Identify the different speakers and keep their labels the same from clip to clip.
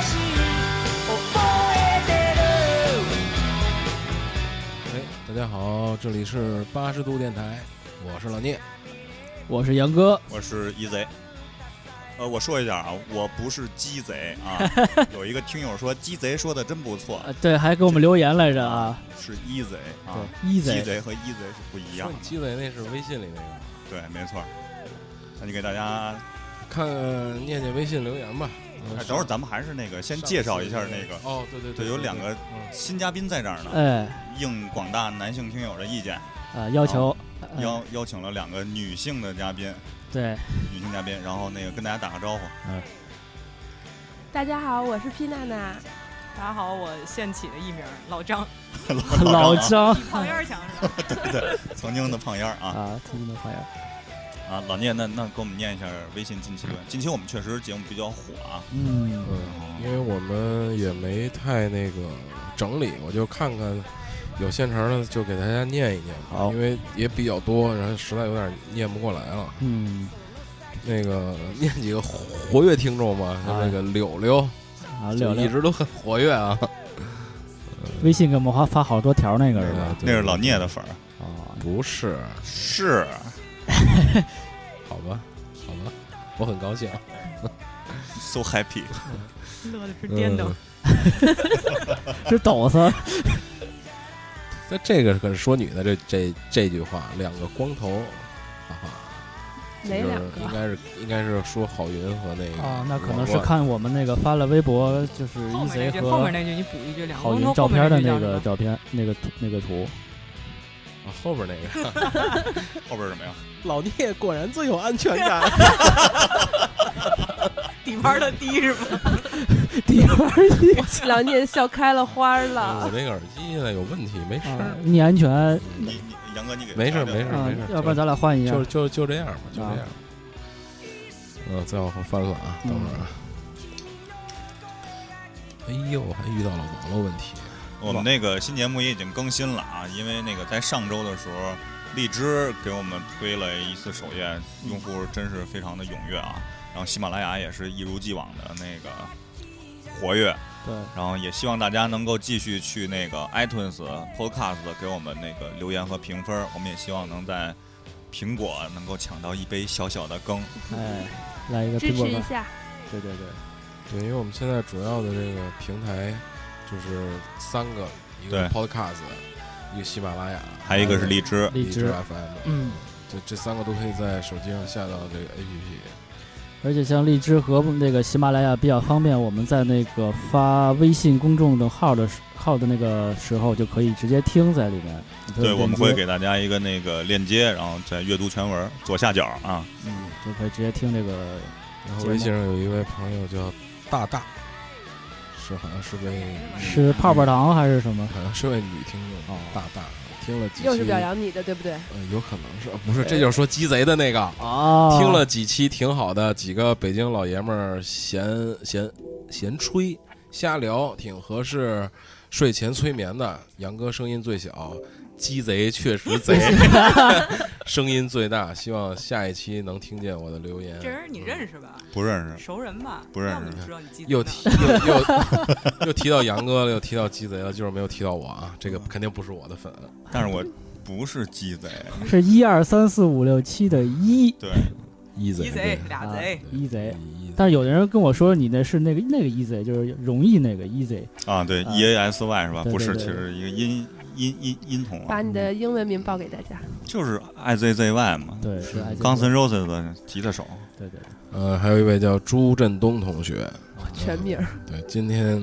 Speaker 1: 哎家好，这里是八十度电台，我是老聂。
Speaker 2: 我是杨哥，
Speaker 3: 我是一贼。呃，我说一下啊，我不是鸡贼啊。 有一个听友说鸡贼说的真不错，
Speaker 2: 呃对，还给我们留言来着啊，
Speaker 3: 是一贼啊。
Speaker 2: 对，一
Speaker 3: 鸡
Speaker 2: 贼，
Speaker 3: 贼和一贼是不一
Speaker 1: 说
Speaker 3: 样
Speaker 1: 你
Speaker 3: 的，
Speaker 1: 积累那是微信里那个，
Speaker 3: 对，没错。那就给大家，
Speaker 1: 看看念念微信留言吧。嗯
Speaker 3: 哎等会儿咱们还是那个先介绍一下那个，
Speaker 1: 哦，对对
Speaker 3: 对，有两个
Speaker 1: 嗯
Speaker 3: 新嘉宾在这儿呢，
Speaker 2: 哎，
Speaker 3: 应广大男性听友的意见，
Speaker 2: 啊，要求，呃
Speaker 3: 邀邀请了两个女性的嘉宾，
Speaker 2: 对，嗯
Speaker 3: 女性嘉宾，然后那个跟大家打个招呼。
Speaker 4: 大家好，我是皮娜娜。
Speaker 5: 大家好，我现起的艺名老张，
Speaker 2: 老
Speaker 3: 张
Speaker 2: 张
Speaker 5: 比 胖丫强是吧？
Speaker 3: 啊曾经的胖丫儿啊
Speaker 2: 啊，听的朋友，
Speaker 3: 啊，老聂，那那给我们念一下微信近期留言。近期我们确实节目比较火啊，
Speaker 2: 嗯，
Speaker 1: 嗯，因为我们也没太那个整理，我就看看有现成的就给大家念一念吧，
Speaker 2: 好
Speaker 1: 因为也比较多，然后实在有点念不过来了。
Speaker 2: 嗯，
Speaker 1: 那个念几个活跃听众吧，像那个柳柳，
Speaker 2: 哎啊，
Speaker 1: 就
Speaker 2: 聊
Speaker 1: 一
Speaker 2: 聊
Speaker 1: 直都很活跃啊。嗯
Speaker 2: 微信给我们发发好多条那个是吧？
Speaker 3: 那是老聂的粉儿，
Speaker 2: 啊，
Speaker 1: 不是，
Speaker 3: 是
Speaker 1: 好吧，好吧，我很高兴。
Speaker 3: so happy。
Speaker 5: 乐的直颠倒
Speaker 1: 嗯。
Speaker 2: 是抖子，
Speaker 1: 那这个可是说女的这这这句话，两个光头，哈哈，
Speaker 4: 哪
Speaker 1: 就是
Speaker 4: 两
Speaker 1: 应
Speaker 4: 个？
Speaker 1: 该是应该是说郝云和那个
Speaker 2: 啊，那可能
Speaker 1: 王
Speaker 2: 是
Speaker 1: 冠
Speaker 2: 看我们那个发了微博，就是
Speaker 5: 后
Speaker 2: 一
Speaker 5: 面那
Speaker 2: 贼
Speaker 5: 句，后
Speaker 2: 和
Speaker 5: 面那句你补一句，两个
Speaker 2: 郝
Speaker 5: 光头
Speaker 2: 云照
Speaker 5: 后面
Speaker 2: 片的
Speaker 5: 句叫
Speaker 2: 那
Speaker 5: 什
Speaker 2: 个
Speaker 5: 么？
Speaker 2: 照片，那个图，那个图，
Speaker 1: 啊后边那个
Speaker 3: 后边儿怎么样？
Speaker 1: 老聂果然最有安全感。
Speaker 5: 底盘的低是吧？
Speaker 2: 第二季
Speaker 4: 老聂笑开了花儿
Speaker 1: 我
Speaker 4: 了。
Speaker 1: 这个耳机现在有问题，没事
Speaker 2: 啊
Speaker 1: 儿，，
Speaker 5: 嗯
Speaker 2: 逆安全啊，
Speaker 3: 你你杨哥，你给
Speaker 1: 没事儿没事儿
Speaker 2: 要不然咱俩换一下
Speaker 1: 就，就就这样吧，就
Speaker 2: 啊
Speaker 1: 这样。嗯，再往后翻翻啊，等会儿啊。哎呦，还遇到了网络问题。
Speaker 3: 我哦们那个新节目也已经更新了啊，因为那个在上周的时候，荔枝给我们推了一次首页，用户真是非常的踊跃啊。然后喜马拉雅也是一如既往的那个活跃，
Speaker 2: 对，
Speaker 3: 然后也希望大家能够继续去那个 iTunes Podcast 给我们那个留言和评分，我们也希望能在苹果能够抢到一杯小小的羹。
Speaker 2: 哎，来
Speaker 1: 嗯
Speaker 2: 一个
Speaker 4: 支
Speaker 2: 苹
Speaker 4: 持
Speaker 2: 果
Speaker 4: 一
Speaker 2: 吧，
Speaker 4: 下，
Speaker 2: 对对对，
Speaker 1: 对，因为我们现在主要的这个平台就是三个，一
Speaker 3: 对
Speaker 1: 个 Podcast，一个喜马拉雅，
Speaker 3: 还有一个是荔枝，
Speaker 1: 荔
Speaker 2: 荔枝
Speaker 1: FM，
Speaker 2: 嗯。
Speaker 1: 这这三个都可以在手机上下到这个 APP。
Speaker 2: 而且像荔枝和那个喜马拉雅比较方便，我们在那个发微信公众的号的时号的那个时候，就可以直接听在里面。你可以
Speaker 3: 对，我们
Speaker 2: 直接
Speaker 3: 会，给大家一个那个链接，然后在阅读全文左下角啊。
Speaker 2: 嗯，就可以直接听这个。
Speaker 1: 然后
Speaker 2: 节目
Speaker 1: 微信上有一位朋友叫大大，是好像是位
Speaker 2: 是泡泡糖还是什么？
Speaker 1: 好像是位女听众
Speaker 2: 哦，
Speaker 1: 大大听了几期，
Speaker 4: 又是表扬你的，对不对？
Speaker 2: 嗯
Speaker 1: 呃，有可能是呃不是？这就是说鸡贼的那个，
Speaker 2: 哦，
Speaker 1: 听了几期挺好的，几个北京老爷们儿闲闲闲吹瞎聊，挺合适睡前催眠的。杨哥声音最小，鸡贼确实 贼，声音最大。希望下一期能听见我的留言。
Speaker 5: 这人你认识吧？
Speaker 3: 不认识，
Speaker 5: 熟人吧？
Speaker 3: 不认识
Speaker 5: 要不你知道你记得
Speaker 1: 又
Speaker 5: 呢
Speaker 1: 提又又又提到杨哥了，又提到鸡贼了，就是没有提到我啊，这个肯定不是我的粉。
Speaker 3: 但是我不是鸡贼，
Speaker 2: 是一二三四五六七的一
Speaker 3: 对，
Speaker 1: 一
Speaker 5: 一贼 E 俩
Speaker 2: 啊
Speaker 5: 贼，
Speaker 2: 一贼。
Speaker 1: 一贼
Speaker 2: 但是有的人跟我说你那是那个那个 easy，就是容易那个 easy，
Speaker 3: 啊，对
Speaker 2: 啊
Speaker 3: ，E A S Y 是吧？
Speaker 2: 对
Speaker 3: 不是，
Speaker 2: 对
Speaker 3: 其
Speaker 2: 对
Speaker 3: 实一个音音音音同啊
Speaker 4: 把，你的英文名报给大家。
Speaker 3: 就是 I Z Z Y 嘛。
Speaker 2: 对，是爱情
Speaker 3: 钢森 Roses 的吉他手，
Speaker 2: 对对，
Speaker 1: 呃，还有一位叫朱振东同学，
Speaker 4: 哦
Speaker 1: 啊
Speaker 4: 全名儿
Speaker 1: 对，今天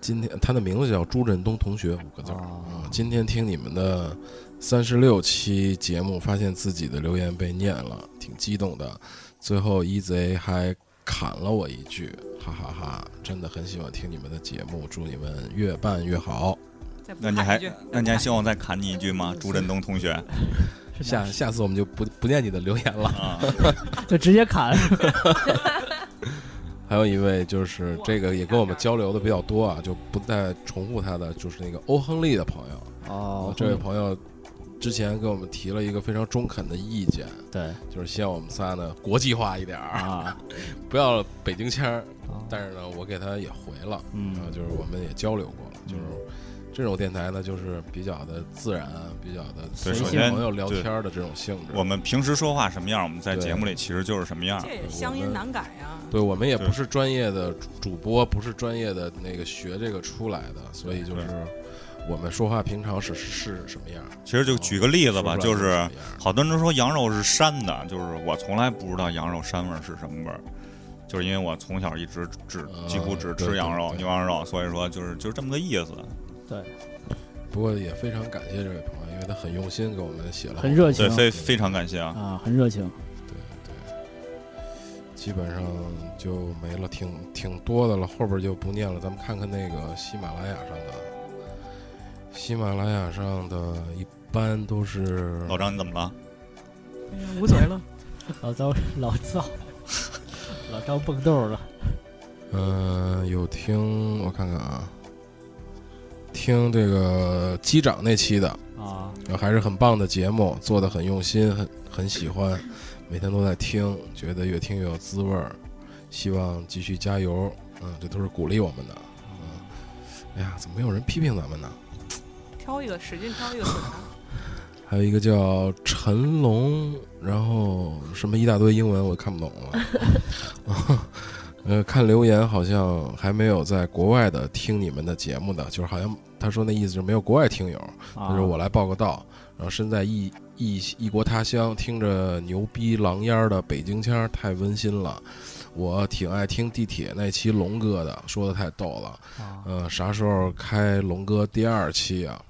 Speaker 1: 今天他的名字叫朱振东同学，五个字儿啊
Speaker 2: 哦。
Speaker 1: 今天听你们的三十六期节目，发现自己的留言被念了，挺激动的。最后一贼还砍了我一句，哈哈哈真的很喜欢听你们的节目，祝你们越办越好。
Speaker 5: 再补
Speaker 3: 那你
Speaker 5: 喊一
Speaker 3: 还
Speaker 5: 句
Speaker 3: 那你还希望我再砍你一句吗？朱振东同学
Speaker 2: 是
Speaker 1: 下
Speaker 2: 哪
Speaker 1: 下次我们就不不念你的留言了。
Speaker 3: 啊，
Speaker 2: 就直接砍，
Speaker 1: 还有一位就是这个也跟我们交流的比较多啊，就不再重复他的，就是那个欧亨利的朋友。
Speaker 2: 哦
Speaker 1: 啊，这位朋友之前给我们提了一个非常中肯的意见，
Speaker 2: 对
Speaker 1: 就是希望我们仨呢国际化一点儿，
Speaker 2: 啊，
Speaker 1: 不要北京腔儿。
Speaker 2: 啊
Speaker 3: 哦
Speaker 1: 但是呢，我给他也回了，
Speaker 2: 嗯
Speaker 3: 嗯
Speaker 1: 啊，就是我们也交流过了，就是这种电台呢，就是比较的自然，啊比较的
Speaker 3: 对，
Speaker 2: 随
Speaker 3: 首
Speaker 2: 性
Speaker 1: 跟
Speaker 3: 先
Speaker 1: 朋友聊
Speaker 3: 对
Speaker 1: 天儿的这种性质。
Speaker 3: 我们平时说话什么样，我们在
Speaker 1: 对
Speaker 3: 节目里其实就是什么样
Speaker 5: 这。也乡音难改啊。
Speaker 1: 对我们也
Speaker 3: 对
Speaker 1: 不是专业的主主播，不是专业的那个学这个出来的，所以就是我们说话平常是是什么样儿，
Speaker 3: 其实就举个例
Speaker 2: 哦
Speaker 3: 子吧，
Speaker 1: 说
Speaker 3: 就
Speaker 1: 出
Speaker 3: 是
Speaker 1: 来什
Speaker 2: 啊
Speaker 1: 么样儿
Speaker 3: 好多人都说羊肉是膻的，就是我从来不知道羊肉膻味儿是什么味儿，就是因为我从小一直只
Speaker 2: 哦
Speaker 1: 啊
Speaker 3: 几乎只
Speaker 1: 对
Speaker 3: 吃羊肉、
Speaker 1: 对对
Speaker 3: 牛羊肉，所以说就是就是这么个意思。
Speaker 1: 不过也非常感谢这位朋友，因为他很用心给我们写了好多，
Speaker 2: 很热情
Speaker 3: 对，非非常感谢啊。
Speaker 2: 啊，很热情。
Speaker 1: 对对，基本上就没了，挺挺多的了，后边就不念了。咱们看看那个喜马拉雅上的，喜马拉雅上的一般都是
Speaker 3: 老张，你怎么了？
Speaker 5: 无所谓了，
Speaker 2: 老糟老糟，老招蹦豆了。
Speaker 1: 嗯，有听我看看啊，听这个机长那期的，
Speaker 2: 啊，
Speaker 1: 呃还是很棒的节目，做的很用心，很很喜欢，每天都在听，觉得越听越有滋味儿，希望继续加油。嗯，这都是鼓励我们的。嗯，哎呀，怎么没有人批评咱们呢？
Speaker 5: 挑一个， 使劲挑一个损他。
Speaker 1: 还有一个叫陈龙，然后什么一大堆英文我看不懂了。 呃，看留言好像还没有在国外的听你们的节目的，就是好像他说那意思就是没有国外听友，他说我来报个到，然后身在异异异国他乡，听着牛逼狼烟儿的北京腔儿太温馨了。我挺爱听地铁那期龙哥的，说的太逗了。
Speaker 2: 啊
Speaker 1: 嗯，啥时候开龙哥第二期啊？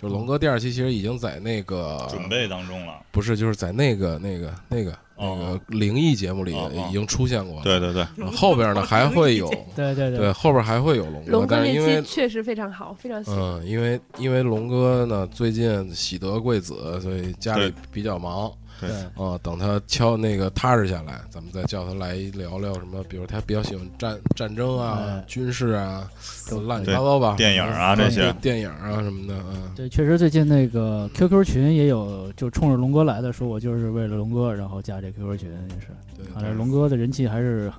Speaker 1: 就龙哥第二期其实已经在那个
Speaker 3: 准备当中了。
Speaker 1: 不是，就是在那个那个那个那
Speaker 3: 哦
Speaker 1: 个灵异节目里
Speaker 3: 哦哦
Speaker 1: 已经出现过了。
Speaker 3: 对对对，
Speaker 1: 然后后边呢还会有
Speaker 2: 对对
Speaker 1: 对，后边还会有龙
Speaker 4: 龙哥
Speaker 1: 哥，但是
Speaker 4: 那
Speaker 1: 因为
Speaker 4: 期确实非常好，非常喜欢。
Speaker 1: 嗯，因为因为龙哥呢最近喜得贵子，所以家里
Speaker 3: 对
Speaker 1: 比较忙
Speaker 3: 对
Speaker 2: 对
Speaker 1: 啊、等他敲那个踏实下来，咱们再叫他来聊聊什么，比如他比较喜欢战战争啊
Speaker 2: 哎、
Speaker 1: 军事啊，
Speaker 2: 都
Speaker 1: 乱七八糟吧，
Speaker 3: 电影啊这些
Speaker 1: 对电影啊什么的，嗯，
Speaker 2: 对，确实最近那个 QQ 群也有，就冲着龙哥来的，说我就是为了龙哥，然后加这 QQ 群也是，
Speaker 1: 对
Speaker 2: 看来龙哥的人气还是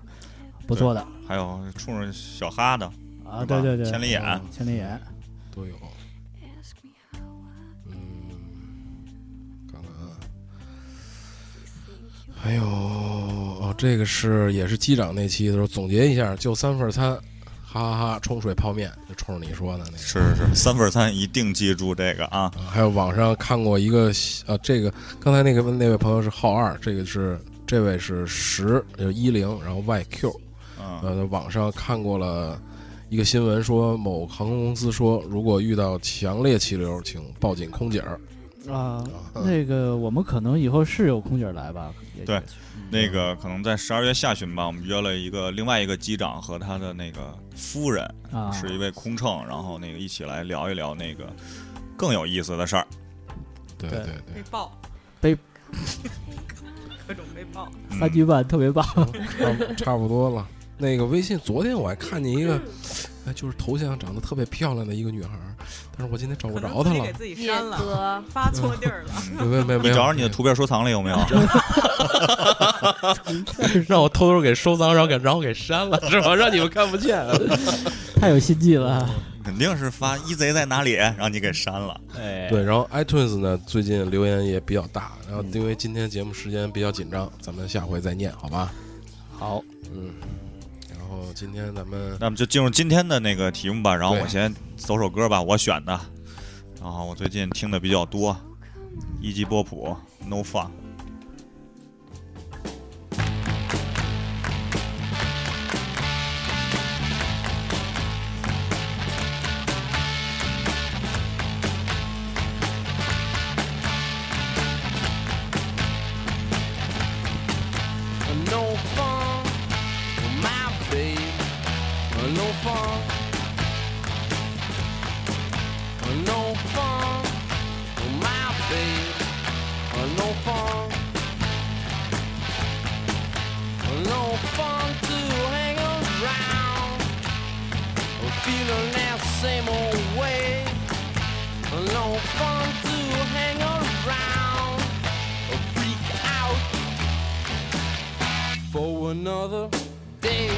Speaker 2: 不错的
Speaker 3: 还有冲着小哈的，
Speaker 2: 啊，
Speaker 3: 是
Speaker 2: 对
Speaker 3: 吧
Speaker 2: 对对，
Speaker 3: 千里眼
Speaker 2: 嗯千里眼，
Speaker 1: 都有。嗯，看看啊，还有哎哦，这个是也是机长那期的时候总结一下，就三份餐，哈哈哈，冲水泡面，就冲着你说的那个。
Speaker 3: 是是是，三份餐一定记住这个啊。
Speaker 1: 啊还有网上看过一个啊，这个刚才那个那位朋友是浩二，这个是这位是十，就是一零，然后 YQ，
Speaker 3: 嗯，
Speaker 1: 呃，网上看过了一个新闻，说某航空公司说，如果遇到强烈气流，请报警空姐儿。
Speaker 2: 啊。
Speaker 1: 啊
Speaker 2: 那个我们可能以后是有空姐来吧？也嗯
Speaker 3: 对，
Speaker 5: 嗯
Speaker 3: 那个可能在十二月下旬吧，我们约了一个另外一个机长和他的那个夫人，
Speaker 2: 啊，
Speaker 3: 是一位空乘，然后那个一起来聊一聊那个更有意思的事儿。
Speaker 1: 对
Speaker 2: 对
Speaker 1: 对
Speaker 5: 被
Speaker 1: 对，
Speaker 5: 爆，
Speaker 2: 被
Speaker 5: 各种被爆，
Speaker 3: 嗯
Speaker 2: 三句半特别棒
Speaker 1: 差差不多了。那个微信，昨天我还看见一
Speaker 5: 嗯
Speaker 1: 个，哎，就是头像长得特别漂亮的一个女孩儿，但是我今天找不
Speaker 5: 可能
Speaker 1: 着
Speaker 5: 自
Speaker 1: 她
Speaker 5: 己
Speaker 1: 了
Speaker 5: 给。自己
Speaker 4: 野
Speaker 5: 删了，
Speaker 4: 哥，
Speaker 5: 发错地儿了。
Speaker 1: 没没没没
Speaker 3: 你
Speaker 1: 有，
Speaker 3: 找找你的图片收藏里有没有？
Speaker 1: 让我偷偷给收藏，然后给然后给删了，是吧？让你们看不见。
Speaker 2: 太有心计了。
Speaker 3: 肯定是发“一贼在哪里”，让你给删了。
Speaker 2: 哎，
Speaker 1: 对，然后 iTunes 呢，最近留言也比较大，然后
Speaker 2: 嗯
Speaker 1: 因为今天节目时间比较紧张，咱们下回再念，好吧？
Speaker 2: 好，
Speaker 1: 嗯，然后今天咱们
Speaker 3: 那么就进入今天的那个题目吧，然后
Speaker 1: 对
Speaker 3: 我先走首歌吧，我选的，然后我最近听的比较多，伊基波普《No Fun》。
Speaker 6: no fun for my baby. No fun. No fun for my baby. No fun. No fun to hang around. Feeling that same old way. No fun to hang around. Freak out for another day.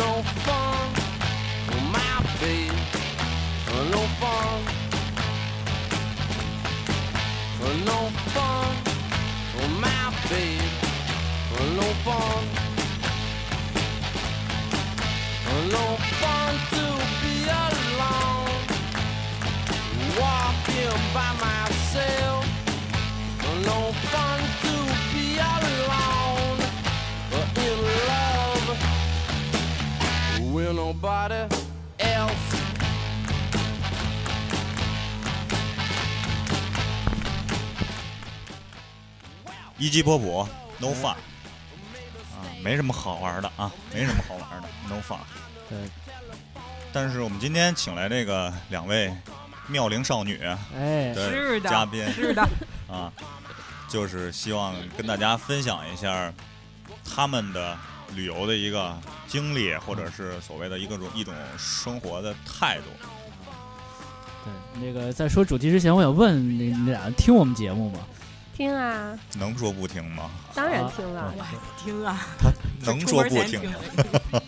Speaker 6: no fun with my babe. No fun. No fun with my babe. No fun. No fun to be alone. Walking by myself. No fun to be alone. But in love with nobody else.
Speaker 3: 一击波普，no
Speaker 5: 嗯
Speaker 3: fun，啊，没什么好玩的啊，没什么好玩的，no fun。
Speaker 2: 对，
Speaker 3: 但是我们今天请来这个两位妙龄少女
Speaker 2: 哎，
Speaker 3: 对
Speaker 5: 是的，
Speaker 3: 嘉宾
Speaker 5: 是的，
Speaker 3: 啊，就是希望跟大家分享一下他们的旅游的一个经历，或者是所谓的一个种一种生活的态度。
Speaker 2: 对，那个在说主题之前，我想问你，你俩听我们节目吗？
Speaker 4: 听啊，
Speaker 3: 能说不听吗？
Speaker 4: 当然听了。
Speaker 5: 听啊，
Speaker 3: 能
Speaker 5: 出
Speaker 3: 说
Speaker 5: 门
Speaker 3: 不
Speaker 5: 前
Speaker 3: 听吗？
Speaker 5: 的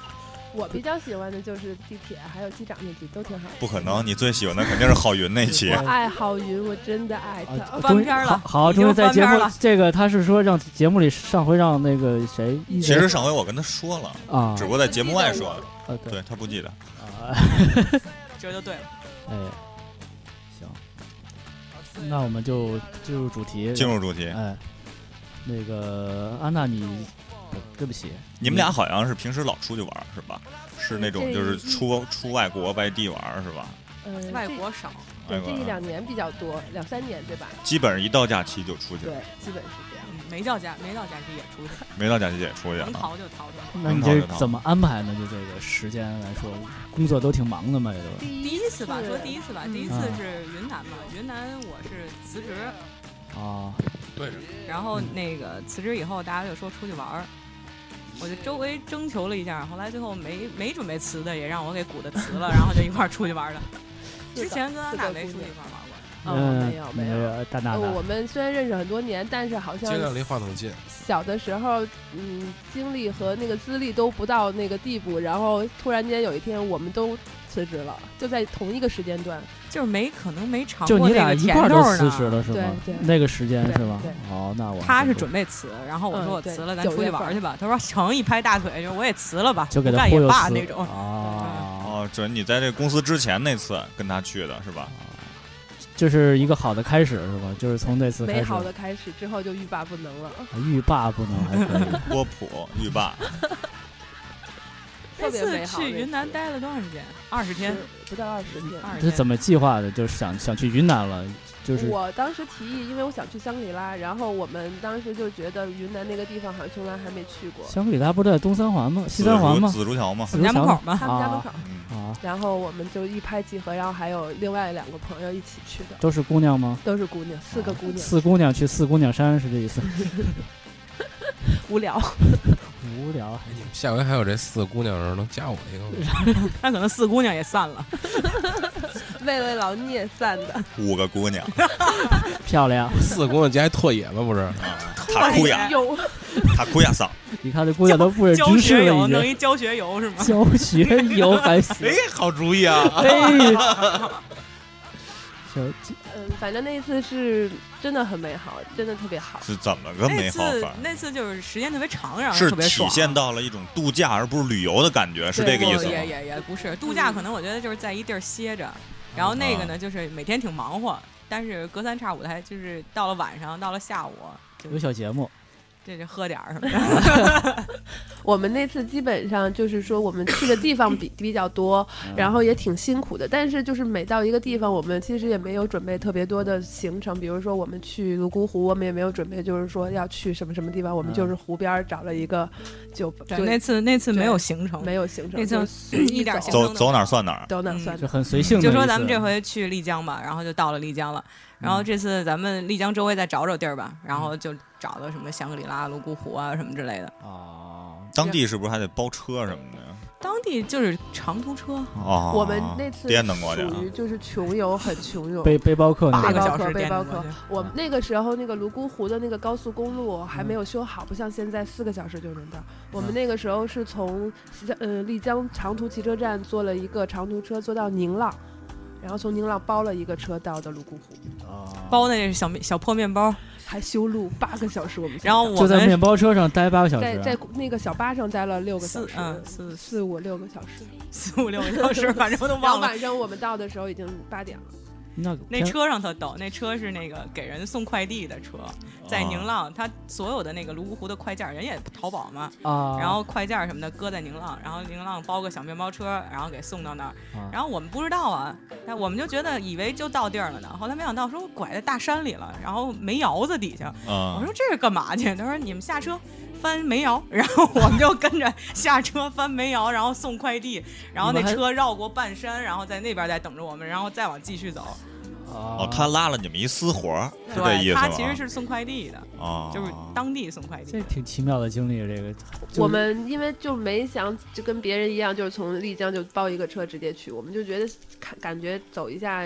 Speaker 4: 我比较喜欢的就是地铁，还有机长那集都挺好的。
Speaker 3: 不可能，你最喜欢的肯定是郝云那期
Speaker 5: 哎
Speaker 4: 我。爱郝云，我真的爱
Speaker 2: 啊，
Speaker 4: 他。
Speaker 5: 翻
Speaker 2: 终于
Speaker 5: 篇儿
Speaker 2: 好
Speaker 5: 了
Speaker 2: 好，
Speaker 5: 已经
Speaker 2: 终于在节
Speaker 5: 翻篇
Speaker 2: 目
Speaker 5: 儿了
Speaker 2: 这个他是说让节目里上回让那个谁，一
Speaker 3: 其实上回我跟他说了，
Speaker 2: 啊
Speaker 3: 只不过在节目外说的，
Speaker 2: 啊对
Speaker 3: 对他不记得。
Speaker 2: 啊，
Speaker 5: 这就对了。
Speaker 2: 哎，行，那我们就进入主题，
Speaker 3: 进入主题，
Speaker 2: 哎，那个安娜你，不对不起，
Speaker 3: 你们俩好像是平时老出去玩儿是吧？是那种就是出出外国外地玩儿是吧？
Speaker 4: 嗯，
Speaker 5: 外国少，
Speaker 4: 这对
Speaker 3: 外国
Speaker 4: 这一两年比较多，两三年对吧？
Speaker 3: 基本上一到假期就出去
Speaker 4: 对，，基本是这样。
Speaker 5: 嗯没到家，没到假期也出去，
Speaker 3: 没到假期也出去
Speaker 5: 能
Speaker 3: 啊。
Speaker 5: 逃就逃着。
Speaker 2: 那你
Speaker 3: 能逃
Speaker 2: 这
Speaker 3: 就逃
Speaker 2: 怎么安排呢？就这个时间来说，工作都挺忙的嘛，也都是
Speaker 5: 第一次吧，说第一次吧，
Speaker 4: 嗯
Speaker 5: 第一次是云南嘛，云南我是辞职，
Speaker 2: 啊，
Speaker 1: 对着
Speaker 5: 然后那个辞职以后，大家就说出去玩儿，我就周围征求了一下，后来最后没没准备辞的，也让我给鼓的辞了，然后就一块儿出去玩儿了。
Speaker 4: 四个
Speaker 5: 之前跟安娜没
Speaker 4: 四
Speaker 5: 出去
Speaker 4: 个
Speaker 5: 一块儿玩过，
Speaker 4: 姑娘哦，
Speaker 2: 嗯
Speaker 4: 没有
Speaker 2: 没
Speaker 4: 没有。
Speaker 2: 有，大大
Speaker 4: 呃我
Speaker 2: 的，
Speaker 4: 们虽然认识很多年，但是好像
Speaker 1: 尽量离话筒近。
Speaker 4: 小的时候，嗯，经历和那个资历都不到那个地步，然后突然间有一天我们都辞职了，就在同一个时间段。
Speaker 5: 就是没可能没尝
Speaker 2: 就
Speaker 5: 过
Speaker 2: 你
Speaker 5: 那
Speaker 2: 俩
Speaker 5: 个
Speaker 2: 一
Speaker 5: 甜
Speaker 2: 块儿
Speaker 5: 豆
Speaker 2: 都
Speaker 5: 儿
Speaker 2: 辞职
Speaker 5: 呢。
Speaker 2: 了是吗？
Speaker 4: 对对
Speaker 2: 那个时间
Speaker 4: 对
Speaker 2: 是吗
Speaker 4: 对？
Speaker 2: 哦，那我
Speaker 5: 他
Speaker 2: 还
Speaker 5: 是
Speaker 2: 不
Speaker 5: 准备辞，然后我
Speaker 4: 嗯
Speaker 5: 说我
Speaker 4: 对
Speaker 5: 辞了，咱
Speaker 4: 九
Speaker 5: 出去
Speaker 4: 月
Speaker 5: 玩儿
Speaker 4: 份
Speaker 5: 去吧。他说成，一拍大腿就我也辞了吧，
Speaker 2: 就给
Speaker 5: 不
Speaker 2: 他
Speaker 5: 干
Speaker 2: 忽
Speaker 5: 也
Speaker 2: 悠
Speaker 5: 罢
Speaker 2: 死
Speaker 5: 那种。
Speaker 2: 啊。
Speaker 3: 哦，准你在这个公司之前那次跟他去的是吧？
Speaker 2: 这是一个好的开始是吧？就是从那次
Speaker 4: 美
Speaker 2: 开始，啊
Speaker 4: 好的开始之后就欲罢不能了，
Speaker 2: 欲罢不能，还可以。
Speaker 3: 波普浴霸，
Speaker 4: 特
Speaker 5: 那
Speaker 4: 别美
Speaker 5: 次
Speaker 4: 好。
Speaker 5: 去云南
Speaker 4: 那次
Speaker 5: 待了多长时间？二十天嗯
Speaker 4: 是，不到二十天。
Speaker 5: 二十
Speaker 2: 这
Speaker 5: 天。
Speaker 2: 怎么计划的？就是想想去云南了，就是
Speaker 4: 我当时提议，因为我想去香格里拉，然后我们当时就觉得云南那个地方好像从来还没去过，
Speaker 2: 香格里拉不是在东三环吗？西
Speaker 3: 紫
Speaker 2: 三环
Speaker 3: 竹
Speaker 2: 吗？
Speaker 3: 紫竹桥吗？
Speaker 5: 我们家门口嘛，
Speaker 4: 他们家门口。
Speaker 3: 嗯，
Speaker 2: 啊，
Speaker 4: 然后我们就一拍即合，然后还有另外两个朋友一起去的，
Speaker 2: 都是姑娘吗？啊
Speaker 4: 都是姑娘，四个姑娘，
Speaker 2: 四姑娘去四姑娘山是这意思？
Speaker 5: 无聊。
Speaker 2: 无聊，
Speaker 1: 哎你们下回还有这四姑娘的时候，能加我一个吗？
Speaker 5: 那可能四姑娘也散了。
Speaker 4: 为了老聂散的。
Speaker 3: 五个姑娘，
Speaker 2: 漂亮！
Speaker 1: 四姑娘加一拓野吗？不是，
Speaker 3: 啊，塔库亚，
Speaker 4: 有
Speaker 3: 塔库亚桑，
Speaker 2: 你看这姑娘都不忍
Speaker 5: 教
Speaker 2: 直视
Speaker 5: 学
Speaker 2: 了，
Speaker 5: 游，
Speaker 2: 已
Speaker 5: 弄
Speaker 2: 经
Speaker 5: 一教学游是吗？
Speaker 2: 教学游还 行
Speaker 3: 哎。，好主意啊！
Speaker 2: 哎， 行，
Speaker 4: 嗯，反正那一次是真的很美好，真的特别好。
Speaker 3: 是怎么个美
Speaker 5: 那
Speaker 3: 好
Speaker 5: 次
Speaker 3: 法？
Speaker 5: 那次就是时间特别长，然后
Speaker 3: 是
Speaker 5: 特别
Speaker 3: 体
Speaker 5: 爽。啊
Speaker 3: 现到了一种度假而不是旅游的感觉，是这个意思
Speaker 5: 不也
Speaker 3: 吗？
Speaker 5: 也也不是度假，可能我觉得就是在一地儿歇着，然后那个
Speaker 3: 啊
Speaker 5: 呢，就是每天挺忙活，但是隔三差五的还就是到了晚上，到了下午就
Speaker 2: 有小节目，
Speaker 5: 这就喝点儿什么的。
Speaker 4: 我们那次基本上就是说，我们去的地方比比较多，然后也挺辛苦的。但是就是每到一个地方，我们其实也没有准备特别多的行程，比如说我们去泸沽湖，我们也没有准备，就是说要去什么什么地方，我们
Speaker 2: 嗯
Speaker 4: 就是湖边儿找了一个酒，
Speaker 5: 对，
Speaker 4: 就
Speaker 5: 那次那次没有行程，
Speaker 4: 没有行程，
Speaker 5: 那次
Speaker 4: 就随意
Speaker 5: 一点儿
Speaker 4: 走
Speaker 3: 走
Speaker 5: 行
Speaker 3: 走哪儿算哪儿。
Speaker 4: 走哪儿算
Speaker 2: 啊嗯就
Speaker 4: 哪儿。
Speaker 2: 很随性的
Speaker 5: 嗯
Speaker 2: 意
Speaker 5: 就
Speaker 2: 思。嗯
Speaker 5: 说咱们这回去丽江吧，然后就到了丽江了。然后这次咱们丽江周围再找找地儿吧，然后就找到什么香格里拉、泸沽湖啊什么之类的。
Speaker 2: 啊，
Speaker 3: 当地是不是还得包车什么的呀？
Speaker 5: 当地地就是长途车，
Speaker 3: 哦，
Speaker 4: 我们那次
Speaker 3: 颠腾过啊去了，
Speaker 4: 属于就是穷游，很穷游。
Speaker 2: 背背包客那
Speaker 5: 八
Speaker 4: 背
Speaker 5: 个
Speaker 2: 个
Speaker 4: 包
Speaker 5: 小
Speaker 4: 客，
Speaker 5: 时
Speaker 4: 背
Speaker 5: 颠
Speaker 4: 包
Speaker 5: 着
Speaker 4: 客
Speaker 5: 过去。啊
Speaker 4: 我们那个时候那个泸沽湖的那个高速公路
Speaker 2: 嗯
Speaker 4: 还没有修好，不像现在四个小时就能到。我们那个时候是从西江呃丽江长途汽车站坐了一个长途车坐到宁浪，然后从宁浪包了一个车到的泸沽湖，
Speaker 5: 包的那是小面小破面包，
Speaker 4: 还修路八个小时。我们
Speaker 5: 然后
Speaker 2: 就
Speaker 5: 我
Speaker 2: 在
Speaker 5: 们
Speaker 2: 面包车上待八个小时
Speaker 4: 在
Speaker 2: 啊，
Speaker 4: 在那个小巴上待了六个小
Speaker 5: 四
Speaker 4: 时，
Speaker 5: 嗯 四
Speaker 4: 四五六个小时。
Speaker 5: 四五六个小时，反正我都
Speaker 4: 然后
Speaker 5: 忘了。
Speaker 4: 晚上我们到的时候已经八点了。
Speaker 2: 那
Speaker 5: 那车上特逗，那车是那个给人送快递的车，
Speaker 2: 啊
Speaker 5: 在宁浪，它所有的那个泸沽湖的快件儿，人也淘宝嘛，
Speaker 2: 啊，
Speaker 5: 然后快件儿什么的搁在宁浪，然后宁浪包个小面包车，然后给送到那儿
Speaker 2: 啊。
Speaker 5: 然后我们不知道啊，但我们就觉得以为就到地儿了呢，后来没想到说拐在大山里了，然后煤窑子底下。我
Speaker 1: 嗯
Speaker 3: 啊
Speaker 5: 说这是干嘛去？他说你们下车翻煤窑，然后我们就跟 着下车翻煤窑，然后送快递，然后那
Speaker 2: 你们还
Speaker 5: 车绕过半山，然后在那边再等着我们，然后再往继续走。
Speaker 2: 哦
Speaker 3: 哦，他拉了你们一私活儿，是这意
Speaker 5: 对，
Speaker 3: 思吗？
Speaker 5: 他其实是送快递的，
Speaker 4: 哦
Speaker 3: 啊，
Speaker 5: 就是当地送快递
Speaker 2: 这。挺奇妙的经历，这个就是
Speaker 4: 我们因为就没想就跟别人一样，就是从丽江就包一个车直接去，我们就觉得看感觉走一下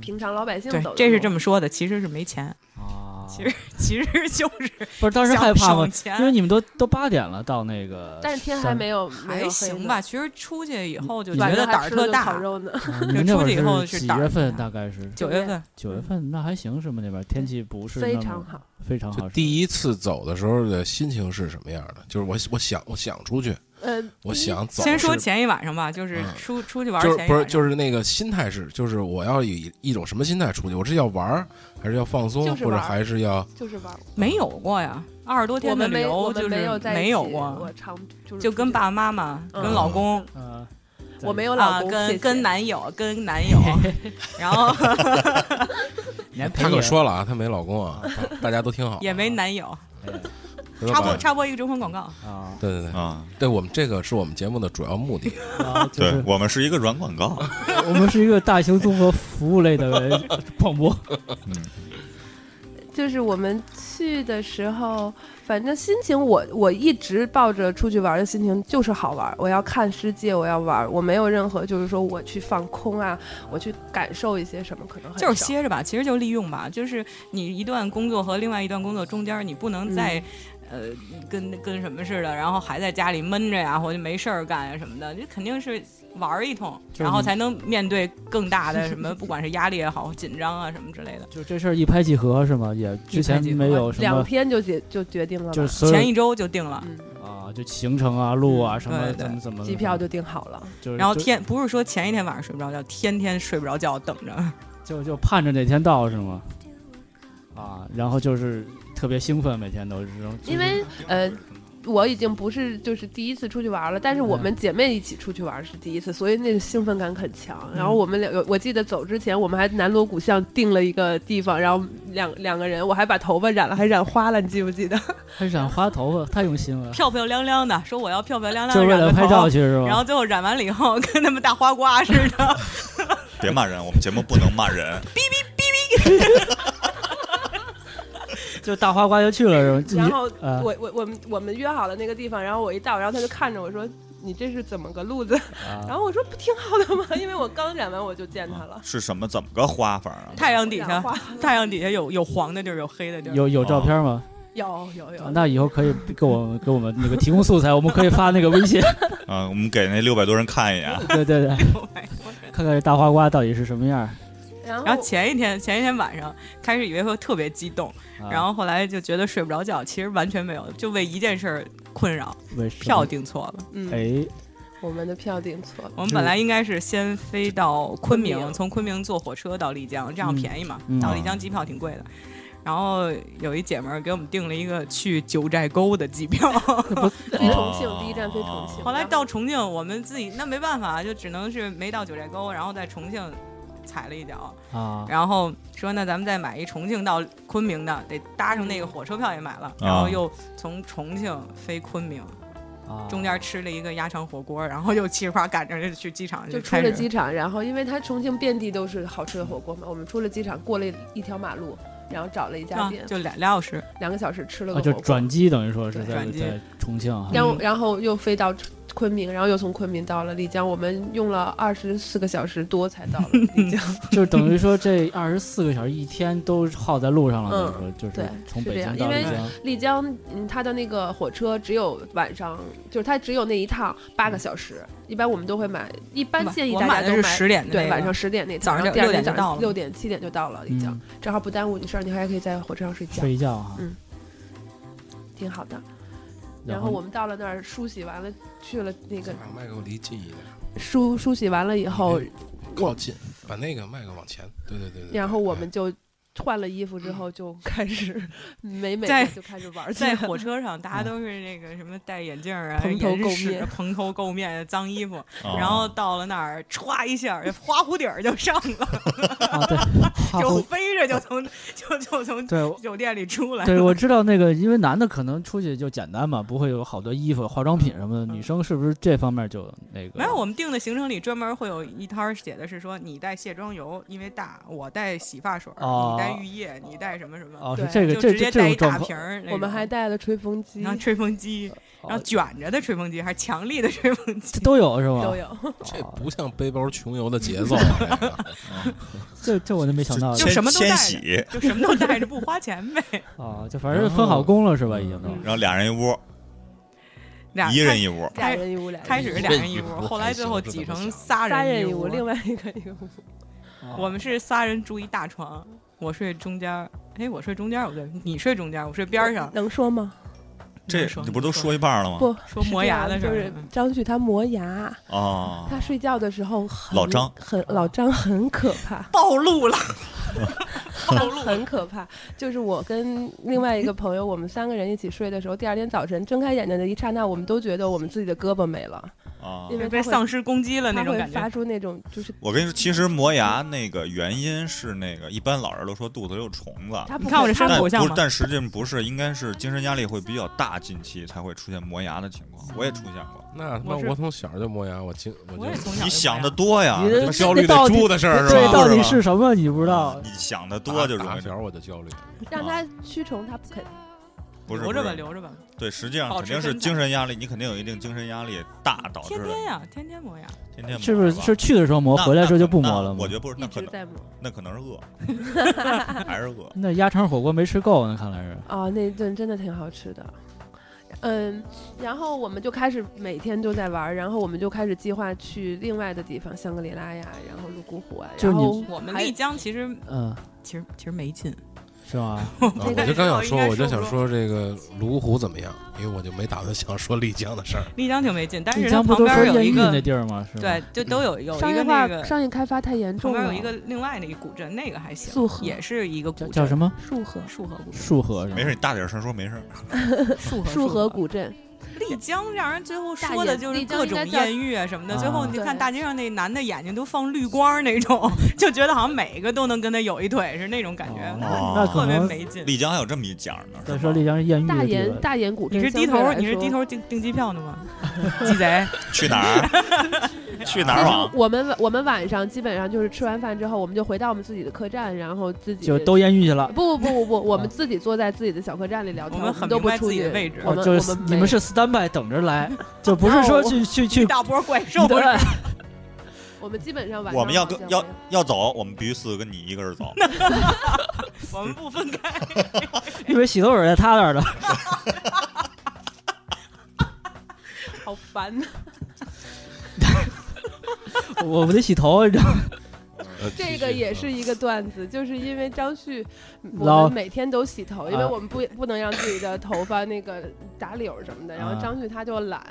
Speaker 4: 平常老百姓
Speaker 5: 嗯对
Speaker 4: 走，的
Speaker 5: 这是这
Speaker 4: 么
Speaker 5: 么说的，其实是没钱，
Speaker 2: 啊，
Speaker 5: 其 实其实就是
Speaker 2: 不是当时
Speaker 5: 想
Speaker 2: 害怕吗
Speaker 5: 省？钱
Speaker 2: 因为你们都都八点了，到那个山，
Speaker 4: 但是天还没有没
Speaker 5: 还
Speaker 4: 有黑
Speaker 5: 行
Speaker 4: 呢
Speaker 5: 吧。，其实出去以后就觉
Speaker 4: 晚
Speaker 5: 得
Speaker 4: 上
Speaker 5: 胆
Speaker 4: 还
Speaker 5: 儿
Speaker 4: 吃了
Speaker 5: 特
Speaker 4: 顿
Speaker 5: 大
Speaker 4: 烤。肉呢，
Speaker 2: 啊
Speaker 1: 嗯
Speaker 2: 你们那会
Speaker 5: 出去以后
Speaker 2: 儿
Speaker 5: 是
Speaker 2: 几
Speaker 5: 胆儿
Speaker 2: 月份？
Speaker 5: 大
Speaker 2: 大概是
Speaker 5: 九月份，
Speaker 2: 九月份，那还行，是吗？那边天气不是
Speaker 4: 非
Speaker 2: 那么
Speaker 4: 常好。
Speaker 2: 非常好
Speaker 1: 就
Speaker 2: 吃。
Speaker 1: 第一次走的时候的心情是什么样的？就是我我想我想出去，
Speaker 4: 呃，
Speaker 1: 我
Speaker 4: 第一
Speaker 1: 想走是。
Speaker 5: 先说前一晚上吧，就是
Speaker 1: 嗯
Speaker 5: 出出去玩
Speaker 1: 就
Speaker 5: 前一晚
Speaker 1: 是不
Speaker 5: 上
Speaker 1: 是就是那个心态是，就是我要以一种什么心态出去？我是要玩儿，还是要放松，
Speaker 4: 就是
Speaker 1: 或者
Speaker 4: 玩儿
Speaker 1: 还是要
Speaker 4: 就是玩儿，
Speaker 5: 没有过呀，二十多
Speaker 4: 我
Speaker 5: 天的
Speaker 4: 们
Speaker 5: 旅
Speaker 4: 没我
Speaker 5: 游
Speaker 4: 们
Speaker 5: 就是
Speaker 4: 有在一起
Speaker 5: 没有过
Speaker 4: 我，常就是
Speaker 5: 就
Speaker 4: 出
Speaker 5: 跟
Speaker 4: 去
Speaker 5: 爸爸妈妈、
Speaker 4: 嗯
Speaker 5: 跟老公
Speaker 2: 嗯，
Speaker 4: 我没有老
Speaker 5: 啊，
Speaker 4: 公，
Speaker 5: 跟
Speaker 4: 谢
Speaker 5: 跟
Speaker 4: 谢
Speaker 5: 男友、跟男 友，然后
Speaker 2: 你还
Speaker 1: 他可说了啊，他没老公啊，大大家都挺好，
Speaker 5: 也没男友，
Speaker 1: 回头
Speaker 5: 插
Speaker 1: 把
Speaker 5: 播插播一个征婚广告，
Speaker 2: 哎啊
Speaker 1: 对对对，
Speaker 3: 啊，
Speaker 1: 对我们这个是我们节目的主要目的，
Speaker 2: 啊，就
Speaker 3: 对
Speaker 2: 是
Speaker 3: 我们是一个软广告，
Speaker 2: 我们是一个大型综合服务类 的广播，
Speaker 4: 就是我们去的时候，反正心情我我一直抱着出去玩的心情，就是好玩。我要看世界，我要玩，我没有任何就是说我去放空啊，我去感受一些什么，可能很
Speaker 5: 就是
Speaker 4: 少
Speaker 5: 歇着吧，其实就利用吧，就是你一段工作和另外一段工作中间，你不能再。
Speaker 4: 嗯
Speaker 5: 呃，跟跟什么似的，然后还在家里闷着呀，或者没事儿干呀什么的，这肯定是玩儿一通，
Speaker 2: 就是
Speaker 5: 然后
Speaker 2: 你
Speaker 5: 才能面对更大的什 么，不管是压力也好，紧张啊什么之类的。
Speaker 2: 就这事儿一拍即合是吗？也之前没有什
Speaker 4: 两
Speaker 2: 么，
Speaker 4: 天就决就决定了吧，
Speaker 2: 就是所
Speaker 5: 前一
Speaker 2: 有
Speaker 5: 周就定了，
Speaker 4: 嗯，
Speaker 2: 啊，就行程啊、路啊什么
Speaker 5: 嗯对对
Speaker 2: 怎么怎么，
Speaker 4: 机票就订好了。
Speaker 2: 就是
Speaker 5: 然后
Speaker 2: 就
Speaker 5: 天不是说前一天晚上睡不着觉，天天睡不着觉等着。
Speaker 2: 就就盼着哪天到是吗？啊，然后就是特别兴奋，每天都是这种，就是
Speaker 4: 因为呃，我已经不是就是第一次出去玩了，但是我们姐妹一起出去玩是第一次，所以那个兴奋感很强。然后我们两个，我记得走之前我们还南锣鼓巷定了一个地方，然后两两个人我还把头发染了，还染花了，你记不记得？
Speaker 2: 还染花头发，太用 心了，
Speaker 5: 漂漂亮亮的，说我要漂漂亮亮
Speaker 2: 就
Speaker 5: 的
Speaker 2: 是为
Speaker 5: 染
Speaker 2: 了
Speaker 5: 个
Speaker 2: 拍
Speaker 5: 头
Speaker 2: 照去是
Speaker 5: 然后
Speaker 2: 吗？
Speaker 5: 最后染完了以后， 跟他们大花瓜似的，
Speaker 3: 别骂人，我们节目不能骂人，
Speaker 2: 就大花瓜就去了是吗？
Speaker 4: 然 后
Speaker 2: 呃
Speaker 4: 我我我们我们约好了那个地方，然后我一到，然后他就看着我说。你这是怎么个路子？然
Speaker 2: 啊，
Speaker 4: 后我说不挺好的吗？因为我刚染完我就见他了。
Speaker 3: 是什么怎么个花法啊？
Speaker 5: 太阳底下
Speaker 4: 染花，
Speaker 5: 太阳底下有有黄的地儿，有黑的地儿。哦
Speaker 2: 有有照片吗？
Speaker 4: 有哦有
Speaker 2: 啊
Speaker 4: 有，
Speaker 2: 那以后可以给我们给我们那个提供素材，我们可以发那个 微信，
Speaker 3: 啊，我们给那六百多人看一眼，
Speaker 2: 对对对，看看这大花瓜到底是什么样儿。
Speaker 4: 然后
Speaker 5: 然后前一天前一天晚上开始以为会特别激动，
Speaker 2: 啊
Speaker 5: 然后后来就觉得睡不着觉，其实完全没有，就为一件事儿困扰，
Speaker 2: 为什么
Speaker 5: 票订错了。
Speaker 4: 嗯，
Speaker 2: 哎，
Speaker 4: 我们的票订错了。
Speaker 5: 我们本来应该是先飞到昆
Speaker 4: 昆
Speaker 5: 明，
Speaker 4: 明
Speaker 5: 从昆明坐火车到丽江，这样
Speaker 2: 嗯
Speaker 5: 便宜嘛。
Speaker 2: 嗯
Speaker 5: 到丽江机票挺贵的，然后有一姐们儿给我们订了一个去九寨沟的机票。
Speaker 4: 飞重庆
Speaker 3: 哦，
Speaker 4: 第一站飞重庆。
Speaker 5: 后来到重庆，我们自己那没办法，就只能是没到九寨沟，然后在重庆踩了一脚，
Speaker 2: 啊，
Speaker 5: 然后说那咱们再买一重庆到昆明的，得搭上那个火车票也买了，然后又从重庆飞昆明，
Speaker 2: 啊
Speaker 5: 中间吃了一个鸭肠火锅，然后又 气垮赶着就去机场
Speaker 4: 就出
Speaker 5: 开
Speaker 4: 了
Speaker 5: 始
Speaker 4: 机场，然后因为它重庆遍地都是好吃的火锅嘛，我们出了机场，过了一条马路，然后找了一家
Speaker 5: 啊
Speaker 4: 店，，
Speaker 5: 就俩俩小时，
Speaker 4: 两个小时吃了
Speaker 2: 啊，
Speaker 4: 个
Speaker 2: 就
Speaker 4: 火锅，
Speaker 2: 转机等于说是
Speaker 4: 对
Speaker 2: 在
Speaker 5: 转机
Speaker 2: 在重庆哈啊嗯
Speaker 4: 然后然后又飞到昆明，然后又从昆明到了丽江，我们用了二十四个小时多才到了丽江。
Speaker 2: 就是等于说这二十四个小时一天都耗在路上了，
Speaker 4: 嗯
Speaker 2: 就是
Speaker 4: 对
Speaker 2: 说就是从
Speaker 4: 是
Speaker 2: 北
Speaker 4: 这样
Speaker 2: 京到
Speaker 4: 因
Speaker 2: 丽
Speaker 4: 为
Speaker 2: 江，
Speaker 4: 丽江，嗯，它的那个火车只有晚上，就是它只有那一趟八个小时。一般我们都会买，一般建议
Speaker 5: 嗯我
Speaker 4: 大家
Speaker 5: 买的
Speaker 4: 都
Speaker 5: 是
Speaker 4: 买
Speaker 5: 十点的那
Speaker 4: 对
Speaker 5: 个
Speaker 4: 晚上十点那
Speaker 5: 早
Speaker 4: 趟，
Speaker 5: 上
Speaker 4: 然后第二
Speaker 5: 六
Speaker 4: 天
Speaker 5: 点
Speaker 4: 早
Speaker 5: 就到了
Speaker 4: 上六点七点就到了丽江，
Speaker 2: 嗯
Speaker 4: 正好不耽误你事儿，你还可以在火车上睡觉，
Speaker 2: 睡一觉哈。
Speaker 4: 嗯挺好的。
Speaker 2: 然
Speaker 4: 然后我们到了那儿梳洗完了，去了那个
Speaker 1: 把麦克离近一点，
Speaker 4: 梳梳洗完了以后，
Speaker 5: 嗯
Speaker 1: 靠近，把那个麦克往前。对对对对对。
Speaker 4: 然后我
Speaker 1: 哎
Speaker 4: 们就换了衣服之后就开始 美美
Speaker 5: 在
Speaker 4: 的就开始 玩儿起来
Speaker 5: 在
Speaker 4: 了，
Speaker 5: 火车上，大家
Speaker 2: 嗯
Speaker 5: 都是那个什么戴眼镜儿啊、
Speaker 4: 蓬头
Speaker 5: 眼
Speaker 4: 垢
Speaker 5: 屎
Speaker 4: 面、
Speaker 5: 蓬头垢面、脏衣服，
Speaker 3: 啊
Speaker 5: 然后到了那儿歘一下，花蝴蝶儿就上了，
Speaker 2: 啊， 对，花
Speaker 5: 就
Speaker 2: 蝴
Speaker 5: 飞着就从就就从
Speaker 2: 对
Speaker 5: 酒店里出来。
Speaker 2: 对，我知道那个，因为男的可能出去就简单嘛，不会有好多衣服、化妆品什么的。女生是不是这方面就那个？
Speaker 5: 没有，我们订的行程里专门会有一摊儿写的是说你带卸妆油，因为大；我带洗发水儿，
Speaker 2: 哦
Speaker 5: 你带浴液，你带什么什么，
Speaker 2: 哦，是
Speaker 4: 对
Speaker 2: 这个
Speaker 5: 就
Speaker 2: 这
Speaker 5: 直
Speaker 2: 这
Speaker 5: 接
Speaker 2: 这
Speaker 5: 带
Speaker 2: 种
Speaker 5: 一
Speaker 2: 状
Speaker 5: 大
Speaker 2: 况
Speaker 5: 瓶儿那种。
Speaker 4: 我们还带了吹风机，
Speaker 5: 然后吹 风机，
Speaker 2: 哦
Speaker 5: 然后卷着的吹风机，还是强力的吹风机。
Speaker 2: 都有是吗？
Speaker 4: 都有。
Speaker 1: 这不像背包穷游的节 奏啊！这个
Speaker 2: 这这我就没想到
Speaker 5: 就
Speaker 3: 千
Speaker 5: 什么都
Speaker 3: 千
Speaker 5: 带着
Speaker 3: 玺，
Speaker 5: 就什么都带着不花钱呗，
Speaker 2: 啊，就反正分好工了是吧？已经都
Speaker 5: 嗯
Speaker 3: 然后俩人一窝，
Speaker 5: 俩
Speaker 3: 一人一窝，
Speaker 4: 俩
Speaker 5: 开
Speaker 4: 人一屋，俩人
Speaker 5: 开
Speaker 4: 一屋
Speaker 5: 始是俩人一
Speaker 1: 一人
Speaker 5: 屋，
Speaker 1: 一屋
Speaker 5: 后来最后
Speaker 1: 还行
Speaker 5: 挤
Speaker 1: 这么
Speaker 5: 成
Speaker 1: 想
Speaker 5: 仨
Speaker 4: 仨
Speaker 5: 人
Speaker 4: 人
Speaker 5: 一
Speaker 4: 一屋，
Speaker 5: 屋。
Speaker 4: 另外一个一屋。
Speaker 5: 我们是仨人住一大床，我睡中间儿，哎，我睡中间儿，不对，你睡中间儿，我睡边儿上。
Speaker 4: 能说吗？
Speaker 3: 这
Speaker 5: 你说
Speaker 3: 你不都
Speaker 5: 你
Speaker 3: 说一半了吗？
Speaker 4: 不
Speaker 5: 说磨牙的
Speaker 4: 是这样
Speaker 5: 事儿
Speaker 4: 就是
Speaker 5: 嗯，
Speaker 4: 张旭他磨牙，
Speaker 3: 啊，
Speaker 4: 他睡觉的时候很
Speaker 3: 老张
Speaker 4: 很老张很可怕
Speaker 5: 暴露 了，
Speaker 4: 他很可怕。就是我跟另外一个朋友，我们三个人一起睡的时候，第二天早晨睁开眼睛的一刹那，我们都觉得我们自己的胳膊没了，
Speaker 3: 啊
Speaker 4: 因为
Speaker 5: 被
Speaker 4: 他会
Speaker 5: 丧尸攻击了那
Speaker 4: 他
Speaker 5: 种
Speaker 4: 会
Speaker 5: 感
Speaker 4: 发
Speaker 5: 觉。
Speaker 4: 出那种就是
Speaker 3: 我跟你说，其实磨牙那个原因是那个，一般老人都说肚子里有虫子，
Speaker 4: 他不
Speaker 5: 你看我
Speaker 4: 会
Speaker 5: 这身
Speaker 3: 但
Speaker 5: 口
Speaker 3: 不
Speaker 5: 像
Speaker 3: 是，
Speaker 5: 吗？
Speaker 3: 但实际上不是，应该是精神压力会比较大，近期才会出现磨牙的情况。我也出现过，
Speaker 1: 那他妈
Speaker 5: 嗯我是
Speaker 1: 我从小就磨牙，我经
Speaker 5: 我也
Speaker 1: 就
Speaker 5: 从小
Speaker 3: 你
Speaker 5: 就
Speaker 3: 想
Speaker 5: 这
Speaker 3: 的
Speaker 5: 样
Speaker 3: 多呀，
Speaker 2: 你
Speaker 3: 就
Speaker 2: 这
Speaker 1: 焦虑
Speaker 2: 这
Speaker 1: 那
Speaker 2: 到底
Speaker 1: 猪的事儿是
Speaker 2: 这
Speaker 1: 吧？
Speaker 2: 到底是什么你不知道？
Speaker 3: 你想的多就容
Speaker 1: 打
Speaker 3: 易这
Speaker 1: 小我就焦虑。
Speaker 4: 让他驱虫，他不肯。
Speaker 3: 不是
Speaker 5: 留着
Speaker 3: 不
Speaker 5: 吧，
Speaker 3: 是
Speaker 5: 留着吧。
Speaker 3: 对，实际上
Speaker 5: 保
Speaker 3: 肯
Speaker 5: 持
Speaker 3: 定是
Speaker 5: 身材
Speaker 3: 精神压力，你肯定有一定精神压力大导致
Speaker 5: 天
Speaker 3: 的，
Speaker 5: 天呀，天天 磨牙，
Speaker 3: 天天
Speaker 2: 是不是
Speaker 3: 磨吧
Speaker 2: 是去的时候磨，
Speaker 3: 那
Speaker 2: 回来的时候就不
Speaker 3: 那
Speaker 2: 磨了吗
Speaker 3: 我觉？得不是，
Speaker 4: 一
Speaker 3: 那可
Speaker 4: 直
Speaker 3: 能
Speaker 4: 在磨
Speaker 3: 那可能是 饿，还是饿。
Speaker 2: 那鸭肠火锅没吃够呢，看来是。
Speaker 4: 啊，那一顿真的挺好吃的。嗯，然后我们就开始每天都在玩儿，然后我们就开始计划去另外的地方，香格里拉呀，然后泸沽湖啊，
Speaker 2: 就是
Speaker 4: 然
Speaker 2: 你
Speaker 4: 后
Speaker 5: 我们
Speaker 4: 还
Speaker 5: 丽江其实
Speaker 2: 嗯，
Speaker 5: 其实其实没劲，
Speaker 2: 是 吗？
Speaker 1: 啊我就刚想说，我就想说这个泸湖怎么样，因为我就没打算想说丽江的事儿。
Speaker 5: 丽江挺没劲，但
Speaker 2: 丽
Speaker 5: 是它
Speaker 2: 江不
Speaker 5: 旁
Speaker 2: 都说
Speaker 5: 边有
Speaker 2: 艳
Speaker 5: 一
Speaker 2: 遇那
Speaker 5: 个
Speaker 2: 地儿吗？是吗？
Speaker 5: 对，哎就都有有一
Speaker 4: 商业
Speaker 5: 个
Speaker 4: 化、
Speaker 5: 那个
Speaker 4: 商业开发太严
Speaker 5: 旁
Speaker 4: 重
Speaker 5: 边有
Speaker 4: 了。
Speaker 5: 一个另外的一古镇，那个还行，
Speaker 4: 束河
Speaker 5: 也是一个古
Speaker 2: 叫
Speaker 5: 镇，
Speaker 2: 叫什么？
Speaker 4: 束河，
Speaker 5: 束河古镇，
Speaker 2: 束河是吗
Speaker 3: 没？事，你大点声说，没事。
Speaker 5: 束河
Speaker 4: 束河古镇，
Speaker 5: 丽江让人最后
Speaker 4: 大
Speaker 5: 说的
Speaker 4: 眼
Speaker 5: 就是
Speaker 4: 丽江
Speaker 5: 各
Speaker 4: 应
Speaker 5: 种
Speaker 4: 该叫
Speaker 5: 艳遇啊什么的，最后
Speaker 2: 啊
Speaker 5: 你看
Speaker 4: 对
Speaker 5: 大街上那男的眼睛都放绿光那种，就觉得好像每个都能跟他有一腿是那种感觉，
Speaker 3: 哦
Speaker 2: 那可
Speaker 5: 特别
Speaker 2: 能
Speaker 5: 没劲。
Speaker 3: 丽江还有这么一讲呢，
Speaker 2: 再
Speaker 3: 是
Speaker 2: 说
Speaker 3: 吧
Speaker 2: 丽江是艳遇
Speaker 4: 大
Speaker 2: 的地
Speaker 4: 研
Speaker 2: 方，
Speaker 4: 大研古镇。
Speaker 5: 你是低
Speaker 4: 相对
Speaker 5: 头，
Speaker 4: 来
Speaker 5: 你是
Speaker 4: 说
Speaker 5: 低。头订订机票呢吗？鸡贼，
Speaker 3: 去哪儿？去哪儿啊
Speaker 4: 其
Speaker 3: 网
Speaker 4: 实？我们我们晚上基本上就是吃完饭之后，我们就回到我们自己的客栈，然后自己
Speaker 2: 就都艳遇去了。哦
Speaker 4: 不不不不不，我们自己坐在自己的小客栈里聊
Speaker 5: 我
Speaker 4: 天，
Speaker 5: 们
Speaker 4: 我
Speaker 5: 很
Speaker 4: 都
Speaker 5: 明
Speaker 4: 不
Speaker 5: 白
Speaker 4: 出
Speaker 5: 自己
Speaker 4: 去
Speaker 5: 的。位置，
Speaker 4: 我们
Speaker 2: 哦就是
Speaker 4: 我们
Speaker 2: 你们
Speaker 4: 没
Speaker 2: 是 stand by 等着 来，就 不是说
Speaker 4: 哦
Speaker 2: 去去去
Speaker 5: 一 大波怪 兽。
Speaker 2: 对
Speaker 4: 我们基本 上晚上
Speaker 3: 我们要
Speaker 4: 好像
Speaker 3: 跟要
Speaker 4: 没有
Speaker 3: 要走，我们必须四个跟你一个人走。
Speaker 5: 我们不分开，
Speaker 2: 因为洗头水在他那儿 的，
Speaker 4: 好烦呐。
Speaker 2: 我不得洗头，你知道吗？
Speaker 1: 呃
Speaker 4: 这
Speaker 2: 嗯
Speaker 4: 个也是一个段子，就是因为张旭，我
Speaker 2: 老
Speaker 4: 们每天都洗头，因为
Speaker 2: 啊
Speaker 4: 我们不不能让自己的头发那个打绺儿什么的。然
Speaker 2: 啊
Speaker 4: 后张旭他就懒，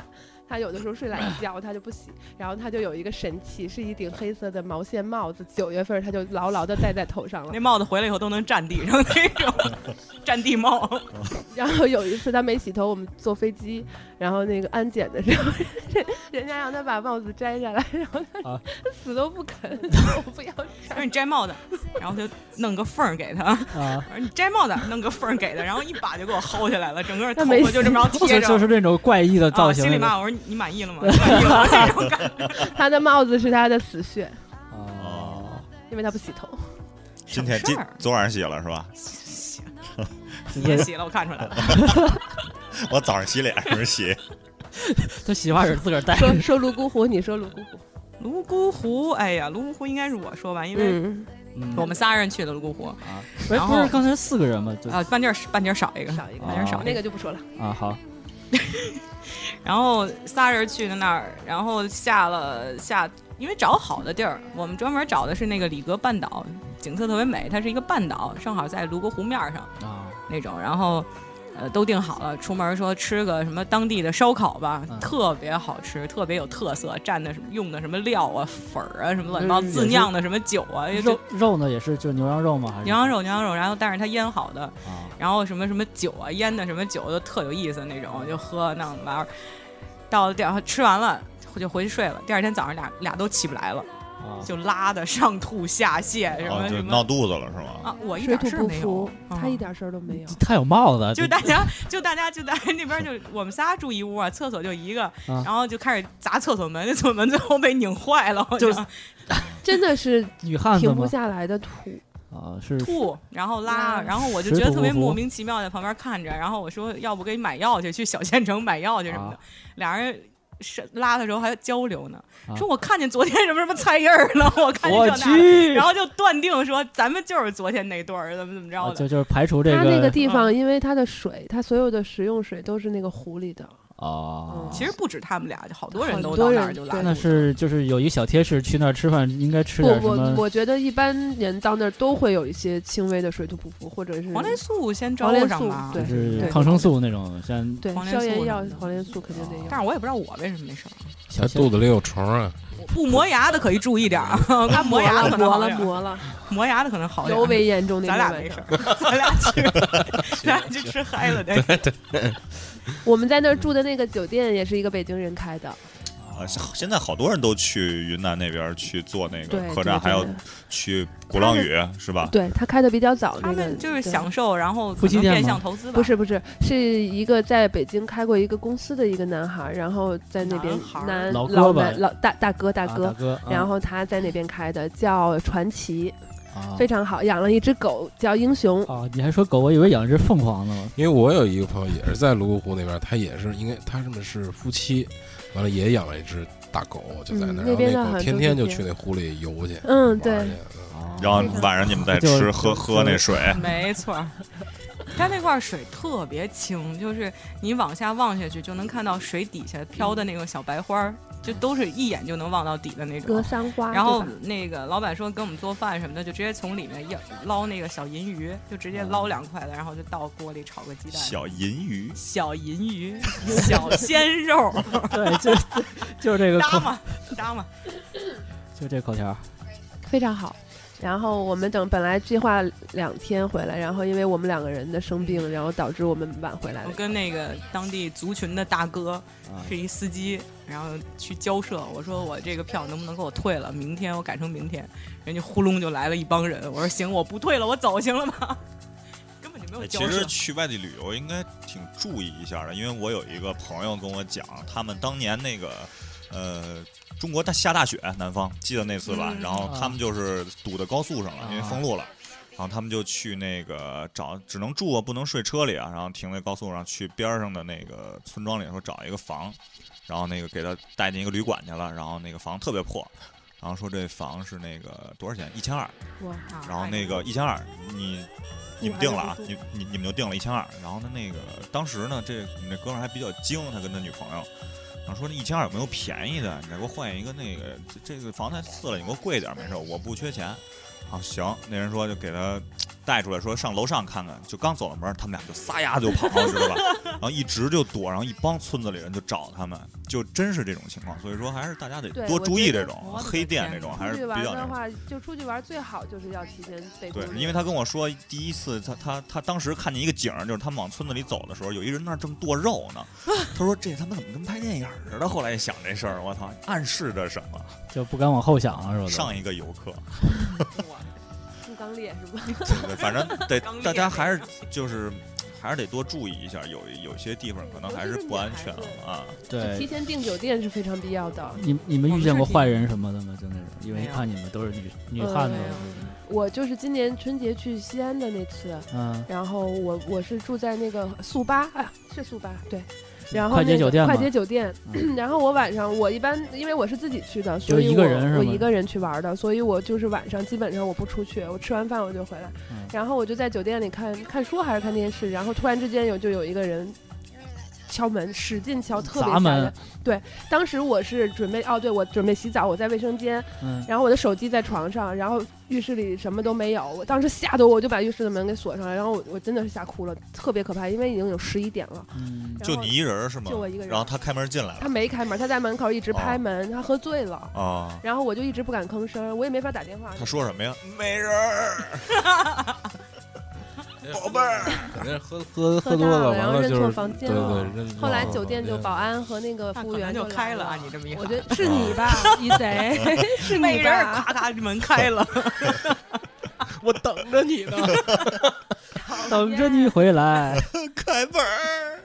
Speaker 4: 他有的时候睡懒觉他就不洗，然后他就有一个神器，是一顶黑色的毛线帽子，九月份他就牢牢的戴在头上了
Speaker 5: 那。帽子回来以后都能站地上那种， 占地 帽。
Speaker 2: 哦
Speaker 4: 然后有一次他没洗头，我们坐飞机，然后那个安检的时候， 人人家让他把帽子摘下来，然后他、
Speaker 2: 啊
Speaker 4: 死都不肯，我不要摘。
Speaker 5: 让你摘帽子，然后就弄个缝儿给他。
Speaker 2: 啊，
Speaker 5: 我说你摘帽子，弄个缝儿给他，然后一把就给我薅下来了，整个头
Speaker 4: 那没
Speaker 5: 发就这么着贴
Speaker 2: 就
Speaker 5: 着。
Speaker 2: 就是那种怪异的造
Speaker 5: 啊、
Speaker 2: 型
Speaker 5: 心里
Speaker 2: 那种，
Speaker 5: 骂我说你满意了吗？你满意 了吗那种感觉
Speaker 4: 他的帽子是他的死穴，
Speaker 2: 哦，
Speaker 4: 因为他不洗头。
Speaker 3: 今天
Speaker 5: 什么
Speaker 3: 今
Speaker 5: 事儿
Speaker 3: 昨晚上洗了是 吧？
Speaker 5: 你也洗了，我看出来了。
Speaker 3: 我早上洗脸时候洗，
Speaker 2: 他洗发水自个儿带。
Speaker 4: 说说泸沽湖，你说泸沽湖，
Speaker 5: 泸沽湖，哎呀，泸沽湖应该是我说吧，因为
Speaker 4: 嗯，
Speaker 2: 嗯
Speaker 5: 我们仨人去的泸沽湖
Speaker 2: 啊，哎，
Speaker 5: 然
Speaker 2: 不
Speaker 5: 后
Speaker 2: 是刚才四个人吗？就
Speaker 5: 啊，半截儿半截儿少一个，
Speaker 4: 少一个
Speaker 5: 半截儿少一
Speaker 4: 那个就不说了。
Speaker 2: 啊，好，
Speaker 5: 然后仨人去的那儿，然后下了下，因为找好的地儿，我们专门找的是那个里格半岛，景色特别美，它是一个半岛，正好在泸沽湖面儿上
Speaker 2: 啊，
Speaker 5: 那种。然后，呃，都定好了，出门说吃个什么当地的烧烤吧，
Speaker 2: 嗯
Speaker 5: 特别好吃，特别有特色，蘸的什么用的什么料啊、粉儿啊什么乱七八糟，
Speaker 2: 嗯
Speaker 5: 自酿的什么酒啊，就
Speaker 2: 肉肉呢也是就牛羊肉吗？还是
Speaker 5: 牛羊肉牛羊肉，然后但是它腌好的，
Speaker 2: 啊？
Speaker 5: 然后什么什么酒啊，腌的什么酒都特有意思那种，就喝那玩意儿。到了第二吃完了就回去睡了，第二天早上俩俩都起不来了，
Speaker 2: 啊
Speaker 5: 就拉的上吐下泻什
Speaker 3: 哦，
Speaker 5: 么
Speaker 3: 就
Speaker 5: 什
Speaker 3: 闹
Speaker 5: 么
Speaker 3: 肚子了是吗？
Speaker 5: 啊，我一
Speaker 4: 水
Speaker 5: 点
Speaker 4: 土
Speaker 5: 事儿
Speaker 4: 不
Speaker 5: 没有
Speaker 4: 服，，他一
Speaker 5: 嗯。
Speaker 4: 点事儿都没有。
Speaker 2: 他有帽子，啊
Speaker 5: 就是大家，就大家，就大家那边就我们仨住一屋啊，厕所就一个，然后就开始砸厕所门，那厕所门最后被拧坏了，我
Speaker 2: 就是
Speaker 5: 就
Speaker 4: 真的是
Speaker 2: 女汉子
Speaker 4: 停不
Speaker 2: 吗？
Speaker 4: 下来的吐，
Speaker 2: 啊，是
Speaker 5: 吐，然后
Speaker 4: 拉
Speaker 5: 拉，然后我就
Speaker 2: 水
Speaker 5: 觉得
Speaker 2: 土
Speaker 5: 特别
Speaker 2: 不服
Speaker 5: 莫名其妙，在旁边看着。然后我说，要不给你买药去，去小县城买药去什么的
Speaker 2: 啊。
Speaker 5: 俩人是拉的时候还交流呢
Speaker 2: 啊，
Speaker 5: 说我看见昨天什么什么菜叶儿了，我看见
Speaker 2: 我
Speaker 5: 这那的，
Speaker 2: 去
Speaker 5: 然后就断定说咱们就是昨天那对儿，怎么怎么
Speaker 2: 啊
Speaker 5: 着的
Speaker 2: 就。就是排除这
Speaker 4: 他那个
Speaker 2: 个
Speaker 4: 地
Speaker 5: 嗯
Speaker 4: 方，因为它的水，它所有的食用水都是那个湖里的，
Speaker 2: 啊
Speaker 4: 嗯。
Speaker 5: 其实不止他们俩，好多人
Speaker 4: 很
Speaker 5: 都
Speaker 4: 多
Speaker 5: 到那
Speaker 4: 人
Speaker 5: 儿就拉
Speaker 4: 对
Speaker 5: 肚子。
Speaker 2: 那是就是有一个小贴士，去那儿吃饭应该吃
Speaker 4: 不
Speaker 2: 点，什
Speaker 4: 我
Speaker 2: 么
Speaker 4: 我觉得一般人到那儿都会有一些轻微的水土不服，或者是
Speaker 5: 黄连素先
Speaker 4: 黄
Speaker 5: 招
Speaker 4: 连
Speaker 5: 上
Speaker 4: 素
Speaker 5: 吧，，
Speaker 2: 就
Speaker 4: 对
Speaker 2: 是
Speaker 4: 对
Speaker 2: 抗生素那种，像
Speaker 4: 对
Speaker 5: 黄连
Speaker 4: 消
Speaker 5: 素
Speaker 4: 炎
Speaker 5: 什
Speaker 4: 药
Speaker 5: 么的、
Speaker 4: 黄连素肯定得有。
Speaker 5: 但是我也不知道我为什么没事儿。
Speaker 2: 小
Speaker 1: 他肚子里有虫啊！
Speaker 5: 不磨牙的可以注意点儿， 他磨牙的
Speaker 4: 了，
Speaker 5: 可能
Speaker 4: 磨
Speaker 5: 好
Speaker 4: 了
Speaker 5: 点，儿，
Speaker 4: 磨了，
Speaker 5: 磨牙的可能好点
Speaker 4: 尤
Speaker 5: 儿。
Speaker 4: 为严重那天
Speaker 5: 咱俩
Speaker 4: 晚
Speaker 5: 没事
Speaker 4: 上。
Speaker 5: 儿， 咱俩去， 咱俩去吃嗨了得。
Speaker 4: 我们在那儿住的那个酒店也是一个北京人开的，
Speaker 3: 啊，现现在好多人都去云南那边去做那
Speaker 4: 对
Speaker 3: 个客
Speaker 4: 对
Speaker 3: 栈，还有
Speaker 4: 对
Speaker 3: 去鼓浪屿是吧？
Speaker 4: 对他开的比较早，
Speaker 5: 他
Speaker 4: 那个
Speaker 5: 们就
Speaker 4: 对
Speaker 5: 是享受，然后
Speaker 2: 啊夫
Speaker 5: 可
Speaker 2: 妻
Speaker 5: 能
Speaker 2: 店吗
Speaker 5: 变相投资吧。
Speaker 4: 不是不是，是一个在北京开过一个公司的一个男孩儿，然后在那边
Speaker 5: 男孩儿
Speaker 4: 男
Speaker 2: 老哥
Speaker 4: 老
Speaker 2: 吧
Speaker 4: 男老大大哥大
Speaker 2: 啊
Speaker 4: 哥，
Speaker 2: 大哥，
Speaker 4: 然后他在那边开的叫传奇，
Speaker 2: 啊
Speaker 4: 非常好，养了一只狗叫英雄。
Speaker 2: 啊，你还说狗，我以为养只凤凰呢。
Speaker 1: 因为我有一个朋友也是在泸沽湖那边，他也是应该他们是夫妻，完了也养了一只大狗，就在那
Speaker 4: 嗯
Speaker 1: 儿，
Speaker 4: 那边的
Speaker 1: 然后那
Speaker 4: 好像
Speaker 1: 狗天天
Speaker 4: 都
Speaker 1: 就是去那湖里游去，
Speaker 4: 嗯，
Speaker 1: 玩
Speaker 4: 对
Speaker 1: 去，
Speaker 2: 啊
Speaker 3: 然后晚上你们再
Speaker 2: 就
Speaker 3: 吃
Speaker 2: 是
Speaker 3: 喝
Speaker 2: 就
Speaker 3: 喝那
Speaker 2: 是
Speaker 3: 水，
Speaker 5: 没错儿，它那块儿水特别清，就是你往下望下去就能看到水底下飘的那种小白花儿，就都是一眼就能望到底的那
Speaker 4: 格
Speaker 5: 种。
Speaker 4: 桑花。
Speaker 5: 然后
Speaker 4: 对吧
Speaker 5: 那个老板说给我们做饭什么的，就直接从里面要捞那个小银鱼，就直接捞两块的，然后就倒锅里炒个鸡蛋。
Speaker 3: 小银鱼。
Speaker 5: 小银鱼，小鲜肉，
Speaker 2: 对，就就这 个
Speaker 5: 搭
Speaker 2: 口，
Speaker 5: 嘛搭嘛。
Speaker 2: 就这口条。
Speaker 4: 非常好。然后我们等本来计划两天回来，然后因为我们两个人的生病，然后导致我们晚回来
Speaker 5: 我
Speaker 4: 了。
Speaker 5: 跟那个当地族群的大哥
Speaker 2: 啊
Speaker 5: 是一司机，然后去交涉，我说我这个票能不能给我退了？明天我改成明天，人家呼隆就来了一帮人，我说行，我不退了，我走行了吗？ 根本就没有
Speaker 3: 哎
Speaker 5: 交
Speaker 3: 其实
Speaker 5: 涉。
Speaker 3: 去外地旅游应该挺注意一下的，因为我有一个朋友跟我讲，他们当年那个，呃，中国大下大雪，南方记得那次吧？
Speaker 5: 嗯
Speaker 3: 然后他们就是堵在高速上了，
Speaker 2: 啊
Speaker 3: 因为封路了。然后他们就去那个找，只能住啊，不能睡车里啊。然后停在高速上，去边儿上的那个村庄里头找一个房，然后那个给他带进一个旅馆去了。然后那个房特别破，然后说这房是那个多少钱？一千二。
Speaker 4: 哇，
Speaker 5: 啊
Speaker 3: 然后那个一千二，你你们定了啊
Speaker 4: 嗯我还，是
Speaker 3: 你你你们就定了一千二。然后呢，那个当时呢，这我们这哥们儿还比较精，他跟他女朋友，然后说那一千二有没有便宜的？你再给我换一个那个，这这个房太次了，你给我贵点儿没事儿，我不缺钱。啊，行，那人说就给他带出来，说上楼上看看。就刚走到门儿，他们俩就撒丫子就跑，知道吧？ 然后一直就躲，然后一帮村子里人就找他们，就真是这种情况。所以说，还是大家得
Speaker 4: 对
Speaker 3: 多
Speaker 4: 我
Speaker 3: 注
Speaker 4: 觉
Speaker 3: 意
Speaker 4: 得
Speaker 3: 这种
Speaker 5: 我的
Speaker 3: 黑店
Speaker 5: 天
Speaker 3: 这种，
Speaker 5: 出
Speaker 3: 还
Speaker 4: 出
Speaker 3: 是
Speaker 4: 去
Speaker 3: 比
Speaker 4: 玩
Speaker 3: 较那
Speaker 4: 的
Speaker 3: 种。
Speaker 4: 话，就出去玩最好就是要提前备攻
Speaker 3: 对
Speaker 4: 略。，
Speaker 3: 因为他跟我说，第一次他他他当时看见一个景儿，就是他们往村子里走的时候，有一人那儿正剁肉 呢。他说：“这他妈怎么跟拍电影儿似的？”后来一想这事儿，我操，暗示着什么？
Speaker 2: 就不敢往后想了，是吧？
Speaker 3: 上一个游 客，
Speaker 5: 哇
Speaker 4: 不刚烈是吧？
Speaker 3: 对反正得
Speaker 5: 刚烈
Speaker 3: 大家还是就是还是得多注意一下，有有些地方可能还是不安全了啊。
Speaker 4: 就提
Speaker 2: 对，
Speaker 4: 前订酒店是非常必要的。
Speaker 2: 你你们遇见过坏人什么的吗？就那种，因
Speaker 5: 没
Speaker 2: 为一
Speaker 5: 有
Speaker 2: 看你们都是女女汉
Speaker 4: 呃嗯
Speaker 2: 子
Speaker 4: 没，有我就是今年春节去西安的那次，
Speaker 2: 嗯
Speaker 4: 哎然后我我是住在那个速八啊，是速八对，然后
Speaker 2: 嗯快捷
Speaker 4: 那个
Speaker 2: 酒店
Speaker 4: 快
Speaker 2: 嘛
Speaker 4: 捷酒店
Speaker 2: 嗯。
Speaker 4: 然后我晚上我一般因为我是自己去的，
Speaker 2: 就
Speaker 4: 所
Speaker 2: 是
Speaker 4: 以
Speaker 2: 一个
Speaker 4: 我
Speaker 2: 人是
Speaker 4: 我
Speaker 2: 吗
Speaker 4: 一个人去玩的，所以我就是晚上基本上我不出去，我吃完饭我就回来
Speaker 2: 嗯，
Speaker 4: 然后我就在酒店里看看书还是看电视，然后突然之间有就有一个人。敲门，使劲敲，特别
Speaker 2: 砸
Speaker 4: 吓
Speaker 2: 门
Speaker 4: 人。对，当时我是准备哦，对我准备洗澡，我在卫生间，
Speaker 2: 嗯，
Speaker 4: 然后我的手机在床上，然后浴室里什么都没有，我当时吓得我就把浴室的门给锁上了，然后我我真的是吓哭了，特别可怕，因为已经有十一点了。
Speaker 2: 嗯
Speaker 4: 然
Speaker 3: 就
Speaker 4: 后
Speaker 3: 你一人儿是吗？
Speaker 4: 就我一个人
Speaker 3: 然后他开门进来
Speaker 4: 他
Speaker 3: 了
Speaker 4: 没开门，他在门口一直拍门，他喝醉了，
Speaker 3: 啊，
Speaker 4: 然后我就一直不敢吭声，我也没法打电话。
Speaker 3: 他说什么呀？
Speaker 4: 嗯
Speaker 3: 没人儿，宝贝儿。
Speaker 1: 肯定是喝 喝
Speaker 4: 喝
Speaker 1: 多
Speaker 4: 大
Speaker 1: 了，
Speaker 4: 了
Speaker 1: 完
Speaker 4: 然后认
Speaker 1: 就
Speaker 4: 错
Speaker 1: 是
Speaker 4: 房
Speaker 1: 对
Speaker 4: 间了。
Speaker 1: 对，认
Speaker 4: 后来酒店就保
Speaker 1: 保
Speaker 4: 安和那个服务员
Speaker 5: 就开
Speaker 4: 了
Speaker 5: 啊！你这么一
Speaker 4: 我
Speaker 5: 喊，
Speaker 4: 觉得 是你 吧，一贼，是
Speaker 5: 每
Speaker 4: 你
Speaker 5: 人儿
Speaker 4: 吧？
Speaker 5: 咔咔门开 了，
Speaker 1: 我等着你呢。
Speaker 2: 等着你回 来。
Speaker 3: 开门儿，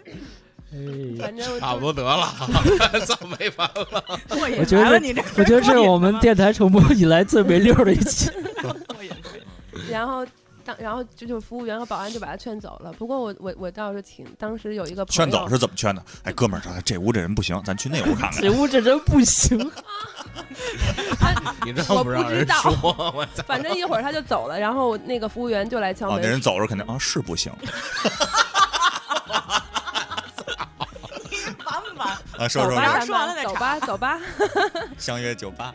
Speaker 2: 哎，
Speaker 4: 反正我
Speaker 1: 差不
Speaker 4: 就
Speaker 1: 多得了， 咱没完了。
Speaker 5: 过瘾
Speaker 2: 我觉得
Speaker 5: 来了你这，
Speaker 2: 我觉得这是我们电台重播以来最没溜儿的一期。
Speaker 5: 过瘾过 瘾
Speaker 4: 然后当然后就就服务员和保安就把他劝走了。不过我我我倒是挺，当时有一个朋友
Speaker 3: 劝走是怎么劝的？哎，哥们儿，这屋这人不行，咱去那屋看看。
Speaker 2: 这屋这真不行，
Speaker 1: 你让让人说？我操！
Speaker 4: 反正一会儿他就走了，然后那个服务员就来敲
Speaker 3: 啊，
Speaker 4: 门。
Speaker 3: 那人走着肯定啊是不行
Speaker 5: 完不完？
Speaker 3: 啊，说
Speaker 4: 走
Speaker 3: 说
Speaker 4: 吧，
Speaker 3: 说，
Speaker 5: 说说完了再
Speaker 4: 走
Speaker 5: 查
Speaker 4: 吧，走吧。
Speaker 3: 相约酒吧。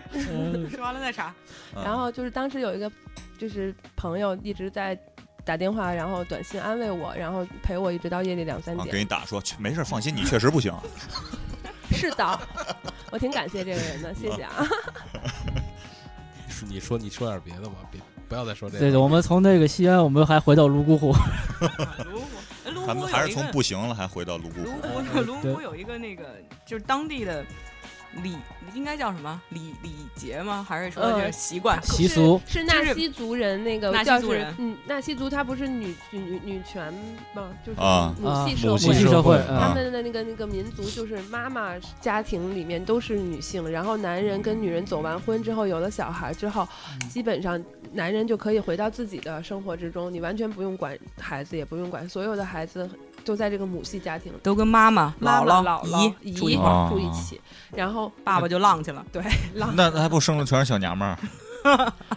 Speaker 2: 嗯
Speaker 5: 说完了再查，
Speaker 3: 嗯
Speaker 4: 然后就是当时有一个就是朋友一直在打电话，然后短信安慰我，然后陪我一直到夜里两
Speaker 5: 嗯
Speaker 4: 三
Speaker 3: 啊，
Speaker 4: 点。
Speaker 3: 给你打说去，没事儿，放心，你确实不行。啊
Speaker 4: 是的，我挺感谢这个人的，谢谢 啊。
Speaker 1: 你说你说点别的吧，别不 要再说这
Speaker 2: 对
Speaker 1: 个。
Speaker 2: 的，我们从那个西安，我们还回到泸沽湖。
Speaker 5: 泸 沽，泸
Speaker 3: 咱
Speaker 5: 沽
Speaker 3: 们还
Speaker 5: 有
Speaker 3: 是
Speaker 5: 一
Speaker 3: 从
Speaker 5: 个
Speaker 3: 不行了，还回到泸沽
Speaker 5: 泸
Speaker 3: 湖。
Speaker 5: 沽，泸
Speaker 2: 对
Speaker 5: 沽有一个那个就是当地的礼，应该叫什么礼礼节吗？还是说
Speaker 4: 嗯
Speaker 5: 这个习惯？
Speaker 2: 习俗
Speaker 4: 是是
Speaker 5: 就是
Speaker 4: 纳西族人那个
Speaker 5: 纳西
Speaker 4: 叫
Speaker 5: 族
Speaker 4: 是
Speaker 5: 人
Speaker 4: 嗯，纳西族他不是女女女女权吗？就是
Speaker 3: 啊
Speaker 4: 母系
Speaker 2: 啊
Speaker 4: 社
Speaker 1: 母
Speaker 4: 会。
Speaker 1: 系
Speaker 2: 系
Speaker 1: 社
Speaker 2: 社
Speaker 1: 会
Speaker 2: 会，
Speaker 3: 啊
Speaker 2: 嗯
Speaker 4: 他们的那个那个民族就是妈妈家庭里面都是女性，然后男人跟女人走完婚之后，有了小孩之后，基本上男人就可以回到自己的生活之中，你完全不用管孩子，也不用管所有的孩子都在这个母系家庭，
Speaker 5: 都跟妈妈、
Speaker 4: 妈妈、
Speaker 5: 姥
Speaker 4: 姥
Speaker 5: 姥
Speaker 4: 姥、
Speaker 5: 姨
Speaker 4: 姨
Speaker 5: 住一块
Speaker 3: 儿
Speaker 5: 儿，
Speaker 3: 儿
Speaker 4: 住
Speaker 2: 啊
Speaker 4: 一起，然后
Speaker 5: 爸爸就 浪 去了。
Speaker 4: 浪
Speaker 3: 那那还不生的全是小娘们儿？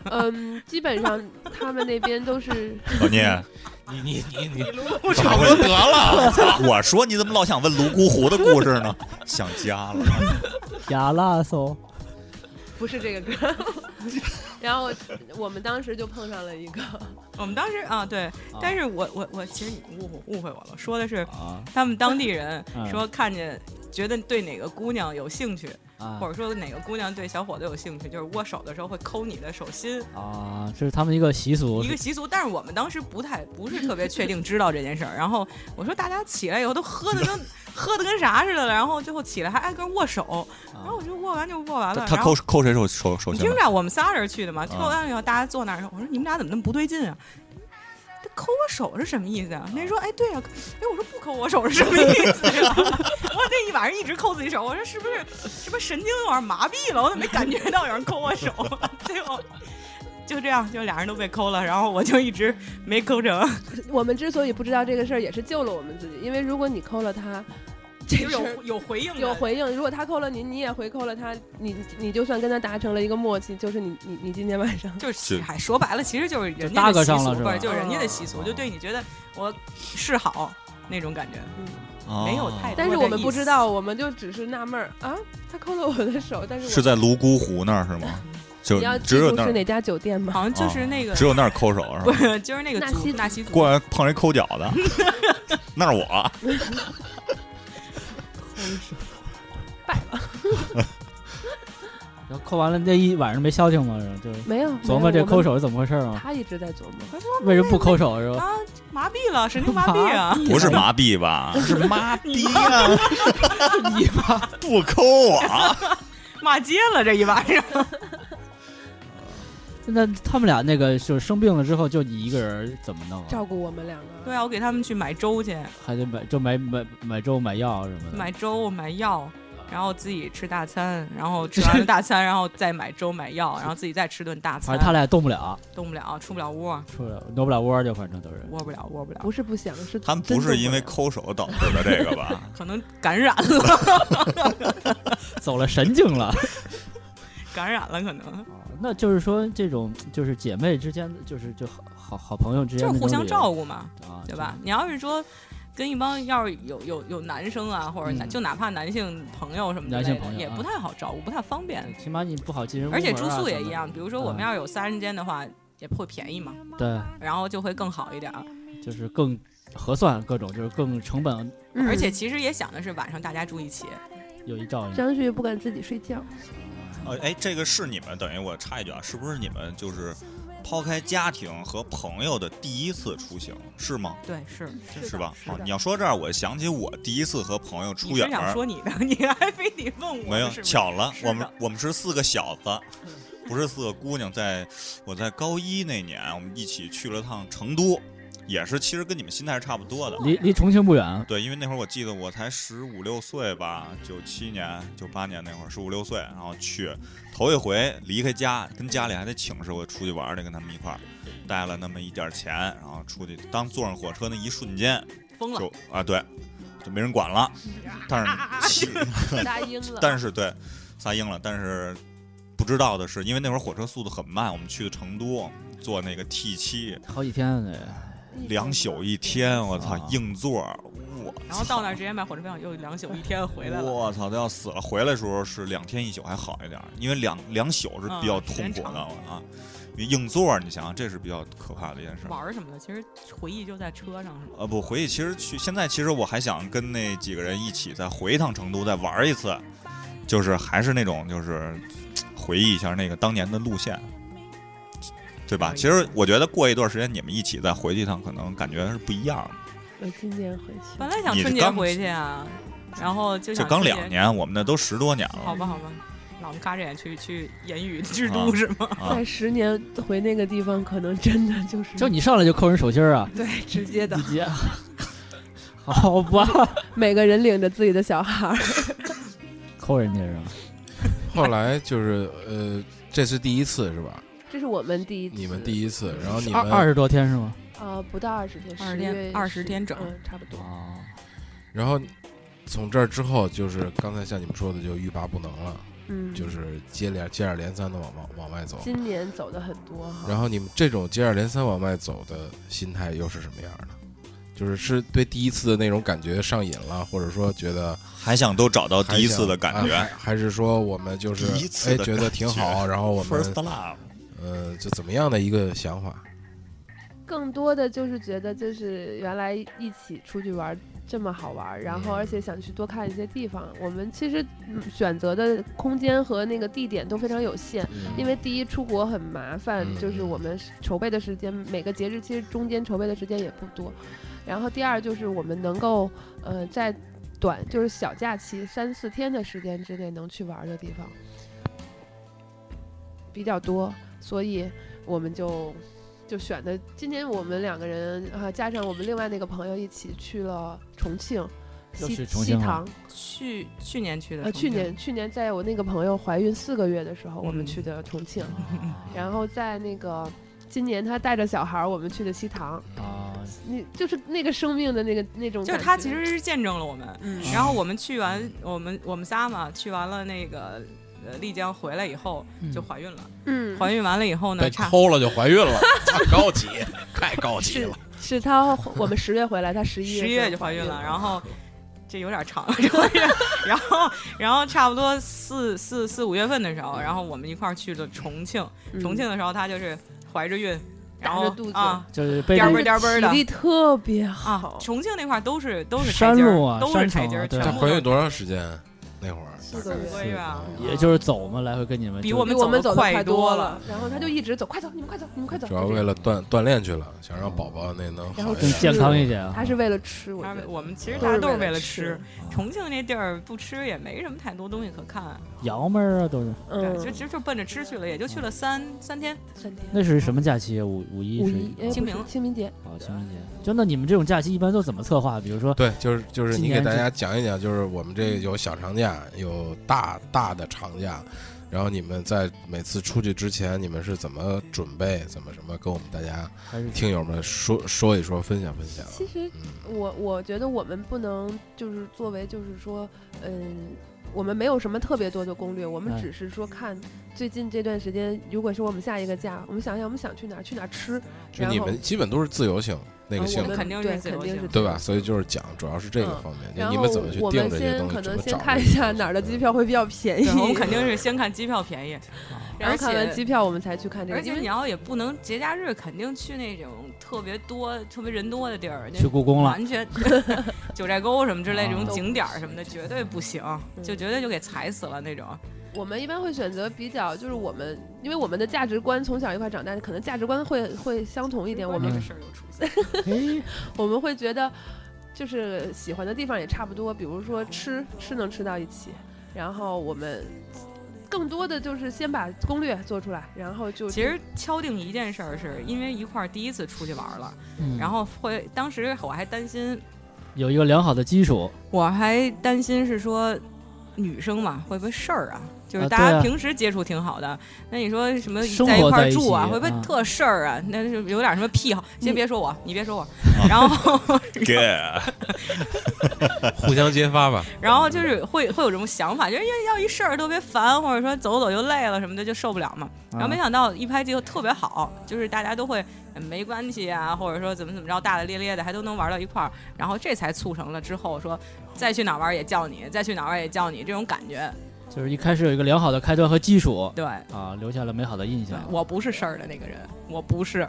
Speaker 4: 嗯，基本上他们那边都是
Speaker 3: 老聂，
Speaker 5: 嗯
Speaker 1: 你 你你你，
Speaker 5: 泸
Speaker 3: 差 不多得了。操我说你怎么老想问泸沽湖的故事呢？想家了。
Speaker 2: 亚拉索，
Speaker 4: 不是这个歌。 然后我们当时就碰上了一个，
Speaker 5: 我们当时啊，对，但是我我我其实你误会误会我了，说的是他们当地人
Speaker 2: 啊 嗯
Speaker 5: 说看见。觉得对哪个姑娘有兴趣，
Speaker 2: 啊
Speaker 5: 或者说哪个姑娘对小伙子有兴趣，就是握手的时候会抠你的手心，
Speaker 2: 啊，这是他们一个习俗
Speaker 5: 一，个习俗，但是我们当时不太不是特别确定知道这件事儿。然后我说大家起来以后都喝的跟 喝的跟啥似的了，然后最后起来还挨个握手，然后我就握完就握完了。
Speaker 3: 啊他
Speaker 5: 然
Speaker 3: 抠
Speaker 5: 后
Speaker 3: 抠谁手手手
Speaker 5: 你
Speaker 3: 心
Speaker 5: 听
Speaker 3: 了？啊
Speaker 5: 着，我们仨人去的嘛，握完以后大家坐那儿，我说你们俩怎么那么不对劲啊？这抠我手是什么意思啊？那说哎对啊，哎我说不抠我手是什么意思呀、 我那一晚上一直抠自己手，我说是不是是不是神经有点麻痹了？我怎么没感觉到有人抠我手？啊 最后就这样，就俩人都被抠了，然后我就一直没抠成，
Speaker 4: 我们之所以不知道这个事儿，也是救了我们自己，因为如果你抠了他，这
Speaker 5: 就
Speaker 4: 事儿
Speaker 5: 有有回应的
Speaker 4: 有回应。如果他扣了你，你也回扣了他，你你就算跟他达成了一个默契，就是你你你今天晚上
Speaker 5: 就是
Speaker 3: 是
Speaker 5: 嗨，哎说白了，其实就是人
Speaker 2: 就
Speaker 5: 家
Speaker 2: 搭
Speaker 5: 的
Speaker 2: 个
Speaker 5: 习
Speaker 2: 上
Speaker 5: 俗，
Speaker 2: 了是
Speaker 5: 不
Speaker 2: 吧
Speaker 5: 是就是人家的习俗，
Speaker 2: 哦
Speaker 5: 就对你觉得我是好那种感觉。没有太
Speaker 3: 啊
Speaker 4: 但是我们不知道，我们就只是纳闷儿啊，他扣了我的手，但是我
Speaker 3: 是在泸沽湖那儿是吗？就
Speaker 4: 你要
Speaker 3: 只
Speaker 4: 记
Speaker 3: 有
Speaker 4: 住
Speaker 3: 那
Speaker 4: 是
Speaker 3: 儿，啊哦
Speaker 4: 哪家酒店吗？
Speaker 5: 好像就是那个，
Speaker 3: 只有那儿抠手是
Speaker 5: 不
Speaker 3: 吧？
Speaker 5: 是 就是那个
Speaker 4: 纳
Speaker 5: 族
Speaker 4: 西
Speaker 5: 纳西族
Speaker 3: 过来碰人抠脚 的，那是 我。
Speaker 2: 然后扣完了那一晚上没消停吗？就
Speaker 4: 没有，
Speaker 2: 琢磨这抠
Speaker 4: 抠，
Speaker 2: 手是怎么回事啊吗？
Speaker 4: 他一直在琢磨。
Speaker 2: 为什么不抠手是吧？
Speaker 5: 啊，麻痹了，神经麻痹啊！
Speaker 3: 不是麻痹吧？是麻痹呀、
Speaker 2: 你妈！
Speaker 3: 不抠我、
Speaker 5: 骂街了这一晚上，
Speaker 2: 那他们俩那个就是生病了之后，就你一个人怎么弄啊？
Speaker 4: 照顾我们两个，
Speaker 5: 对啊，
Speaker 3: 嗯
Speaker 5: 我给他们去买粥去，
Speaker 2: 还得买就买买买粥买药什么的。
Speaker 5: 买粥买药，然后自己吃大餐，然 后吃完了大餐，然后再买粥买药，然后自己再吃顿大
Speaker 2: 反
Speaker 5: 餐。
Speaker 2: 正他俩也动不了，
Speaker 5: 动不了，出不了窝，
Speaker 2: 出不了挪不了窝儿就反正都是。
Speaker 5: 窝不了，窝不了
Speaker 4: 不，是不想，是
Speaker 3: 他们
Speaker 4: 真
Speaker 3: 不是
Speaker 4: 动
Speaker 3: 因为
Speaker 4: 了
Speaker 3: 抠手导致的这个吧？
Speaker 5: 可能感染了，
Speaker 2: 走了神经了。
Speaker 5: 感染了，可能
Speaker 2: 那就是说，这种就是姐妹之间，就是就好好好朋友之
Speaker 5: 就
Speaker 2: 间
Speaker 5: 是
Speaker 2: 那种理由，
Speaker 5: 互相照顾嘛，
Speaker 2: 顾啊，
Speaker 5: 对吧？？你要是说跟一帮要是有有有男生啊，或者男
Speaker 2: 嗯
Speaker 5: 就哪怕男性朋友什么之
Speaker 2: 男性
Speaker 5: 类的
Speaker 2: 朋友
Speaker 5: 也
Speaker 2: 啊
Speaker 5: 不太好照顾，不太方便。
Speaker 2: 起码你不好进人屋门
Speaker 5: 而
Speaker 2: 啊什
Speaker 5: 且
Speaker 2: 么的，
Speaker 5: 住宿也一样，比如说我们
Speaker 2: 啊
Speaker 5: 要有三人间的话，也会便宜嘛，
Speaker 2: 对，
Speaker 5: 然后就会更好一点儿。
Speaker 2: 就是更核算各种，就是更成本
Speaker 4: 嗯
Speaker 5: 而且其实也想的是晚上大家住一起，
Speaker 2: 有一照应。
Speaker 4: 张 旭不敢自己睡觉，
Speaker 3: 呃，哎，这个是你们等于我插一句啊，是不是你们就是抛开家庭和朋友的第一次出行是吗？
Speaker 5: 对，是。
Speaker 4: 的
Speaker 3: 吧？
Speaker 4: 是
Speaker 3: 啊
Speaker 4: 的，
Speaker 3: 你要说这儿，我想起我第一次和朋友
Speaker 5: 你
Speaker 3: 出
Speaker 5: 是
Speaker 3: 远
Speaker 5: 想
Speaker 3: 门，
Speaker 5: 说你的， 你还非得问我？
Speaker 3: 没有
Speaker 5: 是不是
Speaker 3: 巧了
Speaker 5: 是，的
Speaker 3: 我们我们是四个小子，不是四个姑娘。在我在高一那年，我们一起去了趟成都，也是其实跟你们心态是差不多的。
Speaker 2: 离离重庆不远，
Speaker 3: 对，因为那会儿我记得我才十五六岁吧，九七年、九八年那会儿，十五六岁，然后去头一回离开家，跟家里还得请示我出去玩儿去，跟他们一块儿带了那么一点儿钱，然后出去，当坐上火车那一瞬间
Speaker 5: 疯了啊
Speaker 3: 就，啊对，就没人管 了，但是其
Speaker 4: 答应了
Speaker 3: 但是对，撒鹰了。但是不知道的是，因为那会儿火车速度很慢，我们去的成都，坐那个 T 七，
Speaker 2: 好几天呢。
Speaker 3: 两宿一天，我操
Speaker 2: 啊，
Speaker 3: 硬座儿，我
Speaker 5: 然后到那儿直接买火车票，又两宿一天回来了。
Speaker 3: 我操，都要死了！回来的时候是两天一宿还好一点儿，因为两两宿是比较
Speaker 5: 嗯时
Speaker 3: 痛
Speaker 5: 间
Speaker 3: 苦的、
Speaker 5: 长
Speaker 3: 啊。硬座儿，你想想，啊这是比较可怕的一件事儿。
Speaker 5: 玩儿什么的，其实回忆就在车上，是吧？
Speaker 3: 呃，不，回去其实去现在，其实我还想跟那几个人一起再回一趟成都，再玩一次，就是还是那种就是回忆一下那个当年的路线，对吧？其实我觉得过一段时间你们一起再回去一趟，可能感觉是不一样的。
Speaker 4: 我今年回 去
Speaker 5: 本来想
Speaker 3: 你是
Speaker 5: 春节
Speaker 3: 刚
Speaker 5: 回去啊，然后
Speaker 3: 就
Speaker 5: 就想
Speaker 3: 刚
Speaker 5: 春节
Speaker 3: 两，年，我们那都十多年
Speaker 5: 啊好
Speaker 3: 了
Speaker 5: 吧好吧，老们卡着眼去去言语之
Speaker 3: 啊
Speaker 5: 都是吗？
Speaker 3: 啊
Speaker 4: 在！十年回那个地方，可能真的就是
Speaker 2: 就你上来就扣人手心儿啊，
Speaker 4: 对直接的
Speaker 2: 你，姐，好吧，
Speaker 4: 每个人领着自己的小孩儿，
Speaker 2: 扣人家是吧？
Speaker 1: 后来就是呃，这是第一次是吧？
Speaker 4: 这是我们第一次，
Speaker 1: 你们第一次，然后你
Speaker 2: 二二
Speaker 1: 们，
Speaker 2: 十多天是吗？
Speaker 4: 呃不到二十天，
Speaker 5: 20
Speaker 4: 10
Speaker 5: 天
Speaker 4: 月
Speaker 5: 20天整
Speaker 4: 嗯，差不多。
Speaker 1: 哦
Speaker 2: 啊，
Speaker 1: 然后从这儿之后，就是刚才像你们说的，就欲罢不能了，
Speaker 4: 嗯，
Speaker 1: 就是接连接二连三的往往往外走。
Speaker 4: 今年走的很多哈。
Speaker 1: 然后你们这种接二连三往外走的心态又是什么样的？就是是对第一次的那种感觉上瘾了，或者说觉得
Speaker 3: 还想都找到第一次的感
Speaker 1: 还
Speaker 3: 觉
Speaker 1: 想啊还还是说我们就是
Speaker 3: 第一次
Speaker 1: 哎
Speaker 3: 的
Speaker 1: 觉得挺
Speaker 3: 感
Speaker 1: 好，然后我
Speaker 3: ，first
Speaker 1: 们
Speaker 3: love。
Speaker 1: 呃就怎么样的一个想法？
Speaker 4: 更多的就是觉得，就是原来一起出去玩儿这么好玩儿，然后
Speaker 1: 嗯
Speaker 4: 而且想去多看一些地方。我们其实嗯选择的空间和那个地点都非常有限。因为第一出国很麻烦，
Speaker 1: 嗯
Speaker 4: 就是我们筹备的时间，每个节日其实中间筹备的时间也不多。然后第二就是我们能够，呃，在短就是小假期三四天的时间之内能去玩儿的地方比较多，所以我们就就选的今年我们两个人啊，加上我们另外那个朋友一起去了重庆。
Speaker 2: 又
Speaker 4: 西
Speaker 2: 去重
Speaker 4: 西
Speaker 2: 庆了啊
Speaker 4: 塘，
Speaker 5: 去去年去的
Speaker 4: 呃，
Speaker 5: 重
Speaker 4: 去
Speaker 5: 庆
Speaker 4: 年去年在我那个朋友怀孕四个月的时候，我们
Speaker 5: 嗯
Speaker 4: 去的重庆， 然后在那个今年他带着小孩儿，我们去的西塘，
Speaker 2: 啊，
Speaker 4: 你就是那个生命的那个那种
Speaker 5: 就
Speaker 4: 感觉，
Speaker 5: 是他其实是见证了我们。
Speaker 4: 嗯
Speaker 5: 然后我们去完，我们我们仨嘛，去完了那个呃丽江回来以后就怀孕了，
Speaker 4: 嗯，
Speaker 5: 怀孕完了以后呢，
Speaker 1: 被
Speaker 5: 差
Speaker 1: 抠了就怀孕 了，太高级，太高级
Speaker 4: 是
Speaker 1: 了。
Speaker 4: 是他我们十月回来，他十一
Speaker 5: 十一月就怀
Speaker 4: 孕
Speaker 5: 孕了，然 后。这有点长， 然后，然后差不多四四四五月份的时候，然后我们一块儿去的重庆。重庆的时候，她就是怀着孕，然
Speaker 4: 嗯着
Speaker 5: 后
Speaker 4: 肚子
Speaker 5: 啊
Speaker 2: 就是被
Speaker 5: 颠
Speaker 2: 这
Speaker 5: 儿颠儿颠儿的
Speaker 4: 体力特别
Speaker 5: 啊
Speaker 4: 好，，
Speaker 5: 重庆那块儿都是都是
Speaker 2: 山
Speaker 5: 台阶儿
Speaker 2: 路啊
Speaker 5: 都是
Speaker 2: 山
Speaker 5: 台
Speaker 2: 城
Speaker 5: 阶
Speaker 2: 啊
Speaker 5: 儿，
Speaker 2: 对
Speaker 1: 她
Speaker 5: 全部
Speaker 1: 怀
Speaker 5: 都
Speaker 1: 孕
Speaker 5: 是
Speaker 1: 多长时间？啊那会儿
Speaker 4: 四个月
Speaker 5: 四个月啊，
Speaker 2: 也就是走嘛，来回跟你们
Speaker 5: 比
Speaker 2: 就
Speaker 5: 我
Speaker 4: 比
Speaker 5: 们
Speaker 4: 我们走
Speaker 5: 走
Speaker 4: 得
Speaker 5: 得快
Speaker 4: 快
Speaker 5: 多
Speaker 4: 了
Speaker 5: 了。
Speaker 4: 然后他就一直走，快走，你们快走，你们快走。
Speaker 1: 主要
Speaker 4: 就这
Speaker 1: 为
Speaker 4: 样
Speaker 1: 了锻锻炼去了，想让宝宝那能
Speaker 4: 然后
Speaker 1: 好一
Speaker 2: 更
Speaker 1: 点。
Speaker 2: 健康一点啊。
Speaker 4: 他是为了吃，我觉得
Speaker 5: 我们其实
Speaker 4: 都
Speaker 5: 大家
Speaker 4: 是
Speaker 5: 都是
Speaker 4: 为
Speaker 5: 为
Speaker 4: 了
Speaker 5: 了
Speaker 4: 吃啊
Speaker 5: 吃。重庆那地儿不吃也没什么太多东西可看，
Speaker 2: 瑶妹儿啊，都是。
Speaker 5: 对，
Speaker 4: 嗯，
Speaker 5: 就其实就奔着吃去了，也就去了三三天。
Speaker 4: 三天。
Speaker 2: 那是什么假期？啊五五一
Speaker 4: 五
Speaker 2: 是
Speaker 4: 一哎不是
Speaker 5: 清明
Speaker 4: 清明节，
Speaker 2: 哦，清明节。
Speaker 1: 嗯
Speaker 2: 就那你们这种假期一般都怎么策划？比如说
Speaker 1: 对，就是就是
Speaker 2: 今
Speaker 1: 你给
Speaker 2: 年
Speaker 1: 大
Speaker 2: 这
Speaker 1: 家讲一讲，就是我们这有小长假，假，有大大的长假，然后你们在每次出去之前，你们是怎么准备，怎么什么，跟我们大家
Speaker 2: 还是
Speaker 1: 听友们说说一说，分享分享。
Speaker 4: 其实
Speaker 1: 嗯，
Speaker 4: 我我觉得我们不能就是作为就是说，嗯，我们没有什么特别多的攻略，我们
Speaker 2: 哎
Speaker 4: 只是说看最近这段时间，如果是我们下一个假，我们想想我们想去哪儿去哪儿吃，
Speaker 1: 就
Speaker 4: 然
Speaker 1: 你
Speaker 4: 后
Speaker 1: 们基本都是自由行那个
Speaker 4: 啊
Speaker 1: 性
Speaker 4: 我
Speaker 1: 质
Speaker 4: 们，
Speaker 5: 肯定是
Speaker 4: 对
Speaker 5: 自由
Speaker 4: 肯定
Speaker 5: 行
Speaker 4: 是
Speaker 1: 对吧？？所以就是讲主要是这个
Speaker 4: 嗯
Speaker 1: 方面，
Speaker 4: 然
Speaker 1: 你你
Speaker 4: 后
Speaker 1: 们怎么去
Speaker 4: 我
Speaker 1: 定
Speaker 4: 们
Speaker 1: 这些
Speaker 4: 先
Speaker 1: 东西，
Speaker 4: 可
Speaker 1: 怎
Speaker 4: 能
Speaker 1: 么
Speaker 4: 先
Speaker 1: 找
Speaker 4: 看
Speaker 1: 这
Speaker 4: 一
Speaker 1: 些
Speaker 4: 下
Speaker 1: 东
Speaker 4: 哪儿的
Speaker 1: 西嗯
Speaker 4: 机票会比较便宜
Speaker 5: 对，我们肯定 是先看机票便宜，
Speaker 4: 然后看
Speaker 5: 而
Speaker 4: 完
Speaker 5: 且
Speaker 4: 机票我们才去看这个，
Speaker 5: 而
Speaker 4: 因
Speaker 5: 且
Speaker 4: 为
Speaker 5: 你要也不能节假日肯定去那种特别多、特别人多的地儿，那
Speaker 2: 去故宫了，
Speaker 5: 完全 九寨沟什么之类这种
Speaker 2: 啊
Speaker 5: 景点儿什么的绝对不行，
Speaker 4: 嗯
Speaker 5: 就绝对就给踩死了那种。
Speaker 4: 我们一般会选择比较，就是我们，因为我们的价值观从小一块长大，可能价值观会会相同一点。我
Speaker 5: 这
Speaker 4: 们
Speaker 5: 个事儿又出现 了，
Speaker 2: 哎，
Speaker 4: 我们会觉得，就是喜欢的地方也差不多，比如说吃吃能吃到一起，然后我们更多的就是先把攻略做出来，然后就
Speaker 5: 其实敲定一件事儿，是因为一块儿第一次出去玩儿了，
Speaker 2: 嗯
Speaker 5: 然后会当时我还担心，
Speaker 2: 有一个良好的基础，
Speaker 5: 我还担心是说女生嘛会不会事儿啊？就是
Speaker 2: 啊
Speaker 5: 大
Speaker 2: 对
Speaker 5: 家
Speaker 2: 啊
Speaker 5: 平时接触挺好的，那你说什么
Speaker 2: 生
Speaker 5: 一
Speaker 2: 活
Speaker 5: 块
Speaker 2: 在
Speaker 5: 儿
Speaker 2: 一
Speaker 5: 住啊，
Speaker 2: 起嗯
Speaker 5: 会不
Speaker 2: 啊
Speaker 5: 会特事儿啊？那是有点什么癖好？先
Speaker 4: 你
Speaker 5: 别说我，你别
Speaker 2: 啊
Speaker 5: 说我，然后
Speaker 3: 给
Speaker 1: 互相揭发吧。
Speaker 5: 然后就是会会有这种想法，就是因为要一事儿特别烦，或者说走走就累了什么的，就受不了嘛。
Speaker 4: 啊
Speaker 5: 然后没想到一拍即合，特别好，就是大家都会呃没关系啊，或者说怎么怎么着，大大咧咧的还都能玩到一块儿，然后这才促成了之后说再去哪儿玩也叫你，再去哪儿玩也叫你这种感 觉。
Speaker 2: 就是一开始有一个良好的开端和基础
Speaker 5: 对，
Speaker 2: 啊，留下了美好的印
Speaker 5: 对
Speaker 2: 象。
Speaker 5: 我不是事儿的那个人，我不是。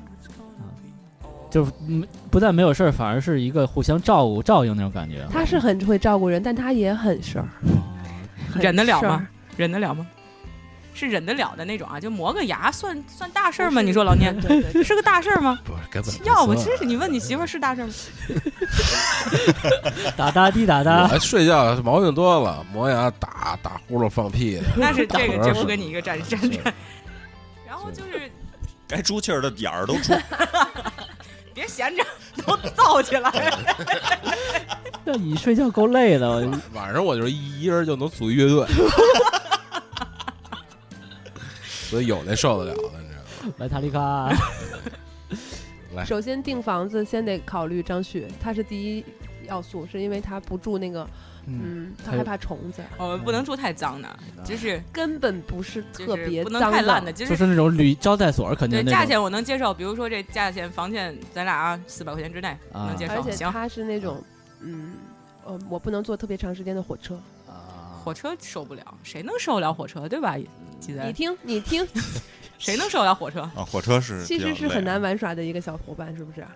Speaker 2: 就是嗯不但没有事儿，反而是一个互相照顾、照应那种感觉。
Speaker 4: 他是很会照顾人，但他也很事儿，很
Speaker 5: 忍得了
Speaker 4: 事儿
Speaker 5: 吗？忍得了吗？是忍得了的那种啊，就磨个牙算算大 事儿吗？
Speaker 4: 不是
Speaker 5: 你说老聂
Speaker 4: 对对对
Speaker 5: 是个大事儿吗？
Speaker 1: 不是，根本不
Speaker 5: 要不
Speaker 1: 算
Speaker 5: 真是你问你媳妇儿是大事儿吗？
Speaker 2: 打哒滴打哒，
Speaker 1: 我睡觉毛病多了，磨牙、打打呼噜、放屁的。
Speaker 5: 那 是这
Speaker 1: 大
Speaker 5: 个
Speaker 1: 门
Speaker 5: 这
Speaker 1: 儿
Speaker 5: 不
Speaker 1: 是
Speaker 5: 跟你一个站站
Speaker 1: 是
Speaker 5: 站。然后就是
Speaker 3: 该出气儿的眼儿都出，
Speaker 5: 别闲着，都造起来。
Speaker 2: 那你睡觉够累的，我
Speaker 1: 晚上我就是一一人就能组一乐队， 所以有那受得了的，你知道吗？
Speaker 2: 来塔 利卡。
Speaker 4: 首先订房子先得考虑张旭，他是第一要素，是因为他不住那个，
Speaker 2: 嗯，
Speaker 4: 嗯，他
Speaker 2: 还有
Speaker 4: 害怕虫子，
Speaker 5: 我哦们不能住太脏的，就是
Speaker 4: 根本不是
Speaker 5: 就
Speaker 4: 特
Speaker 5: 是
Speaker 4: 别
Speaker 5: 不能
Speaker 4: 脏
Speaker 5: 太烂的，就
Speaker 2: 哎就是是那种旅招待所，肯
Speaker 5: 对
Speaker 2: 定
Speaker 5: 价
Speaker 2: 那种。
Speaker 5: 钱我能接受，比如说这价钱房钱咱俩啊四百块钱之内
Speaker 2: 啊
Speaker 5: 能接
Speaker 4: 而
Speaker 5: 受，
Speaker 4: 且
Speaker 5: 行。
Speaker 4: 他是那种，嗯，呃，我不能坐特别长时间的火车。
Speaker 2: 啊
Speaker 5: 火车受不了，谁能受得了火车，对吧？记
Speaker 4: 你
Speaker 5: 得
Speaker 4: 听，你听，
Speaker 5: 谁能受得了火车？
Speaker 3: 啊，火车是
Speaker 4: 其
Speaker 3: 比较
Speaker 4: 实是
Speaker 3: 累啊
Speaker 4: 很难玩耍的一个小伙伴，是不啊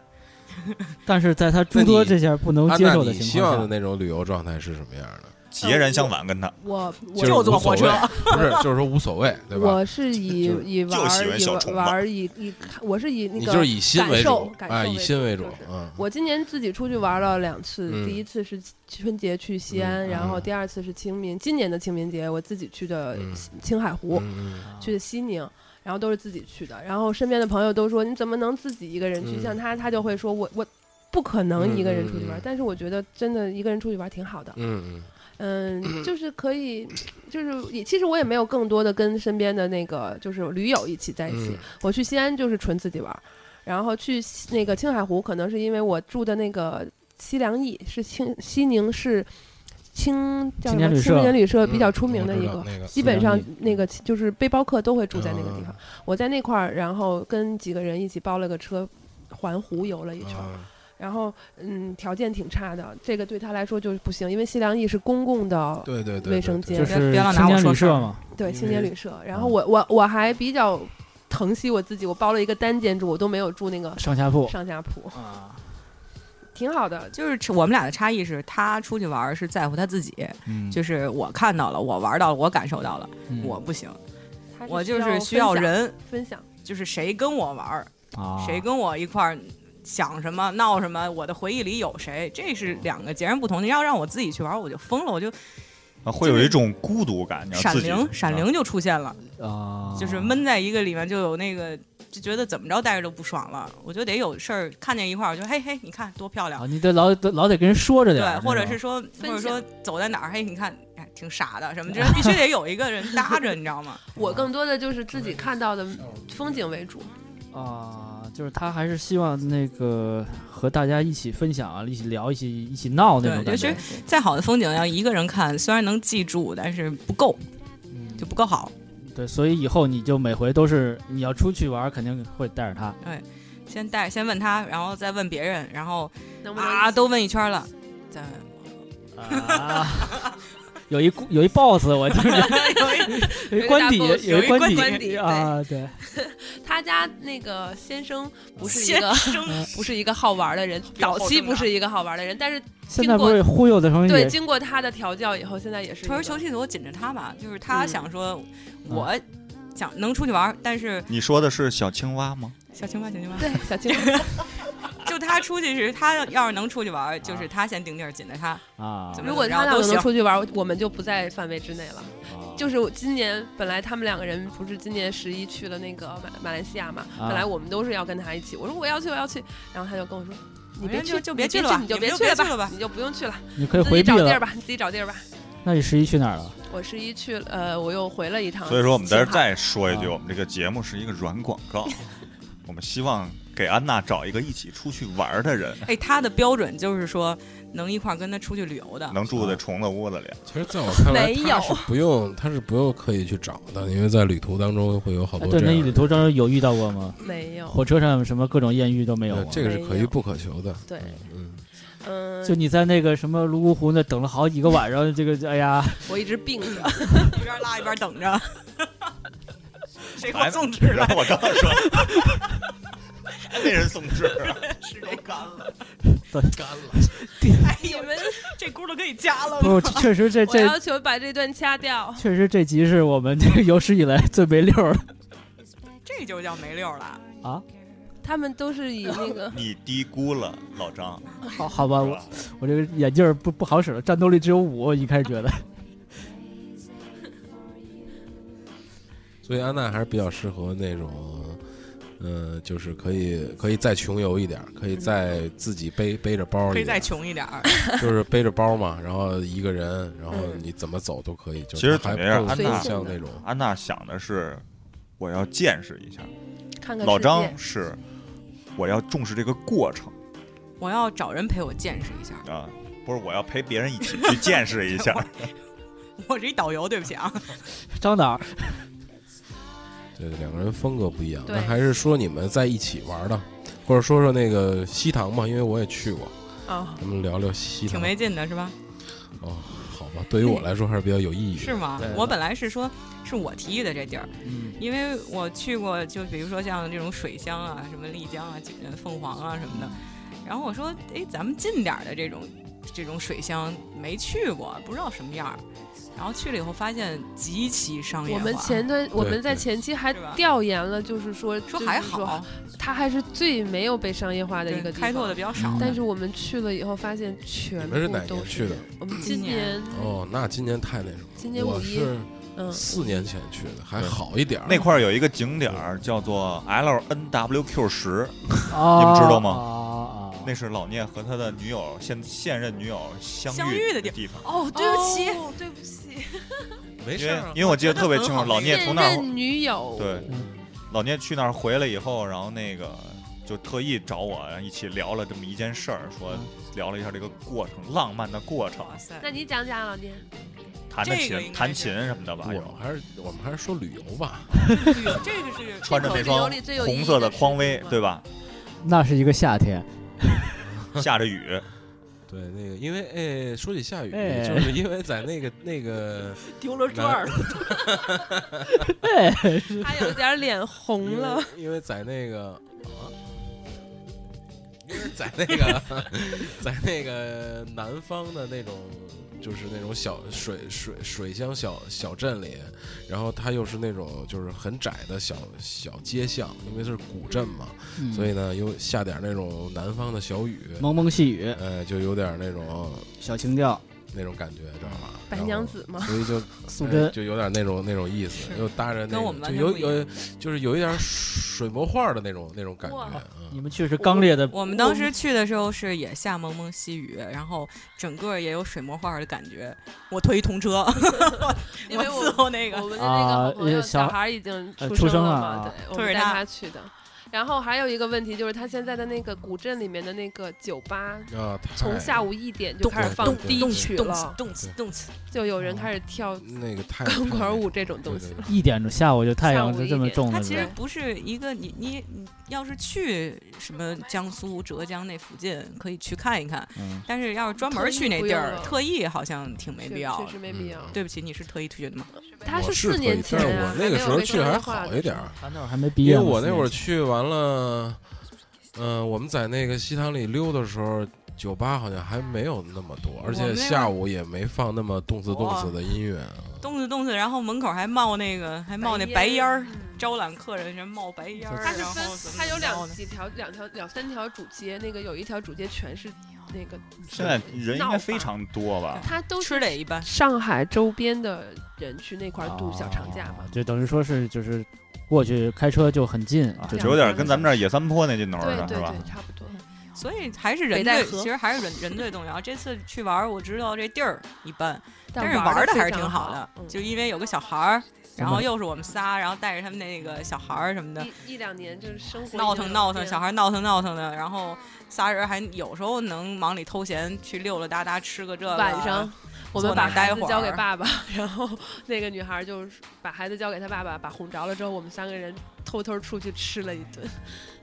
Speaker 4: 是？
Speaker 2: 但是在他诸多这些不能
Speaker 1: 安
Speaker 2: 接
Speaker 1: 娜，
Speaker 2: 受的
Speaker 1: 你希
Speaker 2: 情
Speaker 1: 望
Speaker 2: 况
Speaker 1: 的
Speaker 2: 下，
Speaker 1: 那种旅游状态是什么样的？
Speaker 3: 截然相反，跟他
Speaker 4: 呃 我我
Speaker 1: 是
Speaker 5: 就坐火车
Speaker 1: 无所 谓，不是，就是说无所谓，对吧？
Speaker 4: 我是以
Speaker 1: 就是
Speaker 4: 以玩
Speaker 3: 就喜
Speaker 4: 儿
Speaker 3: 欢
Speaker 4: 以
Speaker 3: 小
Speaker 4: 玩
Speaker 3: 虫
Speaker 4: 玩
Speaker 3: 子
Speaker 4: 儿以以看，我是以那
Speaker 1: 你
Speaker 4: 个
Speaker 1: 就是以心
Speaker 4: 感
Speaker 1: 为主，
Speaker 4: 受
Speaker 1: 啊，
Speaker 4: 感受
Speaker 1: 以心为主
Speaker 4: 为主就，
Speaker 1: 嗯，
Speaker 4: 我今年自己出去玩了两次，
Speaker 1: 嗯
Speaker 4: 第一次是春节去西安，
Speaker 1: 嗯
Speaker 4: 然后第二次是清明，今年的清明节我自己去的
Speaker 1: 嗯
Speaker 3: 哦
Speaker 4: 青海湖，
Speaker 1: 嗯
Speaker 4: 去的西宁。然后都是自己去的，然后身边的朋友都说你怎么能自己一个人去？
Speaker 1: 嗯
Speaker 4: 像他，他就会说我我不可能一个人出去玩。
Speaker 1: 嗯嗯嗯
Speaker 4: 但是我觉得真的一个人出去玩挺好的，
Speaker 1: 嗯
Speaker 4: 嗯，就是可以，就是也其实我也没有更多的跟身边的那个就是驴友一起在一起。
Speaker 1: 嗯
Speaker 4: 我去西安就是纯自己玩儿，然后去西那个青海湖，可能是因为我住的那个西凉驿是青西宁市青叫什
Speaker 2: 青年
Speaker 4: 么
Speaker 2: 旅
Speaker 4: 青
Speaker 2: 社
Speaker 4: 年旅社
Speaker 1: 嗯，
Speaker 4: 比较出名的
Speaker 1: 我
Speaker 4: 一
Speaker 1: 知
Speaker 4: 个
Speaker 1: 道。那个
Speaker 4: 基本上
Speaker 2: 西凉
Speaker 4: 那个就是背包客都会住在那个地方
Speaker 1: 啊，
Speaker 4: 我在那块儿，然后跟几个人一起包了个车，环湖游了一圈儿。
Speaker 1: 啊
Speaker 4: 然后嗯，条件挺差的，这个对他来说就是不行，因为西凉驿是公共的
Speaker 1: 对对对，对
Speaker 4: 卫生间，
Speaker 2: 就
Speaker 5: 别
Speaker 2: 是
Speaker 5: 别老拿
Speaker 2: 青
Speaker 5: 我
Speaker 2: 年旅
Speaker 5: 说事
Speaker 2: 社
Speaker 5: 儿
Speaker 2: 嘛，
Speaker 4: 对
Speaker 1: 因
Speaker 4: 青年
Speaker 1: 为嗯
Speaker 4: 旅社。然后我我我还比较疼惜我自己，我包了一个单间住，我都没有住那个
Speaker 2: 上下铺
Speaker 4: 上下铺，
Speaker 2: 啊，
Speaker 4: 挺好的。
Speaker 5: 就是我们俩的差异是，他出去玩儿是在乎他自己，
Speaker 2: 嗯
Speaker 5: 就是我看到了，我玩到了，我感受到了，
Speaker 2: 嗯
Speaker 5: 我不行，
Speaker 4: 它
Speaker 5: 我就
Speaker 4: 分
Speaker 5: 是需要
Speaker 4: 享
Speaker 5: 人，
Speaker 4: 分享，
Speaker 5: 就是谁跟我玩儿，
Speaker 1: 嗯
Speaker 2: 啊，
Speaker 5: 谁跟我一块儿想什么、闹什么，我的回忆里有谁，这
Speaker 2: 嗯
Speaker 5: 是两个截然不同的。要让我自己去玩儿，我就疯了，我就
Speaker 3: 啊，会有一种孤独感，你要
Speaker 5: 闪
Speaker 3: 自己
Speaker 5: 灵，闪灵就出现了，
Speaker 2: 啊，
Speaker 5: 就是闷在一个里面就有那个。就觉得怎么着待着都不爽了，我就得有事儿，看见一块儿我就嘿嘿，你看多漂亮
Speaker 2: 啊，，你得老得老得跟人说着点
Speaker 5: 对
Speaker 2: 儿那，种，
Speaker 5: 或者是说，或者
Speaker 4: 分享
Speaker 5: 说走在哪儿，嘿，你看，哎，挺傻的 什么，就是必须得有一个人搭着，你知道吗？
Speaker 4: 我更多的就是自己看到的风景为主。
Speaker 2: 啊、就是他还是希望那个和大家一起分享啊，一起聊，一起一起闹 那种
Speaker 5: 对就
Speaker 2: 感觉
Speaker 5: 是。再好的风景要一个人看，虽然能记住，但是不够，
Speaker 2: 嗯
Speaker 5: 就不够好。
Speaker 2: 对，所以以后你就每回都是你要出去玩，肯定会带着他。
Speaker 5: 先带，先问他，然后再问别人，然后
Speaker 4: 能不能
Speaker 5: 啊，都问一圈了，再
Speaker 2: 啊，有一故有一 boss，我听着有一官邸，
Speaker 4: 有一大 boss，
Speaker 5: 有
Speaker 2: 有
Speaker 5: 一
Speaker 2: 官
Speaker 5: 官
Speaker 4: 邸
Speaker 2: 啊，对，
Speaker 4: 他家那个先生不是一
Speaker 5: 先
Speaker 4: 个
Speaker 5: 生
Speaker 4: 不是一个好玩的人，早期
Speaker 5: 啊
Speaker 4: 不是一个好玩的人，但是
Speaker 2: 现在不是忽悠的时候
Speaker 4: 对
Speaker 2: 也
Speaker 4: 经过他的调教以后，现在也是一
Speaker 5: 退而
Speaker 4: 个
Speaker 5: 求其次，我紧着他吧，就是他
Speaker 4: 嗯
Speaker 5: 想说，我想能出去玩，但是
Speaker 3: 你说的是小青蛙吗？
Speaker 5: 小青蛙，小青蛙，
Speaker 4: 对小青蛙。
Speaker 5: 就他出去时，他要是能出去玩，就是他先顶地儿紧着他。
Speaker 2: 啊，
Speaker 5: 怎么
Speaker 4: 如果他
Speaker 5: 然
Speaker 4: 俩
Speaker 5: 后都
Speaker 4: 能
Speaker 5: 行
Speaker 4: 出去玩，我我们就不在范围之内了。
Speaker 2: 啊
Speaker 4: 就是今年本来他们两个人不是今年十一去了那个马马来西亚嘛，
Speaker 2: 啊
Speaker 4: 本来我们都是要跟他一起，我说我要去我要去，然后他就跟我说。你别
Speaker 5: 反正就
Speaker 4: 去，
Speaker 5: 就
Speaker 4: 你去
Speaker 5: 别去了吧
Speaker 4: 你就
Speaker 5: 你们就
Speaker 4: 去
Speaker 5: 别
Speaker 4: 吧，
Speaker 5: 去了吧
Speaker 4: 你就不用去了，
Speaker 2: 你可以
Speaker 4: 自己
Speaker 2: 回避
Speaker 4: 找地儿
Speaker 2: 了。
Speaker 4: 吧，你自己找地儿吧。
Speaker 2: 那你十一去哪儿了？
Speaker 4: 我十一去了，呃，我又回了一趟青海。啊
Speaker 3: 所以说，我们在这儿再说一句，我们这个节目是一个软广 告，我们希望给安娜找一个一起出去玩的人，
Speaker 5: 哎，他的标准就是说能一块儿跟他出去旅游的。
Speaker 3: 能住在虫子屋子里。啊
Speaker 1: 其实在我看来，
Speaker 4: 没有
Speaker 1: 他是不用，他是不用刻意去找的，因为在旅途当中会有好
Speaker 2: 哎
Speaker 1: 多
Speaker 2: 对，
Speaker 1: 这
Speaker 2: 那
Speaker 1: 样
Speaker 2: 一旅
Speaker 1: 的。
Speaker 2: 途当中有遇到过吗？
Speaker 4: 没有，
Speaker 2: 火车上什么各种艳遇都没有啊
Speaker 1: 对
Speaker 2: 吗？
Speaker 1: 这个是可
Speaker 4: 没
Speaker 1: 遇
Speaker 4: 有
Speaker 1: 不可求的。
Speaker 4: 对，
Speaker 1: 嗯，
Speaker 4: 嗯，
Speaker 2: 就你在那个什么泸沽湖那等了好几个晚上，这个 哎呀，
Speaker 4: 我一直病着， 哎
Speaker 5: 一边拉一边 等着。谁给
Speaker 3: 哎
Speaker 5: 我送纸
Speaker 3: 然
Speaker 5: 来
Speaker 3: 后？我刚刚说， 那人送纸，啊 都干了，
Speaker 5: 哎
Speaker 4: 你
Speaker 5: 呦，
Speaker 4: 们
Speaker 5: 这轱辘可以加了
Speaker 2: 不
Speaker 5: 吗
Speaker 2: 是，？确实这
Speaker 4: 我
Speaker 2: 这
Speaker 4: 要求把这段掐掉。
Speaker 2: 确实这集是我们这个有史以来最没溜儿的
Speaker 5: 这就叫没溜儿了。
Speaker 2: 啊！
Speaker 4: 他们都是以那个
Speaker 3: 你低估了老张，
Speaker 2: 好好吧，
Speaker 3: 是
Speaker 2: 我
Speaker 3: 吧？
Speaker 2: 我这个眼镜儿不不好使了，战斗力只有五，我一开始觉得。
Speaker 1: 所以安娜还是比较适合那种，呃，就是可以可以再穷游一点，可以再自己背背着包啊
Speaker 5: 可
Speaker 1: 一
Speaker 5: 以再
Speaker 1: 点，
Speaker 5: 穷一点儿，
Speaker 1: 就是背着包嘛，然后一个人，然后
Speaker 4: 嗯
Speaker 1: 你怎么走都可以。就
Speaker 3: 其实
Speaker 1: 她还
Speaker 3: 怎么样
Speaker 1: 更
Speaker 3: 安娜
Speaker 1: 像那种，
Speaker 3: 安娜想的是，我要见识一下。
Speaker 4: 看看
Speaker 3: 老
Speaker 4: 世界
Speaker 3: 张是，我要重视这个过程
Speaker 5: 我要找人陪我见识一下。
Speaker 3: 啊，不是我要陪别人一起去见识一下。
Speaker 5: 我是一导游，对不起啊。
Speaker 2: 张导，
Speaker 1: 对，两个人风格不一样。
Speaker 4: 对
Speaker 1: 那还是说你们在一起玩的，或者说说那个西塘吧，因为我也去过，
Speaker 4: 啊，
Speaker 1: 咱们聊聊西
Speaker 5: 哦挺
Speaker 1: 塘。
Speaker 5: 没劲的是吧？
Speaker 1: 哦，好吧，对于我来说还是比较有意义的。
Speaker 5: 是吗
Speaker 2: 对？
Speaker 5: 我本来是说是我提议的这地儿，
Speaker 3: 嗯
Speaker 5: 因为我去过，就比如说像这种水乡啊、什么丽江啊、呃凤凰啊什么的。然后我说，哎，咱们近点儿的这种这种水乡没去过，不知道什么样儿。然后去了以后发现极其商业
Speaker 4: 我
Speaker 5: 化。
Speaker 4: 们前段我
Speaker 1: 对
Speaker 4: 们在
Speaker 1: 对
Speaker 4: 前期还
Speaker 5: 是吧
Speaker 4: 调研了，就是说
Speaker 5: 说还，
Speaker 4: 就是
Speaker 5: 好，
Speaker 4: 它还是最没有被商业化的一
Speaker 5: 对，
Speaker 4: 个地
Speaker 5: 开拓的
Speaker 4: 方。
Speaker 5: 比较少
Speaker 2: 嗯。
Speaker 4: 但是我们去了以后，发现
Speaker 1: 你
Speaker 4: 全
Speaker 1: 们是
Speaker 4: 部
Speaker 1: 哪
Speaker 4: 都
Speaker 1: 年
Speaker 4: 是
Speaker 1: 去的？
Speaker 4: 我们
Speaker 5: 今
Speaker 4: 今年
Speaker 5: 年，
Speaker 1: 哦，那今年太那什么了。
Speaker 4: 今年
Speaker 1: 我
Speaker 4: 五一
Speaker 1: 是
Speaker 4: 嗯，
Speaker 1: 四年前去的，还好一点儿。
Speaker 3: 那块儿有一个景点儿叫做 LNWQ 十，
Speaker 2: 你
Speaker 3: 们知道吗
Speaker 2: 吗？啊啊！
Speaker 3: 那是老聂和他的女友现现任女友相
Speaker 5: 相
Speaker 3: 遇
Speaker 5: 遇的地
Speaker 3: 地方。
Speaker 5: 哦，对不起，
Speaker 4: 哦，对不起，
Speaker 1: 没
Speaker 3: 因
Speaker 1: 事
Speaker 3: 为
Speaker 1: 儿啊
Speaker 3: 因为我记得特别清楚，
Speaker 5: 我觉得很好
Speaker 3: 老聂从
Speaker 4: 现
Speaker 3: 那儿
Speaker 4: 任女友，
Speaker 3: 对
Speaker 2: 嗯，
Speaker 3: 老聂去那儿回来以后，然后那个就特意找我一起聊了这么一件事儿，说聊了一下这个过程，浪漫的过程，
Speaker 5: 哇塞，
Speaker 4: 那你讲讲老聂，
Speaker 3: 弹的
Speaker 5: 这个应该
Speaker 3: 琴，
Speaker 5: 是
Speaker 3: 弹琴什么的吧。
Speaker 1: 我还是我们还是说旅游吧。
Speaker 5: 旅游哎这个是
Speaker 3: 穿着那双
Speaker 4: 旅游里最有意义
Speaker 3: 红色的
Speaker 4: 是
Speaker 3: 匡威
Speaker 4: 什，么
Speaker 3: 对吧？
Speaker 2: 那是一个夏天，
Speaker 3: 下着雨，
Speaker 1: 对，那个因为哎，说起下雨，
Speaker 2: 哎
Speaker 1: 就是因为在那个 那个
Speaker 5: 丢了
Speaker 1: 转儿
Speaker 5: 了。
Speaker 4: 他有点脸红
Speaker 1: 因为
Speaker 4: 了。
Speaker 1: 因为在那个啊，因为 在那个在那个南方的那种。就是那种小水水水乡小小镇里，然后它又是那种就是很窄的小小街巷，因为是古镇嘛，
Speaker 2: 嗯
Speaker 1: 所以呢又下点那种南方的小雨，
Speaker 2: 蒙蒙细雨，
Speaker 1: 呃，就有点那种
Speaker 2: 小情调，啊
Speaker 1: 那种感觉，知道吗？
Speaker 4: 白娘子嘛
Speaker 1: 然后，哦所以就
Speaker 2: 素
Speaker 1: 哎
Speaker 2: 贞
Speaker 1: 就有点那种那种意思，
Speaker 5: 是
Speaker 1: 又搭着那
Speaker 5: 跟我们
Speaker 1: 种，就
Speaker 5: 完全
Speaker 1: 有
Speaker 5: 不一样
Speaker 1: 有就是有一点水墨画的那种那种感觉
Speaker 4: 哇，
Speaker 1: 嗯
Speaker 2: 你们去是刚烈的
Speaker 5: 我们当时去的时候是也下蒙蒙细雨，然后整个也有水墨画的感觉。我推一 童车，
Speaker 4: 因
Speaker 5: 我
Speaker 4: 为我
Speaker 5: 伺候那个
Speaker 4: 我们的那个好朋
Speaker 2: 啊
Speaker 4: 友
Speaker 2: 小
Speaker 4: 小孩儿已经
Speaker 2: 呃
Speaker 4: 出
Speaker 2: 出
Speaker 4: 生
Speaker 2: 生
Speaker 4: 了
Speaker 2: 了
Speaker 4: 嘛，
Speaker 2: 啊
Speaker 4: 对，我
Speaker 5: 推
Speaker 4: 们
Speaker 5: 着
Speaker 4: 带
Speaker 5: 他
Speaker 4: 他去的。然后还有一个问题就是，他现在的那个古镇里面的那个酒吧，
Speaker 1: 啊，太
Speaker 4: 从下午一点就
Speaker 5: 动
Speaker 4: 开始
Speaker 1: 对
Speaker 4: 放
Speaker 1: 动
Speaker 4: 低
Speaker 5: 动
Speaker 4: 曲
Speaker 5: 词动词
Speaker 4: 了，
Speaker 5: 动词动词，
Speaker 4: 就有人开始跳
Speaker 1: 那个太
Speaker 4: 钢管舞
Speaker 1: 太
Speaker 4: 这种东西
Speaker 1: 对对
Speaker 4: 了。
Speaker 1: 对
Speaker 2: 一点钟，下午就太阳
Speaker 4: 下午
Speaker 2: 就
Speaker 4: 一
Speaker 2: 这么
Speaker 4: 点
Speaker 2: 重
Speaker 5: 它
Speaker 2: 了，
Speaker 5: 其
Speaker 2: 是吧
Speaker 5: 实不是一个你你你要是去什么江苏、浙江那附近可以去看一看，
Speaker 3: 嗯，
Speaker 5: 但是要是专门去那地儿，特意好像挺没
Speaker 4: 确
Speaker 5: 必要
Speaker 4: 确
Speaker 5: 的
Speaker 4: 实。没必
Speaker 2: 嗯
Speaker 4: 要。
Speaker 5: 对不起，你是特意推荐的吗？
Speaker 4: 他
Speaker 1: 我
Speaker 4: 四
Speaker 1: 可
Speaker 4: 年
Speaker 1: 以
Speaker 4: 前
Speaker 1: 但是
Speaker 4: 啊
Speaker 1: 我，那个
Speaker 4: 没
Speaker 1: 时
Speaker 4: 有
Speaker 1: 候
Speaker 4: 被
Speaker 1: 去还
Speaker 4: 商业化
Speaker 1: 好
Speaker 4: 的
Speaker 1: 一
Speaker 4: 时
Speaker 1: 点
Speaker 4: 候
Speaker 1: 儿，，
Speaker 2: 他那会儿还没毕
Speaker 1: 因
Speaker 2: 业
Speaker 1: 为
Speaker 2: 呢，
Speaker 1: 我那会儿
Speaker 2: 四
Speaker 1: 去完了，嗯，我们在那个西塘里溜的时候。酒吧好像还没有那么多，而
Speaker 5: 我
Speaker 1: 且
Speaker 5: 们那会儿
Speaker 1: 下午也没放那么动次动
Speaker 5: 哇
Speaker 1: 次的音乐。啊
Speaker 5: 动次动次，然后门口还冒那个还冒那白烟儿，。招揽客人，人冒白烟儿。
Speaker 4: 它是
Speaker 5: 然
Speaker 4: 分
Speaker 5: 后怎，么
Speaker 4: 它有
Speaker 5: 怎么着
Speaker 4: 两
Speaker 5: 的
Speaker 4: 几条、两条、两三条主街，那个有一条主街全是那个。
Speaker 3: 现在人应该非，常多吧？
Speaker 4: 它都
Speaker 5: 吃
Speaker 4: 是
Speaker 5: 的也一般。
Speaker 4: 上海周边的人去那块儿度小长
Speaker 1: 哦
Speaker 4: 假嘛
Speaker 2: 啊。就等于说是就是过去开车就很近，
Speaker 3: 啊
Speaker 2: 就
Speaker 3: 就有点跟咱们这儿野三坡那劲头
Speaker 4: 对
Speaker 3: 儿似的，
Speaker 4: 对
Speaker 3: 是吧？
Speaker 4: 对，差不多。
Speaker 5: 所以还是
Speaker 4: 嗯北
Speaker 5: 人
Speaker 4: 戴
Speaker 5: 最，
Speaker 4: 河
Speaker 5: 其实还是人人最重要。这次去玩儿，我知道这地儿一般，但是
Speaker 4: 玩
Speaker 5: 玩
Speaker 4: 儿
Speaker 5: 儿
Speaker 4: 得
Speaker 5: 的还
Speaker 4: 非
Speaker 5: 是挺
Speaker 4: 常
Speaker 5: 好
Speaker 4: 好
Speaker 5: 的，
Speaker 4: 嗯
Speaker 5: 就因为有个小孩儿，然
Speaker 2: 嗯
Speaker 5: 后又是我们仨，然后带着他们那个小孩儿什么的，
Speaker 4: 一一两年就是生活
Speaker 5: 闹腾闹腾，小
Speaker 4: 孩
Speaker 5: 孩儿闹腾闹腾的，然后仨人还有时候能忙里偷闲去溜溜达达，吃个这个。
Speaker 4: 晚上，我们
Speaker 5: 坐
Speaker 4: 把
Speaker 5: 那儿待
Speaker 4: 孩子
Speaker 5: 会儿
Speaker 4: 交给爸 爸，然后那个女孩就是把孩子交给她爸爸，把哄着了之后，我们三个人偷偷出去吃了一顿。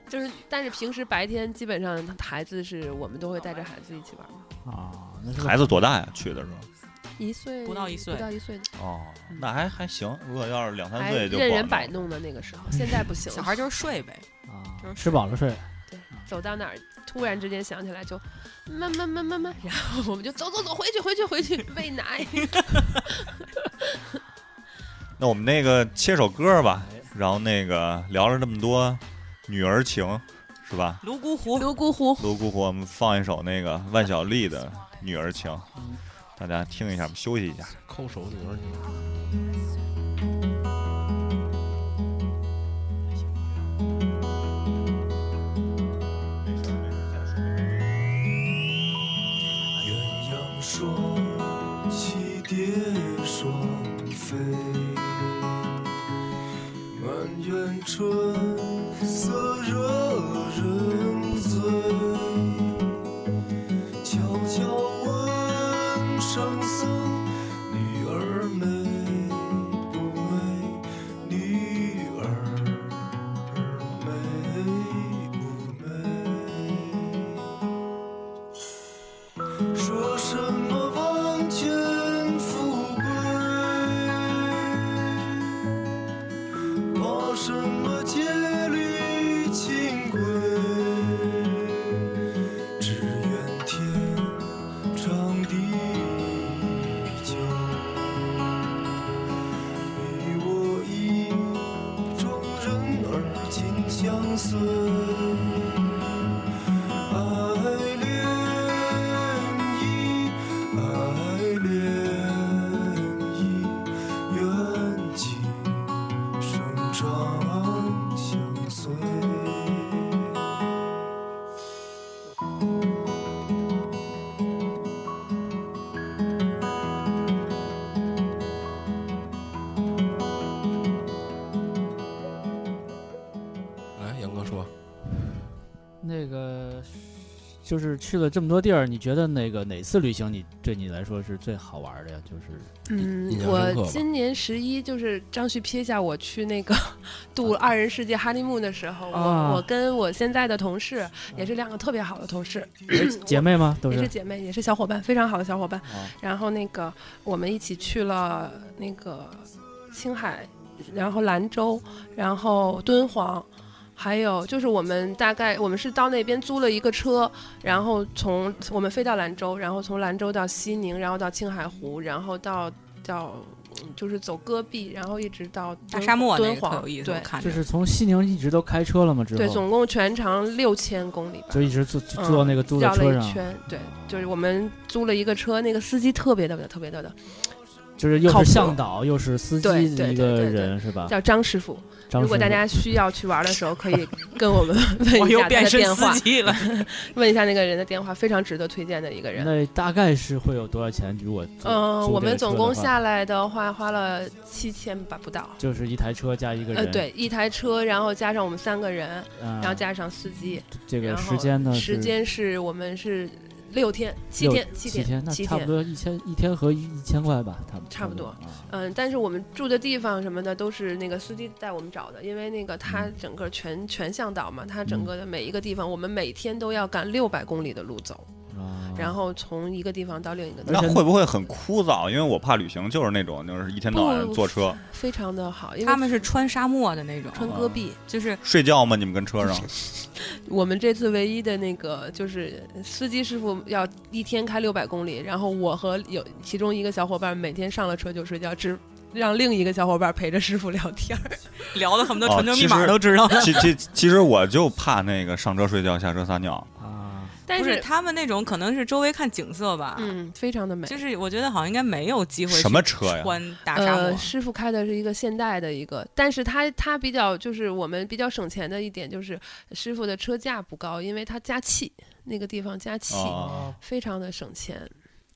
Speaker 4: 就是，但是平时白天基本上孩子是我们都会带着孩子一起玩嘛，
Speaker 2: 啊，那是
Speaker 3: 孩子多大呀？去的时候？
Speaker 4: 一岁
Speaker 5: 不到一岁
Speaker 4: 不到一岁，
Speaker 3: 哦，那还还行。如果要是两三
Speaker 4: 还
Speaker 3: 岁就
Speaker 4: 任
Speaker 3: 管
Speaker 4: 人
Speaker 3: 了
Speaker 4: 摆弄的那个时候，现在不行
Speaker 5: 小
Speaker 4: 了，
Speaker 5: 孩儿就是睡呗，
Speaker 2: 啊
Speaker 5: 就是
Speaker 2: 吃饱了睡，
Speaker 4: 走到哪儿突然之间想起来就慢慢慢慢慢，然后我们就走走走回去回去回去喂奶，
Speaker 3: 那我们那个切首歌吧，然后那个聊了这么多女儿情，是吧？
Speaker 5: 泸沽湖
Speaker 4: 泸沽湖
Speaker 3: 泸沽湖，我们放一首那个万晓利的《女儿情》，大家听一下，休息一下。
Speaker 1: 抠手女儿，
Speaker 7: 鸳鸯双栖蝶双飞，满园春色惹人醉。悄悄问圣僧，女儿美不美？女儿美不美？说什么王权富贵，怕什么戒律清规？只愿天长地久，你我意中人儿紧相随。爱恋意，爱恋意，愿今生长相随。
Speaker 1: 来杨哥说，
Speaker 2: 那个就是去了这么多地儿，你觉得那个哪次旅行你对你来说是最好玩的呀？就是
Speaker 4: 嗯
Speaker 1: 印，象深刻
Speaker 4: 我
Speaker 1: 吧
Speaker 4: 今年十一就是张旭撇下我去那个度二人世界哈利木的时候，
Speaker 2: 啊
Speaker 4: 我我跟我现在的同事也是两个特别好的同事，
Speaker 2: 姐妹吗？都
Speaker 4: 也
Speaker 2: 是
Speaker 4: 是姐妹，也是小伙伴，非常好的小伙伴。
Speaker 2: 啊
Speaker 4: 然后那个我们一起去了那个青海，然后兰州，然后敦煌。还有就是，我们大概我们是到那边租了一个车，然后从我们飞到兰州，然后从兰州到西宁，然后到青海湖，然后到到嗯就是走戈壁，然后一直到
Speaker 5: 大
Speaker 4: 敦
Speaker 5: 沙漠那
Speaker 4: 敦
Speaker 5: 个特
Speaker 4: 煌，
Speaker 5: 有意思，我
Speaker 4: 对
Speaker 5: 看
Speaker 2: 就
Speaker 5: 着
Speaker 2: 是从西宁一直都开车了嘛，之后
Speaker 4: 对，总共全长六千公里吧
Speaker 2: 就。一直坐坐
Speaker 4: 嗯
Speaker 2: 那个租的
Speaker 4: 绕
Speaker 2: 车
Speaker 4: 了一
Speaker 2: 上，
Speaker 4: 圈，对，就是我们租了一个车，那个司机特别的特别的的，
Speaker 2: 就是又
Speaker 4: 靠
Speaker 2: 是
Speaker 4: 谱
Speaker 2: 向导又是司
Speaker 4: 对
Speaker 2: 机的
Speaker 4: 对
Speaker 2: 一
Speaker 4: 对
Speaker 2: 个
Speaker 4: 对对
Speaker 2: 人是吧？
Speaker 4: 叫张师傅。
Speaker 2: 啊张
Speaker 4: 如果
Speaker 2: 师
Speaker 4: 大
Speaker 2: 傅
Speaker 4: 家需要去玩的时候，可 以跟我们问
Speaker 5: 我
Speaker 4: 一
Speaker 5: 又
Speaker 4: 下他
Speaker 5: 变
Speaker 4: 的
Speaker 5: 身
Speaker 4: 电话
Speaker 5: 司，机了。
Speaker 4: 问一下那个人的电话，非常值得推荐的一个人。
Speaker 2: 那大概是会有多少钱？如果租
Speaker 4: 嗯、
Speaker 2: 租
Speaker 4: 我
Speaker 2: 这
Speaker 4: 们
Speaker 2: 个
Speaker 4: 总
Speaker 2: 车的
Speaker 4: 共
Speaker 2: 话
Speaker 4: 下来的话花了七千吧不到。
Speaker 2: 就是一台车加一个人，
Speaker 4: 呃，对，一台车，然后加上我们三个人，
Speaker 2: 嗯，
Speaker 4: 然后加上司机，
Speaker 2: 这个
Speaker 4: 然后
Speaker 2: 时间呢？
Speaker 4: 时间是我们是六天、七
Speaker 2: 六
Speaker 4: 天、
Speaker 2: 七
Speaker 4: 天、
Speaker 2: 那
Speaker 4: 七
Speaker 2: 差不
Speaker 4: 天。
Speaker 2: 多一千一天和一一千块吧，差不多
Speaker 4: 差不多
Speaker 2: 啊
Speaker 4: 嗯，但是我们住的地方什么的都是那个司机带我们找的，因为那个他
Speaker 2: 嗯
Speaker 4: 整个全全向导嘛，他整个的每一个地方，我们每天都要赶六百公里的路走，
Speaker 2: 啊
Speaker 4: 然后从一个地方到另一个地
Speaker 3: 那
Speaker 4: 方，
Speaker 3: 会不会很枯燥？因为我怕旅行就是那种，就是一天到晚
Speaker 4: 不
Speaker 3: 坐车
Speaker 4: 非常的好，因为
Speaker 5: 他们是穿沙漠的那种，
Speaker 4: 穿戈壁。
Speaker 5: 就是
Speaker 3: 睡觉吗？你们跟车 上？
Speaker 4: 我们这次唯一的那个就是司机师傅要一天开六百公里，然后我和有其中一个小伙伴每天上了车就睡觉，只让另一个小伙伴陪着师傅聊天儿。
Speaker 5: 聊的恨不得
Speaker 3: 哦
Speaker 5: 传球
Speaker 3: 其
Speaker 5: 密码
Speaker 3: 实
Speaker 5: 都知道了。
Speaker 3: 其其其实我就怕那个上车睡觉，下车撒尿。
Speaker 2: 啊，
Speaker 4: 但
Speaker 5: 不是他们那种可能是周围看景色吧，
Speaker 4: 嗯，非常的美。
Speaker 5: 就是我觉得好像应该没有机会
Speaker 3: 什么车呀
Speaker 5: 去穿大沙漠
Speaker 4: 呃，。师傅开的是一个现代的一个，但是他他比较就是我们比较省钱的一点就是师傅的车价不高，因为他加气，那个地方加气，
Speaker 3: 哦
Speaker 4: 非常的省钱。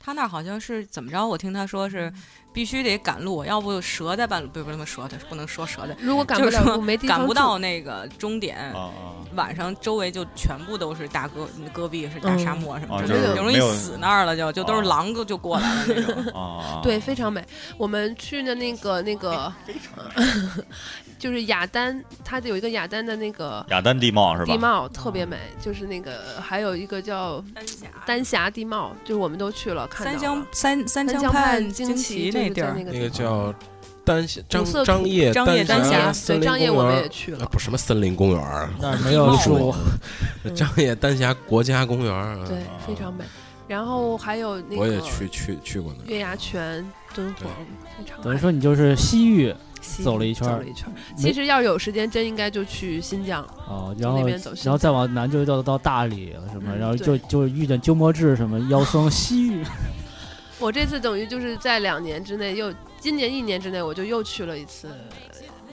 Speaker 5: 他那儿好像是怎么着？我听他说是
Speaker 4: 嗯
Speaker 5: 必须得赶路，要不折在半路，不是不能折的，不能说折的，
Speaker 4: 如果赶
Speaker 5: 就
Speaker 4: 不
Speaker 5: 是
Speaker 4: 了
Speaker 5: 说
Speaker 4: 路，没地方
Speaker 5: 赶不
Speaker 4: 住
Speaker 5: 到那个终点
Speaker 3: 啊。啊！
Speaker 5: 晚上周围就全部都是大戈戈壁，是大
Speaker 4: 嗯
Speaker 5: 沙漠什么
Speaker 3: 哦
Speaker 5: 之
Speaker 4: 就是
Speaker 5: 类的，有人
Speaker 3: 没
Speaker 5: 一
Speaker 3: 有
Speaker 5: 死那儿了就就都是
Speaker 3: 哦
Speaker 5: 狼就就过来了那种。
Speaker 3: 啊，
Speaker 4: 对，非常美。我们去的那个那个， 就是雅丹，它有一个雅丹的那个
Speaker 3: 雅丹地貌是吧？
Speaker 4: 地貌特别美，就是那个还有一个叫
Speaker 5: 三峡
Speaker 4: 丹霞地貌，就是我们都去了，看
Speaker 5: 三
Speaker 4: 到了
Speaker 5: 江。三三
Speaker 4: 三
Speaker 5: 江
Speaker 4: 江
Speaker 5: 畔
Speaker 4: 惊
Speaker 5: 奇
Speaker 4: 就是
Speaker 5: 地
Speaker 4: 在
Speaker 5: 儿
Speaker 4: 那，个地
Speaker 1: 那个
Speaker 4: 方
Speaker 1: 叫丹霞张
Speaker 4: 五色
Speaker 1: 张
Speaker 4: 土
Speaker 1: 掖
Speaker 5: 张掖丹
Speaker 1: 霞
Speaker 5: 霞
Speaker 1: 森
Speaker 4: 对
Speaker 1: 林
Speaker 4: 张掖
Speaker 1: 公
Speaker 4: 我们
Speaker 1: 园
Speaker 4: 也去
Speaker 1: 啊
Speaker 4: 了，
Speaker 1: 不是什么森林公园儿，
Speaker 2: 那儿 没有
Speaker 5: 地
Speaker 2: 树
Speaker 5: 貌，
Speaker 1: 张掖丹霞国家公园儿。
Speaker 4: 嗯
Speaker 1: 啊
Speaker 4: 对，非常美。然后还有那个
Speaker 1: 嗯我也去去去过那儿。
Speaker 4: 月牙泉、敦煌，非常
Speaker 2: 等于
Speaker 4: 美
Speaker 2: 说你就是西域
Speaker 4: 西
Speaker 2: 走了一圈
Speaker 4: 走
Speaker 2: 儿
Speaker 4: 了一圈儿。
Speaker 2: 没
Speaker 4: 其实要有时间，真应该就去新疆，
Speaker 2: 哦，然
Speaker 4: 从
Speaker 2: 后
Speaker 4: 那边走新
Speaker 2: 然后
Speaker 4: 疆。
Speaker 2: 再往南就到到大理了什么，
Speaker 4: 嗯
Speaker 2: 然后就
Speaker 4: 对
Speaker 2: 就遇见鸠摩智什么 妖僧西域
Speaker 4: 我这次等于就是在两年之内又，今年一年之内我就又去了一次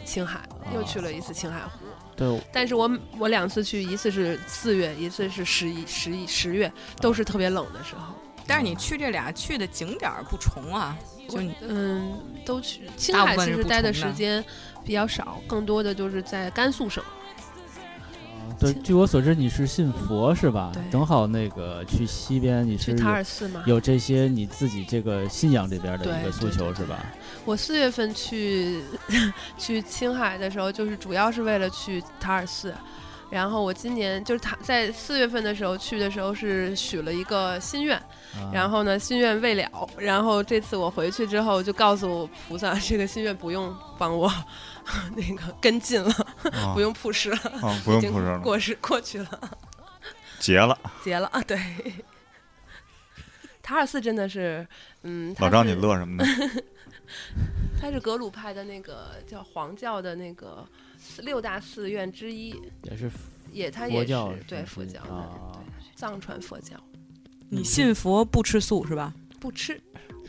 Speaker 4: 青海，又去了一次青海湖。
Speaker 2: 对。
Speaker 4: 但是我我两次去，一次是四月，一次是十一十一十月，都是特别冷的时候。
Speaker 5: 嗯但是你去这俩去的景点儿不重啊，就你
Speaker 4: 嗯，都去青
Speaker 5: 大部
Speaker 4: 海
Speaker 5: 分
Speaker 4: 其
Speaker 5: 是
Speaker 4: 实
Speaker 5: 不
Speaker 4: 待的
Speaker 5: 同的
Speaker 4: 时间比较少，更多的就是在甘肃省。
Speaker 2: 对，据我所知你是信佛是吧
Speaker 4: 对？
Speaker 2: 正好那个去西边你
Speaker 4: 去
Speaker 2: 是
Speaker 4: 塔尔寺嘛。
Speaker 2: 有这些你自己这个信仰这边的一
Speaker 4: 对
Speaker 2: 个诉
Speaker 4: 对
Speaker 2: 求
Speaker 4: 对
Speaker 2: 是吧？
Speaker 4: 我四月份去 去青海的时候，就是主要是为了去塔尔寺。然后我今年就是塔在四月份的时候去的时候是许了一个心愿，
Speaker 2: 啊
Speaker 4: 然后呢心愿未了，然后这次我回去之后就告诉菩萨，这个心愿不用帮我 那个跟进了，
Speaker 3: 啊
Speaker 4: 不用布施了，
Speaker 3: 啊，不
Speaker 4: 已
Speaker 3: 用
Speaker 4: 经
Speaker 3: 铺车了，
Speaker 4: 过时过去了，
Speaker 3: 结了。
Speaker 4: 结了啊，对。 塔尔寺真的是，嗯，它
Speaker 3: 老张，你
Speaker 4: 是
Speaker 3: 乐什么呢？
Speaker 2: 嗯
Speaker 4: 它是格鲁派的那个叫黄教的那个四六大寺院之一，
Speaker 2: 也是
Speaker 4: 也它
Speaker 2: 佛
Speaker 4: 也
Speaker 2: 教
Speaker 4: 是对佛教的
Speaker 2: 啊，
Speaker 4: 藏传佛教，
Speaker 3: 嗯
Speaker 5: 你信佛不吃素是吧？
Speaker 4: 不吃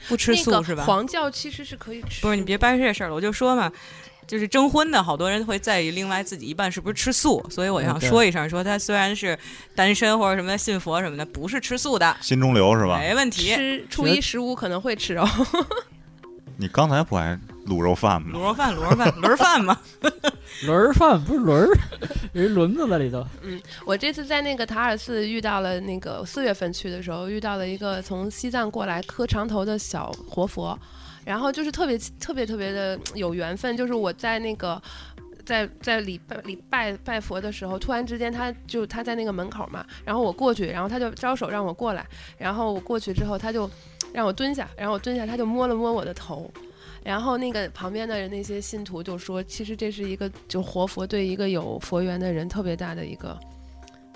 Speaker 5: 不吃
Speaker 4: 那
Speaker 5: 素
Speaker 4: 个
Speaker 5: 是吧？
Speaker 4: 黄教其实是可 以吃，
Speaker 5: 不是你别掰扯这事儿了，我就说嘛，就是征婚的好多人会在意另外自己一半是不是吃素，所以我想
Speaker 2: 嗯对
Speaker 5: 说一声，说他虽然是单身或者什么信佛什么的，不是吃素的，
Speaker 3: 新中流是吧？
Speaker 5: 没问题。
Speaker 4: 吃初一十五可能会吃哦，
Speaker 3: 你刚才不还卤肉饭
Speaker 5: 卤
Speaker 3: 吗？
Speaker 5: 肉饭，卤肉饭， 轮儿饭嘛，
Speaker 2: 轮儿饭不是轮儿， 有一轮子在里头。
Speaker 4: 我这次在那个塔尔寺遇到了那个四月份去的时候，遇到了一个从西藏过来磕长头的小活佛，然后就是特别特别特别的有缘分，就是我在那个。在在礼拜礼拜拜佛的时候，突然之间他就他在那个门口嘛，然后我过去，然后他就招手让我过来，然后我过去之后他就让我蹲下，然后我蹲下他就摸了摸我的头，然后那个旁边的那些信徒就说，其实这是一个就活佛对一个有佛缘的人特别大的一个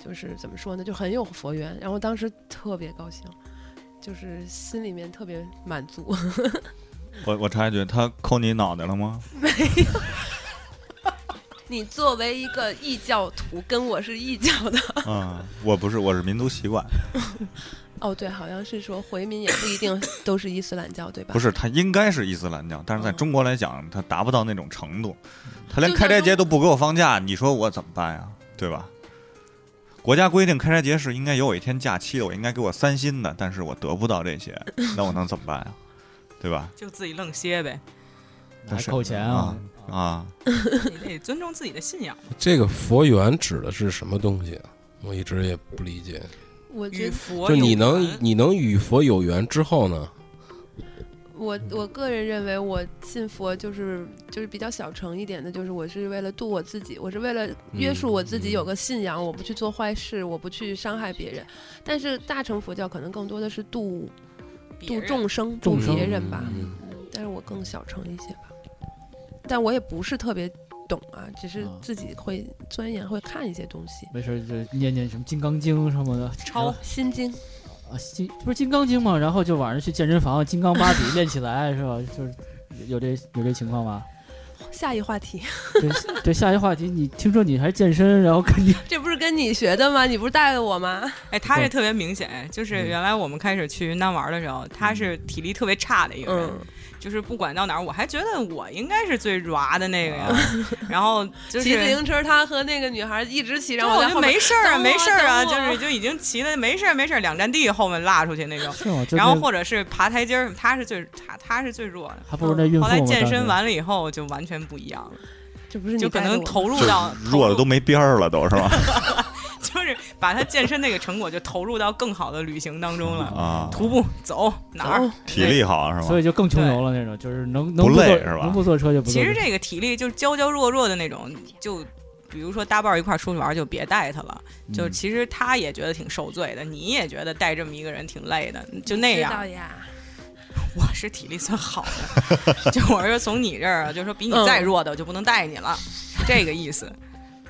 Speaker 4: 就是怎么说呢，就很有佛缘。然后当时特别高兴，就是心里面特别满足。
Speaker 3: 我我插一句，他抠你脑袋了吗？
Speaker 7: 你作为一个异教徒，跟我是异教的。
Speaker 3: 嗯，我不是，我是民族习惯，
Speaker 4: 哦，对，好像是说回民也不一 定都是伊斯兰教，对吧？
Speaker 3: 不是，他应该是伊斯兰教，但是在
Speaker 4: 嗯
Speaker 3: 中国来讲，他达不到那种程度，他连
Speaker 7: 就
Speaker 3: 开斋
Speaker 7: 像
Speaker 3: 节都
Speaker 7: 中
Speaker 3: 不给我放假，你说我怎么办呀？对吧？国家规定开斋节是应该有一天假期的，我应该给我三薪的，但是我得不到这些，那我能怎么办呀？对吧？
Speaker 5: 就自己愣歇呗，
Speaker 2: 还扣钱
Speaker 3: 啊
Speaker 2: 啊！
Speaker 3: 啊，
Speaker 5: 你得尊重自己的信仰。
Speaker 1: 这个佛缘指的是什么东西啊？我一直也不理解。
Speaker 4: 我觉
Speaker 5: 与
Speaker 4: 得
Speaker 5: 佛
Speaker 1: 就
Speaker 5: 有
Speaker 1: 你能
Speaker 5: 缘
Speaker 1: 你能与佛有缘之后呢？
Speaker 4: 我我个人认为，我信佛就是就是比较小乘一点的，就是我是为了度我自己，我是为了约束我自己
Speaker 1: 嗯
Speaker 4: 有个信仰，我不去做坏事，我不去伤害别人。但是大乘佛教可能更多的是度
Speaker 5: 别
Speaker 4: 度
Speaker 5: 人
Speaker 4: 众生、度
Speaker 2: 众生
Speaker 4: 别人吧，
Speaker 1: 嗯
Speaker 4: 嗯但是我更小乘一些吧。但我也不是特别懂啊，只是
Speaker 2: 啊
Speaker 4: 自己会钻研，会看一些东西，
Speaker 2: 没事儿就念念什么《金刚经》什么的，
Speaker 5: 超
Speaker 4: 《心经》
Speaker 2: 啊，金不是《金刚经》吗？然后就晚上去健身房，金刚芭比练起来是吧？ 就是有这有这情况吗？
Speaker 4: 下一话题，
Speaker 2: 对对，下一话题，你听说你还健身，然后跟 你
Speaker 4: 这不是跟你学的吗？你不是带的我吗？
Speaker 5: 哎，他这特别明显，就是
Speaker 2: 嗯
Speaker 5: 原来我们开始去云南玩的时候，他是体力特别差的一个人，
Speaker 4: 嗯，
Speaker 5: 就是不管到哪儿，我还觉得我应该是最软的那个
Speaker 2: 啊。
Speaker 5: 呀。然后就
Speaker 4: 骑自
Speaker 5: 是，
Speaker 4: 行车，他和那个女孩一直骑，
Speaker 5: 然
Speaker 4: 然后
Speaker 5: 后
Speaker 4: 我在
Speaker 5: 我就
Speaker 4: 后面
Speaker 5: 没事儿啊，
Speaker 4: 等我
Speaker 5: 没事儿啊，
Speaker 4: 等
Speaker 5: 就
Speaker 4: 我
Speaker 5: 是就已经骑的没事儿没事儿，两站地后面落出去那种
Speaker 2: 是吗？就
Speaker 5: 然后
Speaker 2: 那
Speaker 5: 或者是爬台阶儿，他是最他他是最弱的。
Speaker 2: 还不如那孕妇
Speaker 5: 后来
Speaker 2: 吗
Speaker 5: 健
Speaker 2: 当
Speaker 5: 身
Speaker 2: 时
Speaker 5: 完了以后就完全不一样了，
Speaker 4: 这不是你
Speaker 5: 就可
Speaker 4: 带的
Speaker 5: 能
Speaker 4: 我
Speaker 5: 投入
Speaker 3: 就
Speaker 5: 到
Speaker 3: 啊弱的都
Speaker 5: 投入
Speaker 3: 没边儿了，都 是吧？
Speaker 5: 就是把他健身那个成果就投入到更好的旅行当中了。
Speaker 3: 啊，
Speaker 5: 徒步走哪儿
Speaker 4: 走
Speaker 3: 体力好是
Speaker 2: 所
Speaker 3: 吧？
Speaker 2: 以就更穷游了那种，就是能能
Speaker 3: 不
Speaker 2: 坐
Speaker 3: 累是吧
Speaker 2: 能不坐车就不坐
Speaker 5: 其
Speaker 2: 车。
Speaker 5: 实这个体力就是娇娇弱弱的那种，就比如说搭伴儿一块儿出去玩，就别带他了。
Speaker 2: 嗯
Speaker 5: 就其实他也觉得挺受罪的，你也觉得带这么一个人挺累的，就那
Speaker 4: 嗯知
Speaker 5: 样
Speaker 4: 道。呀，
Speaker 5: 我是体力算好的， 就我是从你这儿啊，就说比你
Speaker 4: 嗯
Speaker 5: 再弱的我就不能带你了，这个意思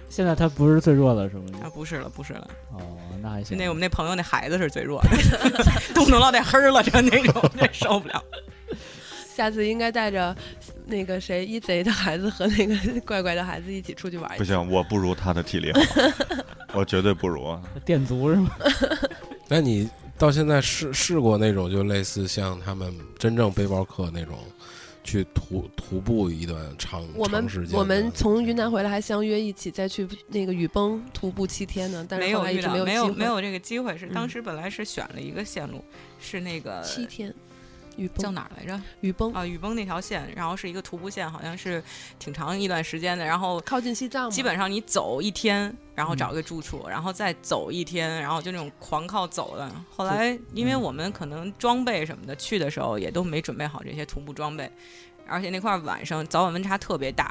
Speaker 2: 现在他不是最弱的是吗？
Speaker 5: 啊，不是了，不是了。
Speaker 2: 哦，那还
Speaker 5: 就
Speaker 2: 行。
Speaker 5: 那我们那朋友那孩子是最弱的， 动不动老得嘿儿了，就那种，这受不了。
Speaker 4: 下次应该带着那个谁一贼的孩子和那个 怪怪的孩子一起出去玩
Speaker 3: 不
Speaker 4: 一下。
Speaker 3: 行，我不如他的体 力好，我绝对不如。啊
Speaker 2: 电足是吗？
Speaker 1: 那你到现在试试过那种就类似像他们真正背包客那种，去徒徒步一段长
Speaker 4: 我们
Speaker 1: 长时间的？
Speaker 4: 我们从云南回来还相约一起再去那个雨崩徒步七天呢， 但
Speaker 5: 没
Speaker 4: 是后
Speaker 5: 有
Speaker 4: 来
Speaker 5: 遇
Speaker 4: 一直
Speaker 5: 到，
Speaker 4: 有
Speaker 5: 没
Speaker 4: 机
Speaker 5: 有
Speaker 4: 会。
Speaker 5: 没有这个机会，是当
Speaker 4: 嗯
Speaker 5: 时本来是选了一个线路，是那个
Speaker 4: 七天，雨
Speaker 5: 叫
Speaker 4: 崩
Speaker 5: 哪儿来着？
Speaker 4: 雨崩
Speaker 5: 啊，雨崩那条线，然后是一个徒步线，好像是挺长一段时间的。然后
Speaker 4: 靠近西藏嘛，嗯
Speaker 5: 基本上你走一天，然后找一个住处，然后再走一天，然后就那种狂靠走的。后来因为我们可能装备什么的，去的时候也都没准备好这些徒步装备，而且那块儿晚上早晚温差特别大，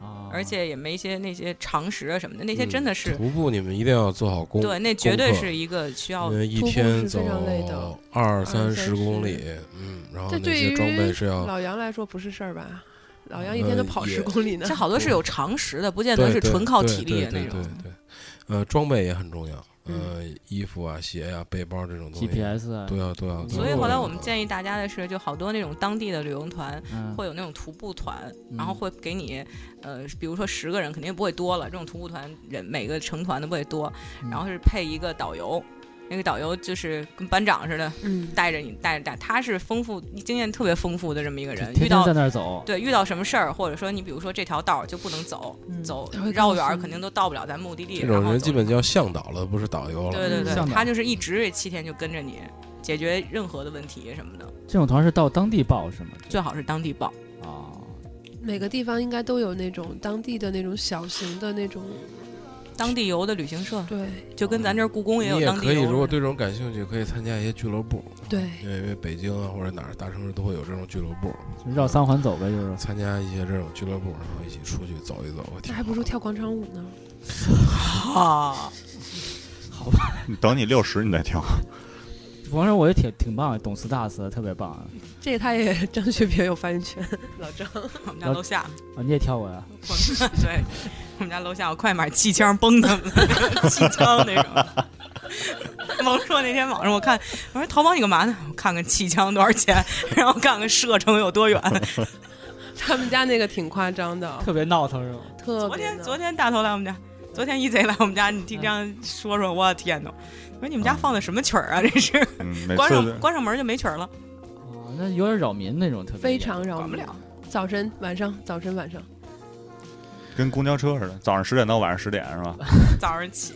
Speaker 2: 啊
Speaker 5: 而且也没一些那些常识啊什么的，那些
Speaker 1: 嗯
Speaker 5: 真的是。
Speaker 1: 徒步，你们一定要做好功
Speaker 5: 对，那绝
Speaker 1: 功
Speaker 5: 对
Speaker 1: 课
Speaker 5: 是一个需要
Speaker 1: 因为一
Speaker 4: 徒步
Speaker 1: 天
Speaker 4: 是
Speaker 1: 走
Speaker 4: 非常累的
Speaker 1: 二
Speaker 4: 二
Speaker 1: 三
Speaker 4: 三
Speaker 1: 十
Speaker 4: 十
Speaker 1: 公里，嗯，然后
Speaker 4: 这
Speaker 1: 那
Speaker 4: 对
Speaker 1: 些
Speaker 4: 于
Speaker 1: 装备是要
Speaker 4: 老杨来说不是事儿吧？老杨一天都
Speaker 1: 呃
Speaker 4: 跑
Speaker 1: 也
Speaker 4: 十公里呢
Speaker 5: 这，好多是有常识的，不见得
Speaker 1: 对
Speaker 5: 是
Speaker 1: 对
Speaker 5: 纯靠
Speaker 1: 对
Speaker 5: 体力的那
Speaker 1: 对对
Speaker 5: 种嗯
Speaker 1: 对。对，呃，装备也很重要，呃，衣服啊、鞋啊、背包这种东西，
Speaker 2: GPS 啊，
Speaker 1: 都要都要。
Speaker 5: 所以后来我们
Speaker 1: 议，
Speaker 5: 建议大家的是，就好多那种当地的旅游团
Speaker 2: 嗯
Speaker 5: 会有那种徒步团，
Speaker 2: 嗯
Speaker 5: 然后会给你，呃，比如说十个人肯定不会多了，这种徒步团人每个成团的不会多，
Speaker 2: 嗯
Speaker 5: 然后是配一个导游。那个导游就是跟班长似的，
Speaker 4: 嗯，
Speaker 5: 带着你带着带，他是丰富经验特别丰富的这么一个人。遇
Speaker 2: 天天
Speaker 5: 到
Speaker 2: 在那儿走，
Speaker 5: 对遇到什么事儿，或者说你比如说这条道儿就不能走，
Speaker 4: 嗯
Speaker 5: 走
Speaker 4: 他会告
Speaker 5: 绕
Speaker 4: 诉
Speaker 5: 远儿
Speaker 4: 你
Speaker 5: 肯定都到不了咱目的地。
Speaker 1: 这种
Speaker 5: 然后
Speaker 1: 人
Speaker 5: 走
Speaker 1: 基本叫向导了，不是导游了。
Speaker 5: 对对
Speaker 2: 嗯向
Speaker 5: 对，
Speaker 2: 导
Speaker 5: 他就是一直这七天就跟着你，解决任何的问题什么的，
Speaker 2: 这种团是到当地报是吗？
Speaker 5: 最好是当地报。
Speaker 1: 哦
Speaker 2: 啊，
Speaker 4: 每个地方应该都有那种当地的那种小型的那种，
Speaker 5: 当地游的旅行社，
Speaker 4: 对
Speaker 5: 就跟咱这儿故宫也有
Speaker 1: 你也
Speaker 5: 当地
Speaker 1: 可以，
Speaker 5: 游。
Speaker 1: 如果对这种感兴趣，可以参加一些俱乐部，
Speaker 4: 对，
Speaker 1: 因为因为北京啊或者哪儿大城市都会有这种俱乐部，
Speaker 2: 就绕三环走呗，就是。
Speaker 1: 参加一些这种俱乐部，然后一起出去走一走。
Speaker 4: 那还不如跳广场舞呢。
Speaker 5: 啊，
Speaker 3: 等你六十你再跳。
Speaker 2: 王生我也挺挺棒的，懂 stars 的特别棒啊！
Speaker 4: 这个他也张学别有发言权，老张
Speaker 5: 我们家楼下，
Speaker 2: 啊你也跳 过呀？
Speaker 5: 我 们对，我们家楼下，我快买气枪崩他们，气枪那种。王硕那天晚上我看，我说淘宝你干嘛呢？我看看气枪多少钱，然后看看射程有 多远。
Speaker 4: 他们家那个挺夸张的，
Speaker 2: 特别闹腾是吗？
Speaker 4: 特
Speaker 5: 昨
Speaker 4: 别
Speaker 5: 天
Speaker 4: 呢
Speaker 5: 昨天大头来我们家，昨天一贼来我们家，你听这样说说，我天呐！我说你们家放的什么曲儿啊？ 这是
Speaker 3: 嗯，每
Speaker 5: 关
Speaker 3: 次
Speaker 5: 上关上门就没曲儿了，
Speaker 2: 哦，那有点扰民那种，特别
Speaker 4: 非常扰
Speaker 5: 管不
Speaker 4: 民。
Speaker 5: 了。
Speaker 4: 早晨、晚上，早晨、晚上，
Speaker 3: 跟公交车似的，早上十点到晚上十点是吧？
Speaker 5: 早上七，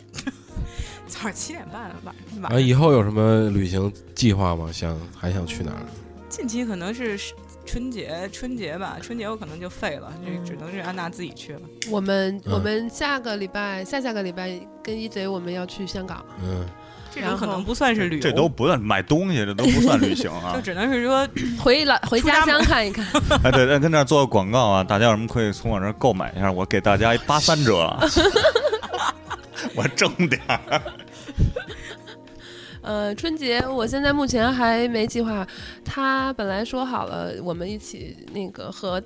Speaker 5: 早上七点半，晚晚
Speaker 1: 啊，以后有什么旅行计划吗？想还想去哪儿？
Speaker 5: 近期可能是春节，春节吧，春节我可能就废了，这
Speaker 4: 嗯
Speaker 5: 只能是安娜自己去了。
Speaker 4: 我们、
Speaker 1: 嗯
Speaker 4: 我们下个礼拜、下下个礼拜跟一贼我们要去香港，
Speaker 1: 嗯，
Speaker 5: 这种可能不算是旅游，
Speaker 3: 这都不算买东西，这都不算旅行
Speaker 5: 就
Speaker 3: 啊！
Speaker 5: 只能是说
Speaker 4: 回老回
Speaker 5: 出家
Speaker 4: 家乡
Speaker 5: 门
Speaker 4: 看一看。
Speaker 3: 哎，对，哎跟这儿做个广告啊，大家有什么可以从我这儿购买一下，我给大家一八三折 啊，我挣点儿。
Speaker 4: 呃，春节我现在目前还没计划。他本来说好了，我们一起那个和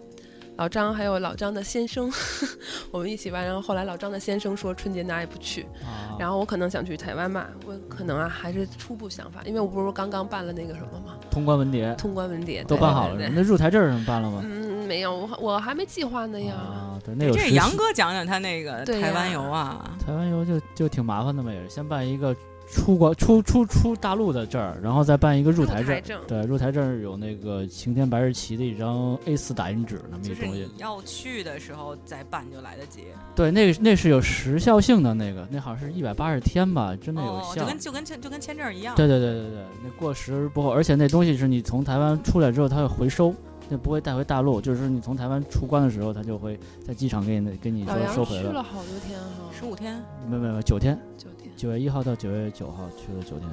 Speaker 4: 老张还有老张的先生， 我们一起玩。然后后来老张的先生说春节哪也不去，
Speaker 2: 啊。
Speaker 4: 然后我可能想去台湾嘛，我可能啊还是初步想法，因为我不是刚刚办了那个什么嘛，
Speaker 2: 通关文牒
Speaker 4: 通关文牒
Speaker 2: 都
Speaker 4: 对
Speaker 2: 办好了
Speaker 4: 对
Speaker 2: 是
Speaker 4: 对
Speaker 2: 吗，那入台证儿什么办了吗？
Speaker 4: 嗯，没有，我还我还没计划呢呀。
Speaker 2: 啊，对，那有
Speaker 5: 这
Speaker 2: 实
Speaker 5: 杨
Speaker 2: 习
Speaker 5: 哥讲讲他那个
Speaker 4: 对呀
Speaker 5: 台湾游啊，
Speaker 2: 台湾游就就挺麻烦的嘛，也是先办一个出国出出出大陆的证儿，然后再办一个入台证
Speaker 4: 台
Speaker 2: 儿。
Speaker 4: 证，
Speaker 2: 对，入台证儿有那个晴天白日旗的一张 A 4打印纸那么一
Speaker 5: 就是
Speaker 2: 东西
Speaker 5: 你，要去的时候再办就来得及。
Speaker 2: 对，那个那是有时效性的那个，那好像是一百八十天吧，真的有
Speaker 5: 哦，就
Speaker 2: 效。
Speaker 5: 跟就跟签就跟签证一样。
Speaker 2: 对对对对对，那过时而不候，而且那东西是你从台湾出来之后，它会回收，那不会带回大陆，就是你从台湾出关的时候，它就会在机场给你给你
Speaker 4: 老
Speaker 2: 说
Speaker 4: 杨
Speaker 2: 收回
Speaker 4: 去了
Speaker 2: 了。
Speaker 4: 好多天哈、
Speaker 5: 十五天，
Speaker 2: 没有没有没有九天，
Speaker 4: 酒店。
Speaker 2: 九月一号到九月九号去了九天，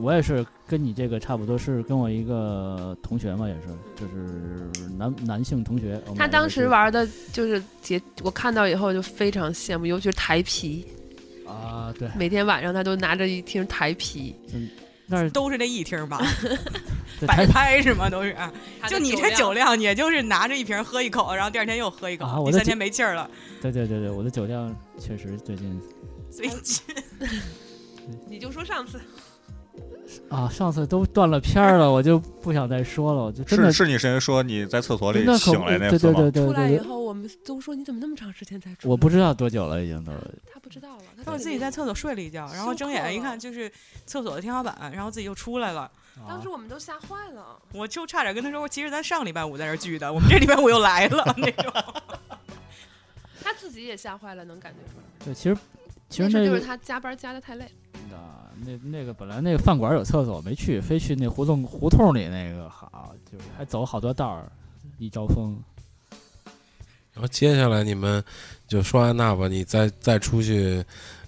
Speaker 2: 我也是跟你这个差不多，是跟我一个同学嘛，也是，就是男男性同学。我
Speaker 4: 嗯
Speaker 2: 们
Speaker 4: 他
Speaker 2: 俩
Speaker 4: 当
Speaker 2: 一
Speaker 4: 时
Speaker 2: 起
Speaker 4: 玩的就是结，我看到以后就非常羡慕，尤其是台啤，
Speaker 2: 啊，对，嗯
Speaker 4: 每天晚上他都拿着一听台啤，
Speaker 2: 那儿
Speaker 5: 都是这一听吧，
Speaker 2: 对
Speaker 5: 摆
Speaker 2: 台
Speaker 5: 拍是吗？都是。啊
Speaker 4: 他的
Speaker 5: 就你这酒
Speaker 4: 量，
Speaker 5: 量，也就是拿着一瓶喝一口，然后第二天又喝一口，
Speaker 2: 啊
Speaker 5: 第
Speaker 2: 我的
Speaker 5: 三
Speaker 2: 酒
Speaker 5: 天没气儿 了，
Speaker 2: 对对对对，我的酒量确实最近
Speaker 5: 所以 这
Speaker 4: 你就说上次
Speaker 2: 啊，上次都断了片儿了，我就不想再说了，我就真
Speaker 3: 是
Speaker 2: 的
Speaker 3: 是你谁说你在厕所
Speaker 2: 真
Speaker 3: 里
Speaker 2: 的可
Speaker 3: 醒
Speaker 2: 恶
Speaker 3: 来那
Speaker 2: 对
Speaker 3: 次
Speaker 2: 对
Speaker 3: 吗？
Speaker 2: 对对
Speaker 4: 出
Speaker 2: 对
Speaker 4: 来哎以
Speaker 2: 对，
Speaker 4: 后，我们都说你怎么那么长时间才出来？
Speaker 2: 我不知道多久了，已经都
Speaker 4: 他不知道了，他
Speaker 5: 我自己在。厕所睡了一觉，然后睁眼一看就是厕所的天花板，然后自己又出来了，
Speaker 2: 啊
Speaker 4: 当时我们都吓坏了，
Speaker 5: 我就差点跟他说，其实咱上礼拜五在这儿聚的，我们这礼拜五又来了 那种。
Speaker 4: 他自己也吓坏了，能感觉出来。
Speaker 2: 对，其实其
Speaker 4: 那
Speaker 2: 实
Speaker 4: 时候
Speaker 2: 那
Speaker 4: 就是
Speaker 2: 个
Speaker 4: 他加班加的太累了。
Speaker 2: 啊那那个本来那个饭馆有厕所，没去，非去那胡同胡同里那个好，就是还走好多道儿，一招风。
Speaker 1: 然后接下来你们就说安娜吧，你再再出去，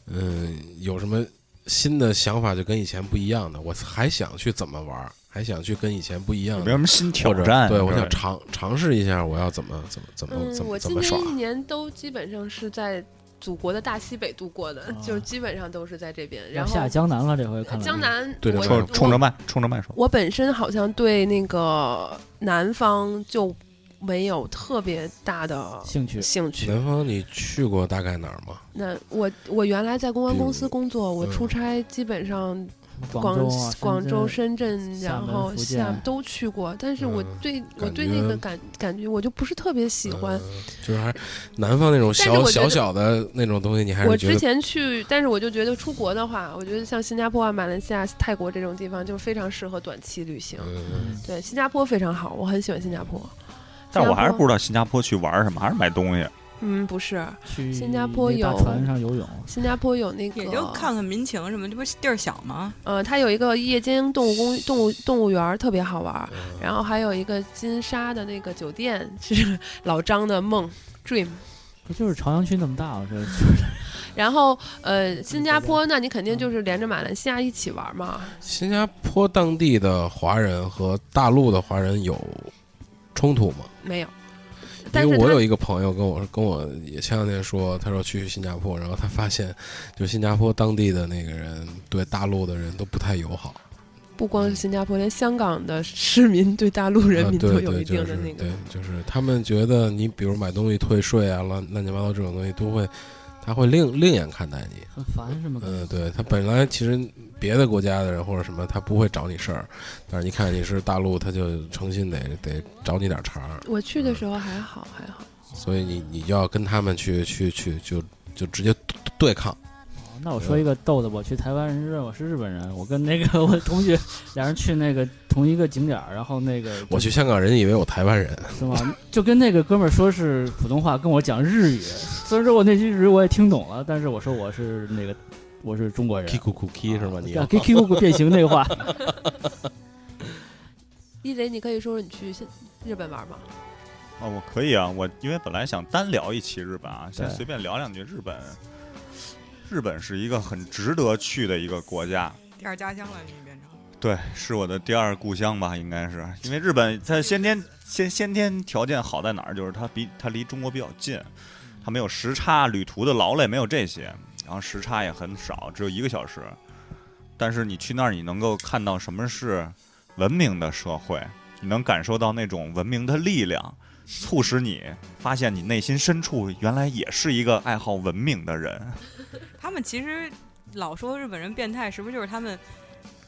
Speaker 1: 嗯，有什么新的想法就跟以前不一样的？我还想去怎么玩儿，还想去跟以前不一样
Speaker 3: 有
Speaker 1: 的
Speaker 3: 没有什么新挑
Speaker 1: 或者
Speaker 3: 战？
Speaker 1: 对，我
Speaker 3: 是
Speaker 1: 想尝尝试一下，我要怎么怎么怎么怎
Speaker 4: 嗯我
Speaker 1: 么怎
Speaker 4: 今
Speaker 1: 么耍
Speaker 4: 年
Speaker 2: 啊
Speaker 4: 一。年都基本上是在祖国的大西北度过的，
Speaker 2: 啊
Speaker 4: 就基本上都是在这边。
Speaker 2: 要
Speaker 4: 然后
Speaker 2: 下江南了，这回看来
Speaker 4: 江南，
Speaker 1: 对着
Speaker 4: 我
Speaker 1: 麦
Speaker 3: 冲冲着
Speaker 4: 我
Speaker 3: 麦，冲着麦说。
Speaker 4: 我本身好像对那个南方就没有特别大的
Speaker 2: 兴趣
Speaker 4: 兴趣。
Speaker 1: 南方你去过大概哪儿吗？
Speaker 4: 那我我原来在公关公司工作，我
Speaker 1: 嗯
Speaker 4: 出差基本上
Speaker 2: 广州啊，
Speaker 4: 广州、深
Speaker 2: 深
Speaker 4: 圳，
Speaker 2: 厦
Speaker 4: 然
Speaker 2: 门
Speaker 4: 后
Speaker 2: 福
Speaker 4: 厦
Speaker 2: 建
Speaker 4: 都去过，但是我
Speaker 1: 嗯
Speaker 4: 对、我
Speaker 1: 感
Speaker 4: 对那
Speaker 1: 觉
Speaker 4: 个感感觉我就不是特别喜欢。
Speaker 1: 嗯就是还南方那种
Speaker 4: 但是
Speaker 1: 小
Speaker 4: 我觉
Speaker 1: 小
Speaker 4: 得
Speaker 1: 小的那种东西，你还
Speaker 4: 我
Speaker 1: 是觉
Speaker 4: 之
Speaker 1: 得
Speaker 4: 前去，但是我就觉得出国的话，我觉得像新加坡啊、马来西亚、泰国这种地方，就非常适合短期旅行。
Speaker 1: 嗯，
Speaker 4: 对，新加坡非常好，我很喜欢新加坡。
Speaker 3: 但是我还
Speaker 4: 新加
Speaker 3: 是
Speaker 4: 坡
Speaker 3: 不知道新加坡去玩什么，还是买东西。
Speaker 4: 嗯，不是，
Speaker 2: 去
Speaker 4: 新加坡
Speaker 2: 那大
Speaker 4: 有
Speaker 2: 船上游泳，
Speaker 4: 新加坡有那个，
Speaker 5: 也就看看民情什么，这不是地儿小吗？
Speaker 4: 呃，它有一个夜间动物公动物动物园儿特别好玩儿，
Speaker 3: 嗯
Speaker 4: 然后还有一个金沙的那个酒店是 老张的梦 dream。
Speaker 2: 不就是朝阳区那么大吗？这
Speaker 4: 然后呃，新加坡那你肯定就是连着马来西亚一起玩儿嘛，
Speaker 1: 新加坡当地的华人和大陆的华人有冲突吗？
Speaker 4: 没有。但
Speaker 1: 因
Speaker 4: 是
Speaker 1: 为
Speaker 4: 它
Speaker 1: 我有一个朋友跟我跟我也前两天说，他说去新加坡，然后他发现，就新加坡当地的那个人对大陆的人都不太友好，
Speaker 4: 不光是新加坡，连香港的市民对大陆人
Speaker 1: 啊
Speaker 4: 民都
Speaker 1: 对
Speaker 4: 有
Speaker 1: 对
Speaker 4: 一
Speaker 1: 就
Speaker 4: 定
Speaker 1: 是
Speaker 4: 的那个。
Speaker 1: 对，就是他们觉得你比如买东西退税啊，乱乱七八糟这种东西都会他会另另眼看待你。
Speaker 2: 很烦是吗？
Speaker 1: 嗯，对他本来其实别的国家的人或者什么，他不会找你事儿，但是一看你是大陆，他就诚心得得找你点儿茬儿。
Speaker 4: 我去的时候还好还好，
Speaker 1: 所以你你要跟他们去去去就就直接对对抗。
Speaker 2: 哦那我说一个逗的，我去台湾人认我是日本人，我跟那个 我同学俩人去那个同一个景点儿，然后那个
Speaker 1: 我去香港，人以为我台湾 人，
Speaker 2: 是吗？就跟那个哥们儿说是普通话，跟我讲日语。虽然说我那句日语我也听懂了，但是我说我是那个我是中国人
Speaker 1: k i。k u k u k 是吗？你
Speaker 2: 啊，给 Q 股变形那 个话，
Speaker 4: 一贼，你可以说说你去现日本玩吗？
Speaker 3: 哦，我可以啊，我因为本来想单聊一期日本啊，先
Speaker 2: 对
Speaker 3: 随便聊两句日本。日本是一个很值得去的一个国家，
Speaker 5: 第二家乡了，你变成
Speaker 3: 对，是我的第二故乡吧，应该是因为日本它先天先先天条件好在哪儿，就是它比它离中国比较近，它没有时差、旅途的劳累，没有这些，然后时差也很少，只有一个小时。但是你去那儿，你能够看到什么是文明的社会，你能感受到那种文明的力量，促使你发现你内心深处原来也是一个爱好文明的人。
Speaker 5: 他们其实老说日本人变态，是不是就是他们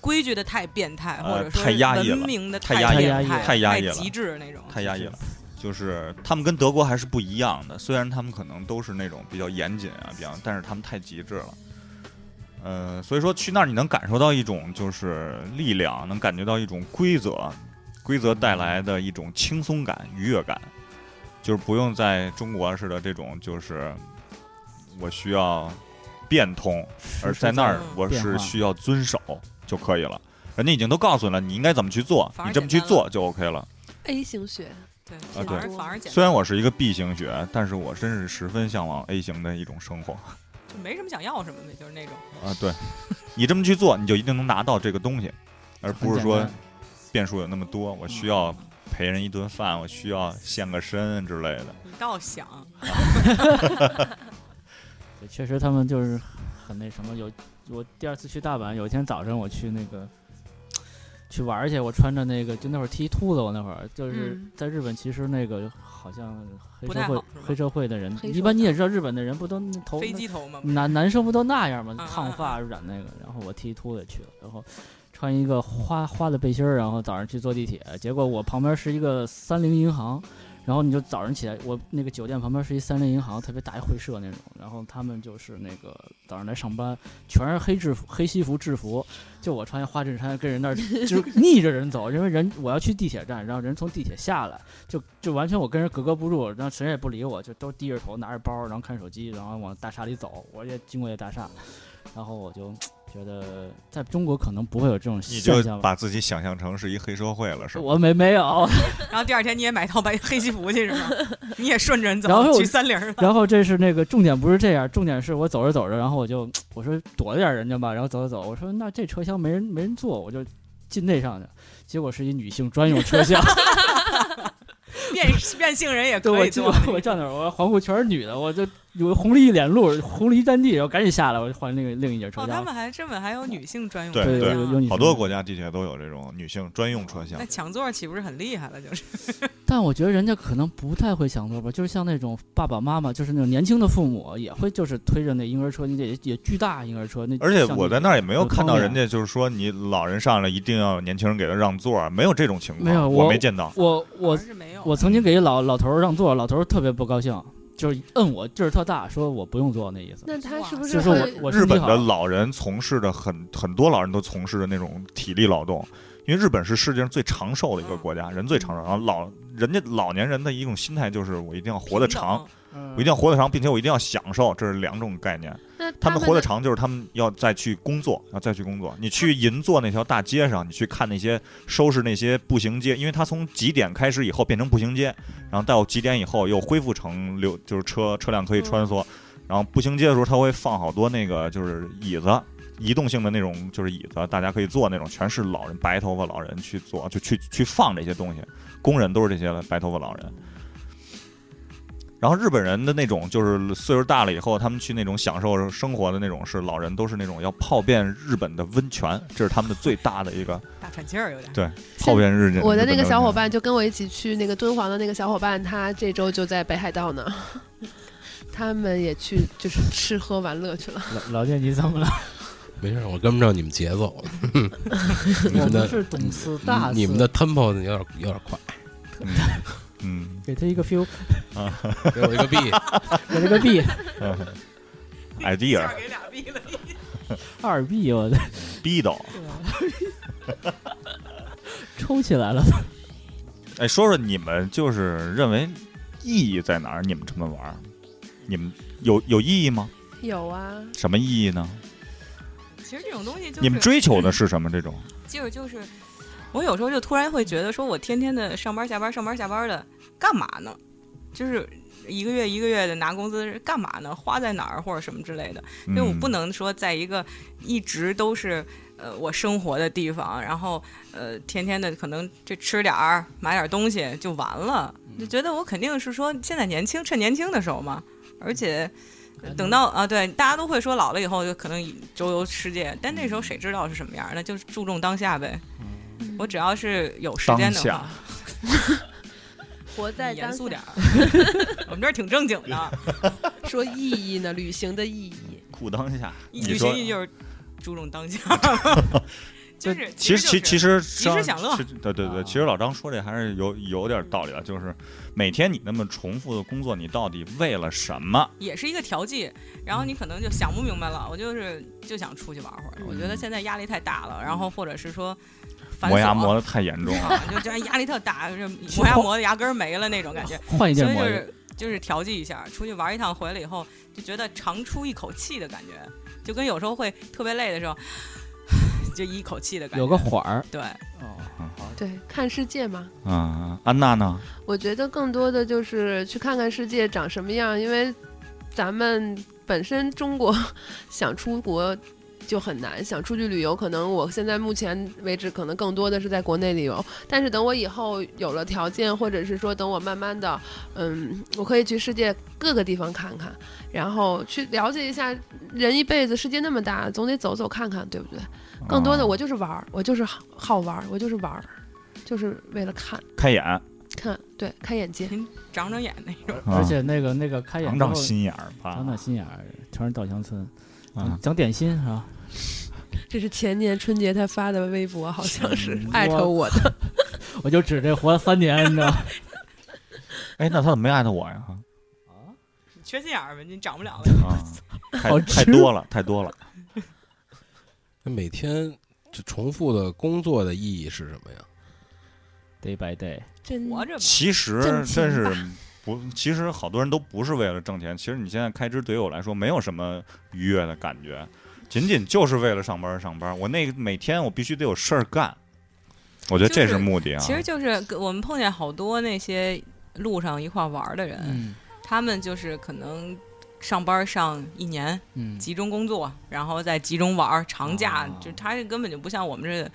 Speaker 5: 规矩的太变态，
Speaker 3: 呃
Speaker 5: 或者说
Speaker 3: 太压抑了
Speaker 5: 文明的
Speaker 3: 太压
Speaker 2: 抑了
Speaker 5: 变态
Speaker 3: 太压抑了
Speaker 5: 太极致那种。
Speaker 3: 太压抑了。就是他们跟德国还是不一样的，虽然他们可能都是那种比较严谨啊，比较，但是他们太极致了。呃，所以说去那儿你能感受到一种就是力量，能感觉到一种规则，规则带来的一种轻松感、愉悦感，就是不用在中国似的这种就是我需要变通，而在那儿我是需要遵守就可以了。人家已经都告诉你了，你应该怎么去做
Speaker 5: 反，而
Speaker 3: 你这么去
Speaker 5: 简单
Speaker 3: 做就 OK 了。
Speaker 4: A 型血，
Speaker 5: 对，
Speaker 3: 啊
Speaker 5: 反而
Speaker 4: 对
Speaker 5: 反而简
Speaker 3: 虽然我是一个 B 型血，但是我真是十分向往 A 型的一种生活
Speaker 5: 单，就没什么想要什么的，就是那种。
Speaker 3: 啊。 对，你这么去做，你就一定能拿到这个东西，而不是说
Speaker 2: 很简
Speaker 3: 变数有那么多。我需要陪人一顿饭，我需要献个身之类的。
Speaker 5: 你倒想，
Speaker 2: 单确实他们就是很那什么。有我第二次去大阪，有一天早上我去那个去玩儿去，我穿着那个就那会儿踢秃子，我那会儿就是
Speaker 4: 嗯
Speaker 2: 在日本，其实那个好像黑
Speaker 5: 不
Speaker 2: 社
Speaker 5: 太
Speaker 2: 会
Speaker 5: 好是吧
Speaker 2: 黑社会的人，
Speaker 4: 黑
Speaker 2: 一
Speaker 4: 手
Speaker 2: 般你
Speaker 4: 党
Speaker 2: 也知道日本的人不都那头
Speaker 5: 飞机头嘛，
Speaker 2: 男男生不都那样吗
Speaker 5: 嗯？
Speaker 2: 烫发染那个，然后我剃秃子去了，然后穿一个花花的背心儿，然后早上去坐地铁，结果我旁边是一个三菱银行，然后你就早上起来，我那个酒店旁边是一三菱银行，特别大一会社那种，然后他们就是那个早上来上班，全是黑制服、黑西服制服，就我穿一花衬衫跟人那儿 就是逆着人走，因为人我要去地铁站，然后人从地铁下来，就就完全我跟人格格不入，然后谁也不理我，就都低着头拿着包，然后看手机，然后往大厦里走，我也经过这大厦，然后我就觉得在中国可能不会有这种
Speaker 3: 你
Speaker 2: 现
Speaker 3: 就
Speaker 2: 象吧。
Speaker 3: 把自己想象成是一黑社会了，是吧？
Speaker 2: 我没没有，
Speaker 5: 然后第二天你也买套白黑西服去是吗？你也顺着人
Speaker 2: 然后
Speaker 5: 走
Speaker 2: 我
Speaker 5: 去三菱了。
Speaker 2: 然后这是那个重点不是这样，重点是我走着走着，然后我就我说躲着点人家吧，然后走着走，我说那这车厢没人没人坐，我就进那上去，结果是一女性专用车厢，
Speaker 5: 变变性人也
Speaker 2: 对
Speaker 5: 可
Speaker 2: 我
Speaker 5: 以
Speaker 2: 进
Speaker 5: 做
Speaker 2: 我。我站那儿，我环顾全是女的，我就有红了一脸路，红了一站地，然后赶紧下来，我就换另一另一节车
Speaker 5: 哦，他
Speaker 2: 厢。
Speaker 5: 们还日本还有女性专用
Speaker 3: 对
Speaker 5: 车
Speaker 2: 对，有
Speaker 5: 厢
Speaker 2: 有
Speaker 5: 啊
Speaker 2: 有女
Speaker 3: 好多
Speaker 2: 生
Speaker 3: 国家地铁都有这种女性专用车厢
Speaker 5: 那，抢座岂不是很厉害了？就是
Speaker 2: 但我觉得人家可能不太会想多吧，就是像那种爸爸妈妈，就是那种年轻的父母，也会就是推着那婴儿车，你得也也巨大婴儿车。那
Speaker 3: 而且
Speaker 2: 像
Speaker 3: 我
Speaker 2: 你
Speaker 3: 在那儿也没有
Speaker 2: 有
Speaker 3: 看到
Speaker 2: 窗帘
Speaker 3: 人家就是说你老人上来一定要年轻人给他让座，没有这种情况，
Speaker 2: 没有
Speaker 3: 我
Speaker 2: 我
Speaker 3: 没见到。
Speaker 2: 我
Speaker 5: 好
Speaker 2: 我
Speaker 5: 像是没有。
Speaker 2: 我曾经给一老老头儿让座，老头儿特别不高兴，就是摁我劲儿特大，说我不用坐那意思。
Speaker 4: 那他是不
Speaker 2: 就是是
Speaker 4: 会
Speaker 2: 我我
Speaker 3: 日
Speaker 2: 身体
Speaker 3: 本
Speaker 2: 好
Speaker 3: 的老人从事的很很多老人都从事的那种体力劳动，因为日本是世界上最长寿的一个国
Speaker 4: 嗯
Speaker 3: 家，人最长寿。然后老人家老年人的一种心态就是我一定要活得长，我一定要活得长，并且我一定要享受，这是两种概念。
Speaker 4: 嗯那
Speaker 3: 他们
Speaker 4: 们
Speaker 3: 活得长就是他们要再去工作，要再去工作。你去银座那条大街上，你去看那些收拾那些步行街，因为它从几点开始以后变成步行街，然后到几点以后又恢复成流，就是车车辆可以穿梭。然后步行街的时候，它会放好多那个就是椅子，移动性的那种就是椅子，大家可以坐那种，全是老人白头发老人去坐，就去去放这些东西。工人都是这些白头发老人。然后日本人的那种就是岁数大了以后，他们去那种享受生活的那种是老人，都是那种要泡遍日本的温泉，这是他们的最大的一个
Speaker 5: 大喘气儿有点。
Speaker 3: 对泡遍日本。
Speaker 4: 我的
Speaker 3: 的
Speaker 4: 那个小伙，伴就跟我一起去那个敦煌的那个小伙伴，他这周就在北海道呢。他们也去就是吃喝玩乐去了。
Speaker 2: 老老聂，你怎么了？
Speaker 1: 没事，我跟不上你们节奏， 你 们
Speaker 2: 我们
Speaker 1: 的
Speaker 2: 是懂词大
Speaker 1: 你们
Speaker 2: 司
Speaker 1: 的 tempo 有点有点快，
Speaker 3: 嗯，
Speaker 2: 给他一个 feel，
Speaker 1: 给我一个 B，
Speaker 2: 给他个 B，
Speaker 3: 嗯 idea
Speaker 5: 给俩逼了，
Speaker 2: 二 B，我的
Speaker 3: 逼斗。
Speaker 2: 抽起来了。
Speaker 3: 哎，说说你们就是认为意义在哪儿？你们这么玩儿，你们有有意义吗？
Speaker 4: 有啊，
Speaker 3: 什么意义呢？
Speaker 5: 其实 这种东西就是
Speaker 3: 你们追求的是什么？这种
Speaker 5: 就是就是，我有时候就突然会觉得，说我天天的上班下班上班下班的，干嘛呢？就是一个月一个月的拿工资，干嘛呢？花在哪儿或者什么之类的。因为我不
Speaker 3: 嗯
Speaker 5: 能说在一个一直都是呃我生活的地方，然后呃天天的可能这吃点儿买点儿东西就完了，
Speaker 3: 嗯
Speaker 5: 就觉得我肯定是说现在年轻，趁年轻的时候嘛，而且。等到啊，对，大家都会说老了以后就可能周游世界，但那时候谁知道是什么样儿？那就是注重当下呗。我只要是有时间的
Speaker 3: 当
Speaker 5: 话
Speaker 3: 下，
Speaker 4: 活在
Speaker 5: 严
Speaker 4: 当
Speaker 5: 肃
Speaker 4: 下。
Speaker 5: 点儿。我们这儿挺正经的，
Speaker 7: 说意义呢，旅行的意义。
Speaker 3: 苦当下，
Speaker 5: 旅
Speaker 3: 你说
Speaker 5: 行意就是注重当下， 就是
Speaker 3: 呃其实
Speaker 5: 就
Speaker 3: 其
Speaker 5: 是
Speaker 3: 其实
Speaker 5: 及时享乐
Speaker 3: 其对对对，
Speaker 2: 啊
Speaker 3: 其实老张说这还是有有点道理的，就是每天你那么重复的工作，你到底为了什么？
Speaker 5: 也是一个调剂，然
Speaker 2: 嗯
Speaker 5: 后你可能就想不明白了，我就是就想出去玩会儿。我觉得现在压力太大了，
Speaker 2: 嗯
Speaker 5: 然后或者是说繁
Speaker 3: 磨牙
Speaker 5: 琐，
Speaker 3: 磨得太严重了，
Speaker 5: 啊就觉得压力特大，就 是磨牙磨的牙根儿没了那种感觉，
Speaker 2: 换一
Speaker 5: 所
Speaker 2: 件
Speaker 5: 以就
Speaker 2: 魔芋，
Speaker 5: 是就是调剂一下，出去玩一趟回来以后就觉得长出一口气的感觉，就跟有时候会特别累的时候， 就一口气的感觉。
Speaker 2: 有个缓儿。
Speaker 5: 对，
Speaker 2: 哦，
Speaker 4: 对，看世界嘛。
Speaker 3: 嗯，安娜呢？
Speaker 4: 我觉得更多的就是去看看世界长什么样，因为咱们本身中国 想出国就很难，想出去旅游，可能我现在目前为止可能更多的是在国内旅游，但是等我以后有了条件，或者是说等我慢慢的，嗯，我可以去世界各个地方看看，然后去了解一下人一辈子世界那么大，总得走走看看，对不对？更多的
Speaker 3: 嗯
Speaker 4: 我就是玩儿，我就是好好玩儿，我就是玩儿，就是为了看。
Speaker 3: 开眼，
Speaker 4: 看，对，开眼界。
Speaker 5: 您长长眼那种。
Speaker 2: 而且那个那个开眼
Speaker 3: 长
Speaker 2: 之后
Speaker 3: 啊长，心眼儿吧
Speaker 2: 长。长心眼儿，全是稻香村，
Speaker 3: 啊
Speaker 2: 讲讲点心啊是吧？
Speaker 4: 这是前年春节他发的微博，好像是
Speaker 2: 嗯
Speaker 4: 艾特我的。
Speaker 2: 我就指这活了三年，你知道吗？
Speaker 3: 哎，那他怎么没艾特我呀？
Speaker 5: 你缺心眼儿呗，你长不了了。
Speaker 3: 啊，太
Speaker 2: 好吃
Speaker 3: 太多了，太 多了。
Speaker 1: 每天这重复的工作的意义是什么呀？
Speaker 2: day by day，
Speaker 4: 真
Speaker 5: 活着吧，
Speaker 3: 其实
Speaker 4: 挣钱
Speaker 3: 真是
Speaker 4: 吧，
Speaker 3: 不，其实好多人都不是为了挣钱。其实你现在开支对于我来说没有什么愉悦的感觉，仅仅就是为了上班上班。我那个每天我必须得有事儿干，我觉得这
Speaker 5: 就是
Speaker 3: 是目的啊。
Speaker 5: 其实就是跟我们碰见好多那些路上一块儿玩儿的人，
Speaker 2: 嗯
Speaker 5: 他们就是可能上班上一年，
Speaker 2: 嗯，
Speaker 5: 集中工作，然后再集中玩儿，长假、
Speaker 2: 哦
Speaker 5: 就他这根本就不像我们这，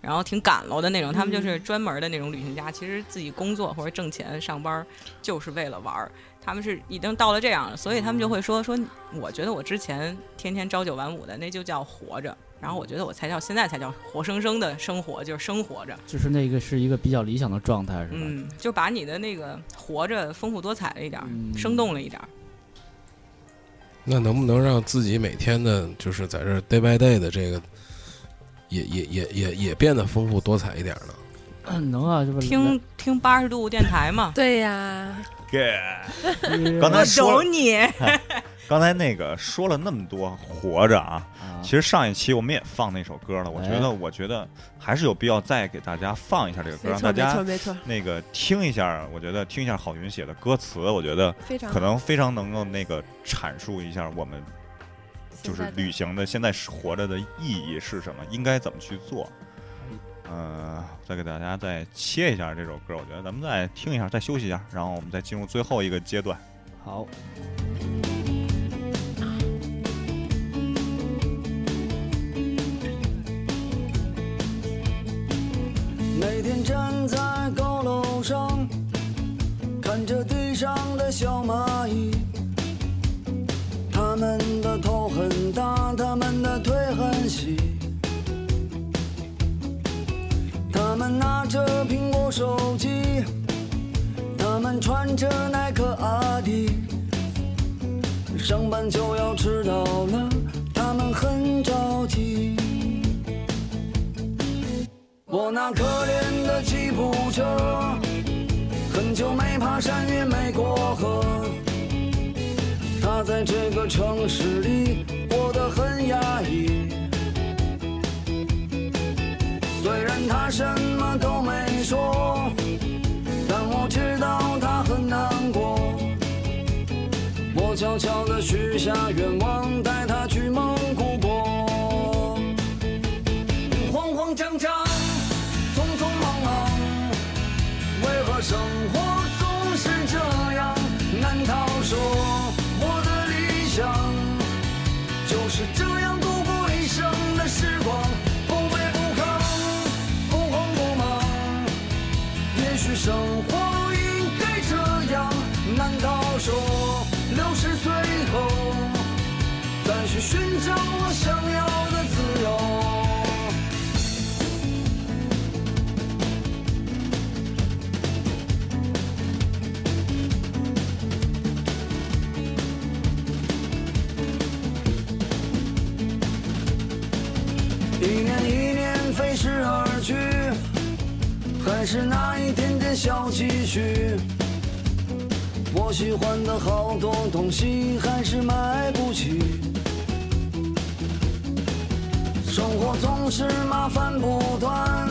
Speaker 5: 然后挺赶喽的那
Speaker 2: 嗯
Speaker 5: 种，他们就是专门的那种旅行家。其实自己工作或者挣钱上班儿就是为了玩儿，他们是已经到了这样了，所以他们就会说说，我觉得我之前天天朝九晚五的那就叫活着。然后我觉得我才叫现在才叫活生生的生活，就是生活着。
Speaker 2: 就是那个是一个比较理想的状态，是吧？
Speaker 5: 嗯，就把你的那个活着丰富多彩了一点儿，
Speaker 2: 嗯
Speaker 5: 生动了一点儿。
Speaker 1: 那能不能让自己每天的，就是在这儿 day by day 的这个，也也也也也变得丰富多彩一点呢？
Speaker 2: 嗯，能啊，这不
Speaker 5: 听听八十度电台嘛
Speaker 4: 对 呀，
Speaker 3: 给
Speaker 2: 刚哎
Speaker 3: 刚才说
Speaker 5: 有
Speaker 3: 了哎
Speaker 5: 你。
Speaker 3: 刚才那个说了那么多活着啊，其实上一期我们也放那首歌了，我觉
Speaker 2: 哎
Speaker 3: 得我觉得还是有必要再给大家放一下这个歌，
Speaker 4: 没
Speaker 3: 让
Speaker 4: 错，没
Speaker 3: 大
Speaker 4: 错，
Speaker 3: 家
Speaker 4: 没错，
Speaker 3: 那个听一下。我觉得听一下郝云写的歌词，我觉得
Speaker 4: 非常
Speaker 3: 可能非常能够那个阐述一下我们就
Speaker 4: 现
Speaker 3: 是
Speaker 4: 在的
Speaker 3: 旅行的现在是活着的意义是什么，应该怎么去做。呃，再给大家再切一下这首歌，我觉得咱们再听一下，再休息一下，然后我们再进入最后一个阶段。
Speaker 2: 好，
Speaker 8: 每天站在高楼上，看着地上的小蚂蚁，它们的头很大，它们的腿很细，它们拿着苹果手机，它们穿着耐克阿迪，上班就要迟到了，他们很着急。我那可怜的吉普车，很久没爬山也没过河，它在这个城市里过得很压抑。虽然他什么都没说，但我知道他很难过。我悄悄地许下愿望，带他去蒙古国。慌慌张张，匆匆忙忙，为何生活总是这样？难道说我的理想？就是这样度过一生的时光，不卑不亢，不慌不忙。也许生活应该这样，难道说六十岁后再去寻找我想要的自由？一年一年飞逝而去，还是那一点点小积蓄。我喜欢的好多东西还是买不起，生活总是麻烦不断，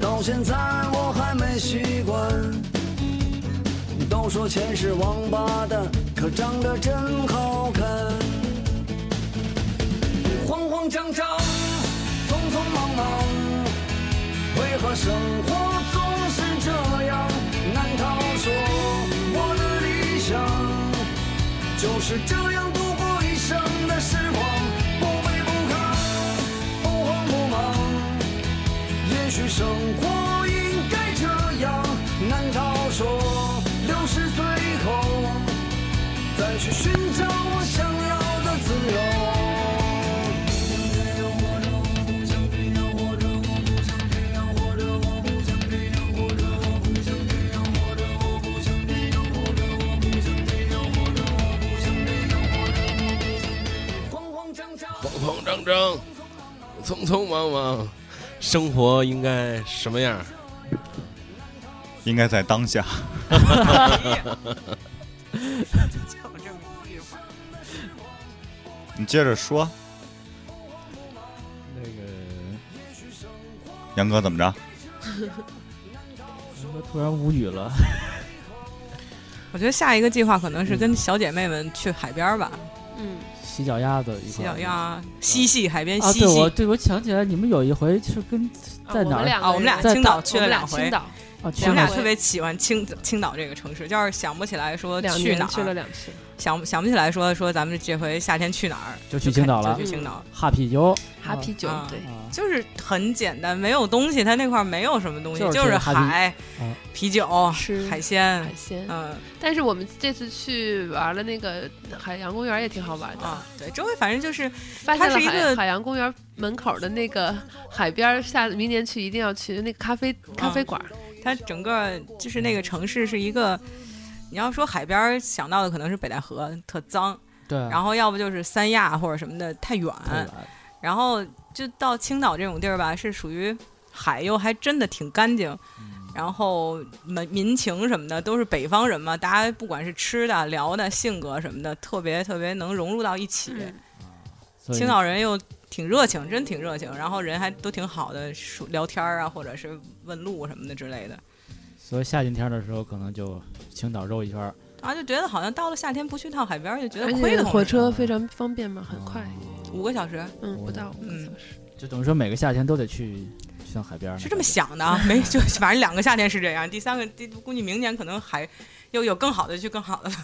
Speaker 8: 到现在我还没习惯。都说钱是王八蛋，可长得真好看。慌慌张张，匆匆忙忙，为何生活总是这样？难道说我的理想就是这样度过一生的时光？不卑不亢，不慌不忙。也许生活应该这样。难道说六十岁后再去寻找我想要的自由？
Speaker 1: 慌慌张张，匆匆忙忙，生活应该什么样？
Speaker 3: 应该在当 下。你接着说，
Speaker 9: 那个，
Speaker 3: 杨哥怎么着？
Speaker 2: 我突然无语了。
Speaker 5: 我觉得下一个计划可能是
Speaker 2: 嗯
Speaker 5: 跟小姐妹们去海边儿吧，
Speaker 4: 嗯，
Speaker 2: 洗脚丫子一
Speaker 5: 洗
Speaker 2: 块
Speaker 5: 脚
Speaker 2: 儿。
Speaker 5: 丫、嬉戏海边
Speaker 2: 啊，
Speaker 5: 嬉
Speaker 2: 对，我
Speaker 5: 戏。
Speaker 2: 对我想起来，你们有一回是跟
Speaker 4: 啊
Speaker 2: 在哪
Speaker 4: 我
Speaker 2: 儿
Speaker 4: 们两个
Speaker 5: 啊，我们俩
Speaker 4: 人
Speaker 2: 在
Speaker 5: 青岛
Speaker 4: 我
Speaker 5: 去了
Speaker 4: 们俩
Speaker 5: 两
Speaker 4: 青
Speaker 5: 回，
Speaker 4: 岛，
Speaker 2: 啊？去
Speaker 5: 我们
Speaker 2: 哪
Speaker 5: 俩
Speaker 2: 儿？
Speaker 5: 特别喜欢青青岛这个城市，就是想不起来说
Speaker 4: 两
Speaker 5: 去
Speaker 4: 年
Speaker 5: 哪儿，
Speaker 4: 去了两次，
Speaker 5: 想想不起来说说咱们这回夏天去哪儿，
Speaker 2: 就去
Speaker 5: 就
Speaker 2: 青
Speaker 5: 看
Speaker 2: 岛了
Speaker 5: 就去青岛，
Speaker 2: 哈啤酒，
Speaker 4: 哈啤酒
Speaker 5: 啊
Speaker 4: 对。
Speaker 2: 啊，
Speaker 5: 就是很简单，没有东西，它那块儿没有什么东西，
Speaker 2: 就是
Speaker 5: 就是嗯
Speaker 2: 这个哈
Speaker 5: 海
Speaker 2: 啊、
Speaker 5: 啤酒、
Speaker 4: 吃
Speaker 5: 海鲜
Speaker 4: 海，鲜，
Speaker 5: 嗯
Speaker 4: 但是我们这次去玩了那个海洋公园，也挺好玩的。
Speaker 5: 啊，对，周围反正就是
Speaker 4: 发现
Speaker 5: 它
Speaker 4: 了
Speaker 5: 是一
Speaker 4: 海
Speaker 5: 个
Speaker 4: 海洋公园门口的那个海边儿，下明年去一定要去那个咖啡
Speaker 5: 啊
Speaker 4: 咖啡馆儿，
Speaker 5: 它整个就是那个城市是一个，你要说海边儿想到的可能是北戴河，特脏，
Speaker 2: 对啊，
Speaker 5: 然后要不就是三亚或者什么的太远，
Speaker 2: 对吧
Speaker 5: 然后就到青岛这种地儿吧，是属于海又还真的挺干净，然后民民情什么的都是北方人嘛，大家不管是吃的、聊的、性格什么的，特别特别能融入到一起。
Speaker 4: 嗯
Speaker 2: 所以
Speaker 5: 青岛人又挺热情，真挺热情，然后人还都挺好的，说聊天儿啊，或者是问路什么的之类的。
Speaker 2: 所以夏天天的时候可能就青岛绕一圈儿，
Speaker 5: 啊，就觉得好像到了夏天不去趟海边儿就觉
Speaker 4: 而
Speaker 5: 得亏
Speaker 4: 且
Speaker 5: 的
Speaker 4: 火车非常方便嘛，很快，
Speaker 5: 五个小时，
Speaker 4: 嗯，
Speaker 2: 哦
Speaker 4: 不到五个小时。
Speaker 2: 就等于说每个夏天都得去去趟海边儿呢，
Speaker 5: 是这么想的啊，没就反正两个夏天是这样，第三个第估计明年可能还又有更好的去更好的了，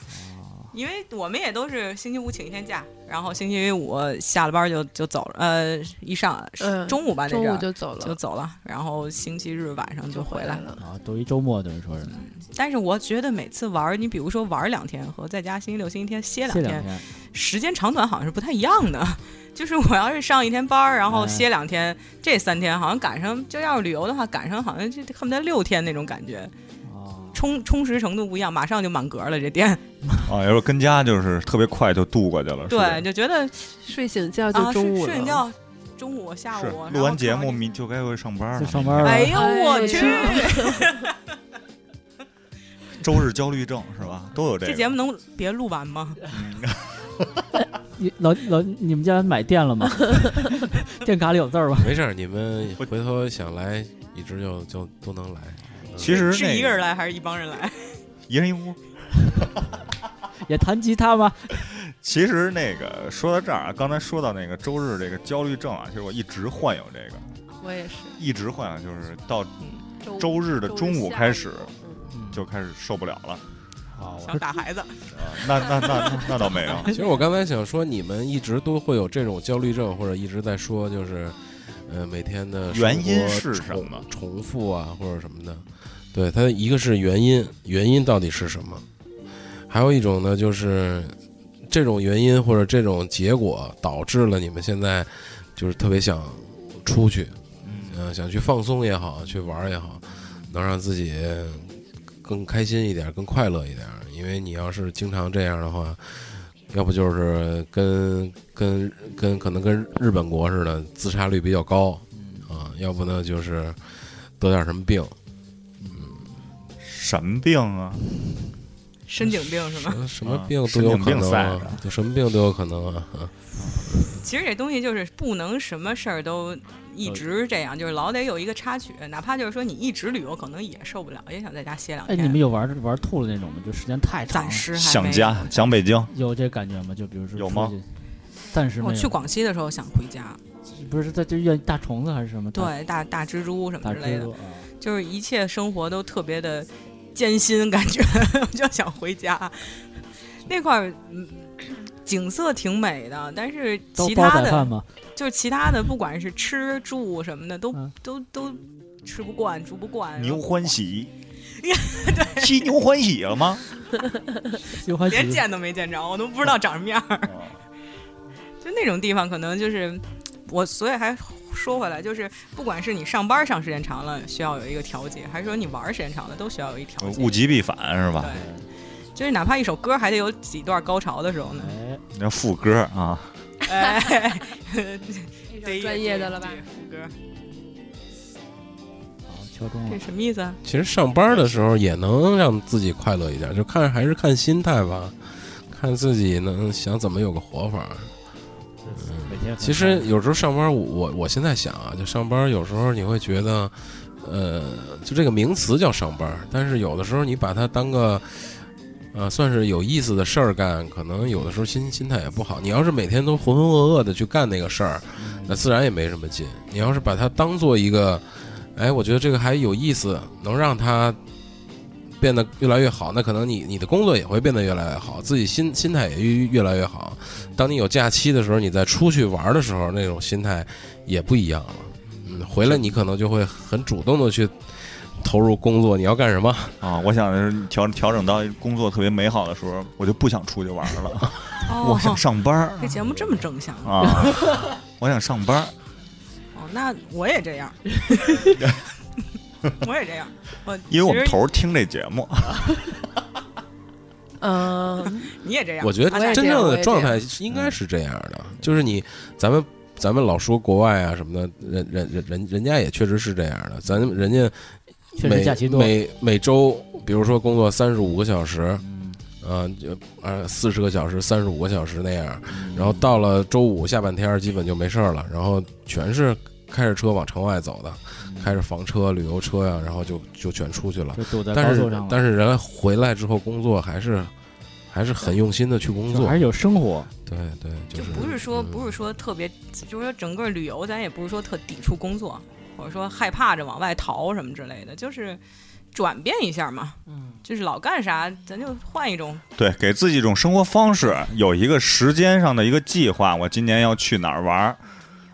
Speaker 5: 因为哎我们也都是星期五请一天假，然后星期五下了班就就走了，呃，一上
Speaker 4: 嗯
Speaker 5: 中午吧那
Speaker 4: 中
Speaker 5: 阵
Speaker 4: 午
Speaker 5: 儿
Speaker 4: 就走
Speaker 5: 就
Speaker 4: 了，
Speaker 5: 走了，然后星期日晚上就
Speaker 4: 就
Speaker 5: 回来
Speaker 4: 来
Speaker 5: 了。
Speaker 4: 了。
Speaker 2: 啊，都一周末等于说是
Speaker 5: 但是我觉得每次玩儿，你比如说玩儿两天和在家星期六、星期天歇两
Speaker 2: 歇
Speaker 5: 天
Speaker 2: 两，天，
Speaker 5: 时间长短好像是不太一样的。 就是我要是上一天班儿，然后
Speaker 2: 哎
Speaker 5: 歇两天，这三天好像赶上，就要是旅游的话，赶上好像就恨不得六天那种感觉，
Speaker 2: 啊，
Speaker 3: 哦
Speaker 5: 充充实程度不一样，马上就满格了。这店
Speaker 3: 啊，要是跟家就是特别快就度过去哦了。是吧
Speaker 5: 对，就觉得
Speaker 4: 睡醒觉
Speaker 5: 啊，
Speaker 4: 就中
Speaker 5: 睡
Speaker 4: 午
Speaker 5: 睡
Speaker 4: 了。
Speaker 5: 觉，中午下
Speaker 3: 是
Speaker 5: 午
Speaker 3: 录完节目，你就该回上班了。
Speaker 2: 就上班了
Speaker 5: 哎呦我
Speaker 4: 哎
Speaker 5: 去！
Speaker 3: 周日焦虑症是吧？都有这
Speaker 5: 这
Speaker 3: 个。
Speaker 5: 节目能别录完吗？
Speaker 3: 嗯
Speaker 2: 你老老你们家买电了吗？电卡里有字儿吗？
Speaker 1: 没事儿，你们回头想来，一直就就都能来。
Speaker 3: 其实
Speaker 5: 嗯是
Speaker 3: 那
Speaker 5: 一个人来还是一帮人来？
Speaker 3: 一人一屋。
Speaker 2: 也弹吉他吗？
Speaker 3: 其实那个说到这儿啊，刚才说到那个周日这个焦虑症啊，其实我一直患有这个，
Speaker 4: 我也是，
Speaker 3: 一直患有，就是到
Speaker 4: 周
Speaker 3: 周日的中午开始
Speaker 4: 下午嗯
Speaker 3: 就开始受不了了。
Speaker 2: 好
Speaker 5: 想打孩子，
Speaker 3: 啊，那那那那倒没 有，
Speaker 1: 其实我刚才想说，你们一直都会有这种焦虑症，或者一直在说，就是，呃，每天的生
Speaker 3: 原
Speaker 1: 活
Speaker 3: 因是
Speaker 1: 重
Speaker 3: 什么？
Speaker 1: 重复啊，或者什么的。对，它一个是原因，原因到底是什么？还有一种呢，就是这种原因或者这种结果导致了你们现在就是特别想出去，
Speaker 3: 嗯，
Speaker 1: 嗯、想去放松也好，去玩儿也好，能让自己更开心一点，更快乐一点。因为你要是经常这样的话，要不就是跟跟跟可能跟日本国似的，自杀率比较高，
Speaker 2: 嗯
Speaker 1: 啊、要不呢就是得点什么病，
Speaker 3: 什么病啊？
Speaker 5: 神经病是吗？
Speaker 1: 呃什么
Speaker 3: 啊
Speaker 1: 病都
Speaker 3: 神
Speaker 1: 有
Speaker 3: 经
Speaker 1: 可
Speaker 3: 病
Speaker 1: 能、
Speaker 3: 赛
Speaker 1: 啊
Speaker 3: 的，
Speaker 1: 就什么病都有可能啊。啊
Speaker 5: 其实这东西就是不能什么事儿都一直这样，就是老得有一个插曲，哪怕就是说你一直旅游，可能也受不了，也想在家歇两
Speaker 2: 哎，
Speaker 5: 天。
Speaker 2: 你们有玩玩吐了那种吗？就时间太长
Speaker 5: 暂，
Speaker 2: 了
Speaker 5: 时还
Speaker 3: 想
Speaker 5: 没
Speaker 3: 家，想北京，
Speaker 2: 有这感觉吗？就比如说
Speaker 3: 有吗
Speaker 2: 出去？暂时没
Speaker 5: 我
Speaker 2: 有。
Speaker 5: 去广西的时候想回家，
Speaker 2: 不是在这院大虫子还是什么？大，
Speaker 5: 对，大大蜘蛛什么
Speaker 2: 大
Speaker 5: 之类
Speaker 2: 蜘
Speaker 5: 的
Speaker 2: 蛛，啊。
Speaker 5: 就是一切生活都特别的艰辛，感觉 我就想回家。那块儿嗯景色挺美的，但是
Speaker 2: 都
Speaker 5: 其
Speaker 2: 煲
Speaker 5: 他
Speaker 2: 仔饭
Speaker 5: 的
Speaker 2: 吗？
Speaker 5: 就是其他的，不管是吃住什么的，都、
Speaker 2: 嗯
Speaker 5: 都都吃不惯，住不惯。
Speaker 3: 牛欢喜，七牛欢喜了 吗？
Speaker 2: 喜欢
Speaker 5: 连见都没见着，我都不知道长什么样儿。
Speaker 3: 哦
Speaker 5: 就那种地方，可能就是我，所以还说回来，就是不管是你上班上时间长了，需要有一个调节，还是说你玩儿时间长了，都需要有一调节。
Speaker 3: 物极必反是吧？
Speaker 5: 对，就是哪怕一首歌还得有几段高潮的时候呢。
Speaker 2: 哎，
Speaker 3: 那副歌啊，
Speaker 5: 哎，
Speaker 4: 这
Speaker 5: 得
Speaker 4: 是专业的了吧
Speaker 5: 得？副歌，
Speaker 2: 好敲钟
Speaker 5: 这
Speaker 2: 了。
Speaker 5: 什么意思啊？
Speaker 1: 其实上班的时候也能让自己快乐一点，就看还是看心态吧，看自己能想怎么有个活法。
Speaker 2: 嗯每天
Speaker 1: 其实有时候上班我，我我现在想啊，就上班有时候你会觉得，呃，就这个名词叫上班，但是有的时候你把它当个，呃，算是有意思的事儿干，可能有的时候心心态也不好。你要是每天都浑浑噩噩的去干那个事儿，那自然也没什么劲。你要是把它当做一个，哎，我觉得这个还有意思，能让它。变得越来越好，那可能你你的工作也会变得越来越好，自己心心态也越越来越好。当你有假期的时候，你再出去玩的时候，那种心态也不一样了。嗯，回来你可能就会很主动的去投入工作，你要干什么？
Speaker 3: 啊，我想的是调调整到工作特别美好的时候，我就不想出去玩 了，我想上班儿
Speaker 5: 这节目这么正向
Speaker 3: 嗯啊，我想上班儿。
Speaker 5: 哦，那我也这样， 我也这样，我
Speaker 3: 因为我们
Speaker 5: 其实
Speaker 3: 头儿听这节 目，
Speaker 4: 嗯，
Speaker 5: 你也这样，
Speaker 1: 我觉
Speaker 5: 咱
Speaker 1: 得
Speaker 5: 俩
Speaker 1: 真正的状
Speaker 4: 我
Speaker 1: 态是应
Speaker 2: 嗯
Speaker 1: 该是这样的，就是你咱们。咱们老说国外啊什么的，人人人人人家也确实是这样的。咱们人家
Speaker 2: 确
Speaker 1: 每
Speaker 2: 实假期多，
Speaker 1: 每每周，比如说工作三十五个小时，嗯，就呃四十个小时、三十五个小时那样，
Speaker 2: 嗯
Speaker 1: 然后到了周五下半天儿基本就没事儿了，然后全是开着车往城外走的，开着房车、旅游车呀、然后就就全出去了。
Speaker 2: 嗯就堵在
Speaker 1: 但
Speaker 2: 高速
Speaker 1: 是
Speaker 2: 上了。
Speaker 1: 但是人家回来之后工作还是还是很用心的去工
Speaker 2: 就
Speaker 1: 作
Speaker 2: 还，是有生活，
Speaker 1: 对对，
Speaker 5: 就是不是说
Speaker 1: 嗯
Speaker 5: 不是说特别，就是说整个旅游，咱也不是说特抵触工作，或者说害怕着往外逃什么之类的，就是转变一下嘛。嗯，就是老干啥，咱就换一种。
Speaker 3: 对，给自己一种生活方式，有一个时间上的一个计划，我今年要去哪儿玩儿，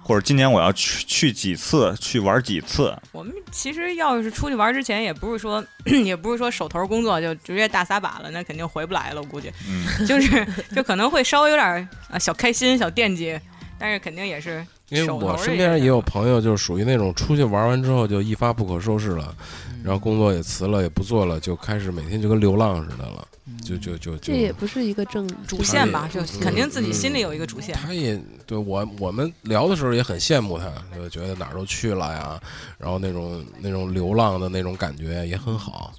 Speaker 3: 或者今年我要去去几次，去玩几次，
Speaker 5: 我们其实要是出去玩之前，也不是说 也不是说手头工作就直接大撒把了，那肯定回不来了，我估计。
Speaker 3: 嗯，
Speaker 5: 就是就可能会稍微有点儿啊小开心、小惦记，但是肯定也是
Speaker 1: 因为
Speaker 5: 手头
Speaker 1: 我
Speaker 5: 儿
Speaker 1: 身
Speaker 5: 这
Speaker 1: 边
Speaker 5: 个事
Speaker 1: 也
Speaker 5: 儿
Speaker 1: 有
Speaker 5: 吧
Speaker 1: 朋友，就是属于那种出去玩完之后就一发不可收拾了，然后工作也辞了，也不做了，就开始每天就跟流浪似的了，就就就
Speaker 4: 这
Speaker 1: 就。
Speaker 4: 也不是一个正
Speaker 5: 主线吧，就
Speaker 4: 正
Speaker 5: 肯定
Speaker 2: 嗯
Speaker 5: 自己心里有一个主线。
Speaker 1: 嗯他也对我我们聊的时候也很羡慕他，就觉得哪儿都去了呀，然后那种那种流浪的那种感觉也很好，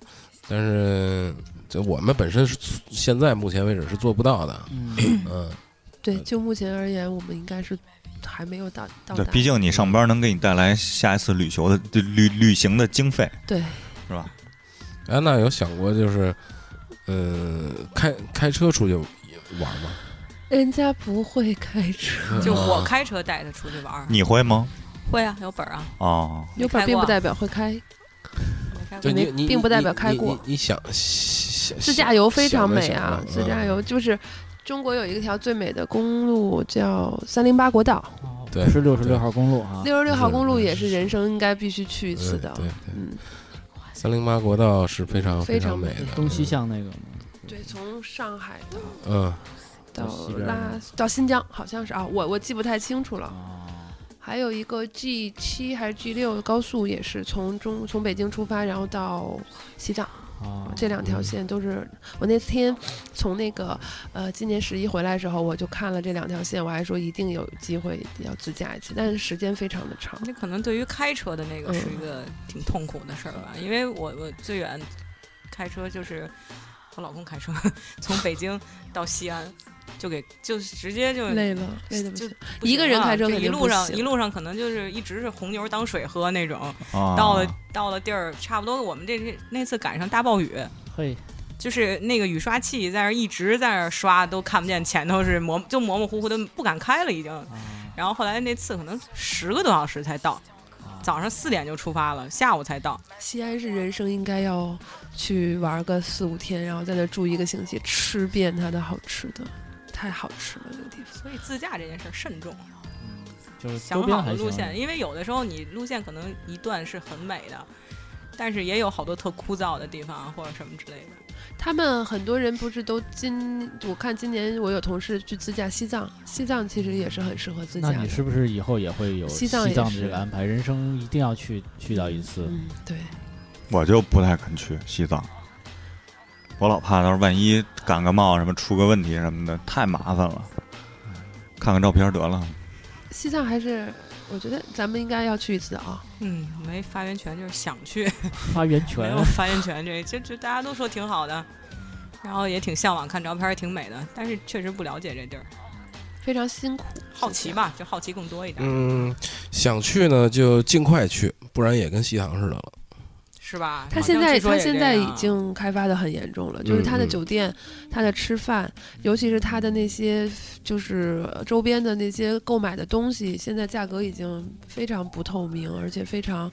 Speaker 1: 但是就我们本身是现在目前为止是做不到的，
Speaker 2: 嗯，
Speaker 1: 嗯，
Speaker 4: 对，就目前而言，我们应该是还没有到到
Speaker 3: 对，
Speaker 4: 达。
Speaker 3: 毕竟你上班能给你带来下一次旅游的旅旅行的经费，
Speaker 4: 对，
Speaker 3: 是吧？
Speaker 1: 安娜有想过就是，嗯、开开车出去玩吗？
Speaker 4: 人家不会开车，
Speaker 5: 就我
Speaker 1: 啊
Speaker 5: 开车带他出去玩儿，
Speaker 3: 你会吗？
Speaker 5: 会啊，有本儿啊，
Speaker 3: 哦，
Speaker 4: 有本
Speaker 5: 开
Speaker 4: 儿并
Speaker 5: 过
Speaker 4: 不代表会开。
Speaker 5: 没开
Speaker 1: 就
Speaker 5: 过
Speaker 4: 没
Speaker 1: 你你
Speaker 4: 并不代表开
Speaker 1: 你
Speaker 4: 过
Speaker 1: 你你你想想
Speaker 4: 自驾游非常美
Speaker 1: 想嗯
Speaker 4: 啊
Speaker 1: 没，想过
Speaker 4: 自驾游就是中国有一条最美的公路叫三零八国道，
Speaker 2: 哦
Speaker 1: 对
Speaker 2: 不是六十
Speaker 1: 对
Speaker 2: 六号公路啊，
Speaker 4: 六十六号
Speaker 1: 是
Speaker 4: 公路
Speaker 1: 嗯
Speaker 4: 也是人生应该必须去一
Speaker 1: 对
Speaker 4: 次的。
Speaker 1: 对对，
Speaker 4: 嗯，
Speaker 1: 三零八国道是非常
Speaker 4: 非常
Speaker 1: 美
Speaker 4: 美
Speaker 1: 的，
Speaker 2: 东西向那个嘛，
Speaker 4: 对，从上海到
Speaker 1: 嗯，
Speaker 4: 到
Speaker 2: 到西边儿
Speaker 4: 拉到新疆，好像是啊，我我记不太清楚了。
Speaker 2: 啊，
Speaker 4: 还有一个 G 七还是 G 六高速也是从中从北京出发，然后到西藏，
Speaker 2: 啊
Speaker 4: 这两条线都是我那天从那个呃今年十一回来的时候，我就看了这两条线，我还说一定有机会要自驾一次，但是时间非常的长。
Speaker 5: 那可能对于开车的那个是一个挺痛苦的事儿吧，因为我我最远开车就是我老公开车，从北京到西安，就给就直接就
Speaker 4: 累了，累的不
Speaker 5: 就
Speaker 4: 行。
Speaker 5: 不行
Speaker 4: 一个人
Speaker 5: 了
Speaker 4: 开车
Speaker 5: 就
Speaker 4: 肯
Speaker 5: 一
Speaker 4: 定
Speaker 5: 路
Speaker 4: 不
Speaker 5: 上
Speaker 4: 行
Speaker 5: 一路上可能就是一直是红牛当水喝那种，
Speaker 3: 啊
Speaker 5: 到了到了地儿差不多我们这这那次赶上大暴雨，
Speaker 2: 嘿，
Speaker 5: 就是那个雨刷器在那儿一直在那儿刷，都看不见前头是模就模模糊糊的不敢开了已经。
Speaker 2: 啊
Speaker 5: 然后后来那次可能十个多小时才到，早上四点就出发了，下午才到。
Speaker 4: 西安是人生应该要去玩个四五天，然后在那住一个星期，吃遍它的好吃的，太好吃了这个地方。
Speaker 5: 所以自驾这件事儿慎重，啊
Speaker 2: 就是周
Speaker 5: 想
Speaker 2: 边
Speaker 5: 好
Speaker 2: 还
Speaker 5: 了
Speaker 2: 行啊
Speaker 5: 路线，因为有的时候你路线可能一段是很美的，但是也有好多特枯燥的地方或者什么之类的。
Speaker 4: 他们很多人不是都今，我看今年我有同事去自驾西藏，西藏其实也是很适合自驾
Speaker 2: 那
Speaker 4: 的
Speaker 2: 你。是不是以后也会有
Speaker 4: 西
Speaker 2: 西
Speaker 4: 藏
Speaker 2: 藏
Speaker 4: 也
Speaker 2: 的
Speaker 4: 是
Speaker 2: 这个安排？人生一定要去去到一次，
Speaker 4: 嗯，对，
Speaker 3: 我就不太敢去西藏，我老怕到时候万一感个冒什么出个问题什么的，太麻烦了。看看照片得了，
Speaker 4: 西藏还是我觉得咱们应该要去一次的啊。
Speaker 5: 嗯，没发言权就是想去，
Speaker 2: 发源
Speaker 5: 没
Speaker 2: 泉
Speaker 5: 有发言权这就就大家都说挺好的，然后也挺向往，看照片儿挺美的，但是确实不了解这地儿，
Speaker 4: 非常辛苦，
Speaker 5: 好奇吧，就好奇更多一点，
Speaker 1: 嗯，想去呢就尽快去，不然也跟西塘似的了。
Speaker 5: 是吧？
Speaker 4: 他现在
Speaker 5: 好像据说
Speaker 4: 他
Speaker 5: 也
Speaker 4: 现
Speaker 5: 这
Speaker 4: 在已
Speaker 5: 样
Speaker 4: 经开发的很严重了，就是他的
Speaker 1: 嗯嗯
Speaker 4: 酒店、他的吃饭，尤其是他的那些就是周边的那些购买的东西，现在价格已经非常不透明，而且非常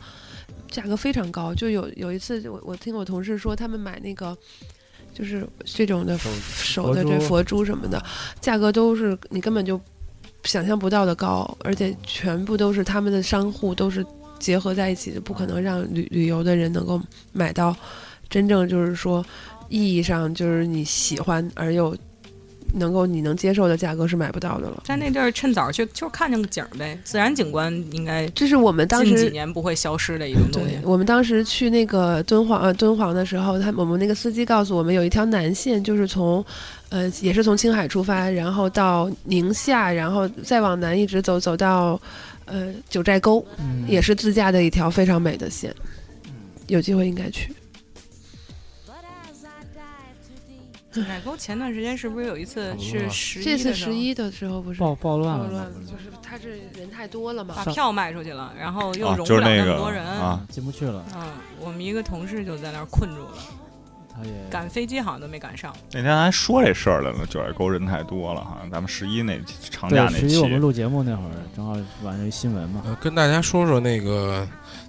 Speaker 4: 价格非常高。就有有一次我，我听我同事说，他们买那个。就是这种的
Speaker 1: 手
Speaker 4: 手的
Speaker 1: 佛
Speaker 4: 这
Speaker 1: 珠
Speaker 4: 佛珠什么的，价格都是你根本就想象不到的高，而且全部都是他们的商户都是结合在一起的，不可能让旅旅游的人能够买到真正就是说意义上就是你喜欢而又能够你能接受的价格是买不到的了。
Speaker 5: 在那地儿趁早去，就是看见个景儿呗，自然景观应该
Speaker 4: 这是我们当
Speaker 5: 近几
Speaker 4: 时。
Speaker 5: 年不会消失的一种东
Speaker 4: 对
Speaker 5: 西。
Speaker 4: 我们当时去那个敦煌呃敦煌的时候，他我们那个司机告诉我们有一条南线，就是从，呃也是从青海出发，然后到宁夏，然后再往南一直走走到，呃九寨沟，
Speaker 2: 嗯
Speaker 4: 也是自驾的一条非常美的线，有机会应该去。
Speaker 5: 奶沟前段时间是不是有一次
Speaker 1: 好
Speaker 5: 是
Speaker 1: 吧
Speaker 5: 十一？
Speaker 4: 这次十一的时候不是
Speaker 2: 嗯暴暴乱
Speaker 4: 暴
Speaker 2: 了
Speaker 4: 乱
Speaker 2: 嘛
Speaker 4: 了，就是他是人太多了
Speaker 5: 把
Speaker 4: 嘛，
Speaker 5: 票卖出去了，然后又
Speaker 3: 啊，
Speaker 5: 容
Speaker 3: 就
Speaker 5: 不
Speaker 3: 是
Speaker 5: 了
Speaker 3: 那
Speaker 5: 么
Speaker 3: 个
Speaker 5: 多人。
Speaker 3: 啊，，
Speaker 2: 进不去了，
Speaker 5: 嗯，我们一个同事就在那儿困住了，
Speaker 2: 他也
Speaker 5: 赶飞机好像都没赶上。
Speaker 3: 那天还说这事儿来了，九寨沟人太多了，好像咱们十一那长假
Speaker 2: 对，
Speaker 3: 那
Speaker 2: 十一我们
Speaker 3: 期，
Speaker 2: 录节目那会儿，正好晚上一新闻嘛，
Speaker 1: 呃，跟大家说说那个，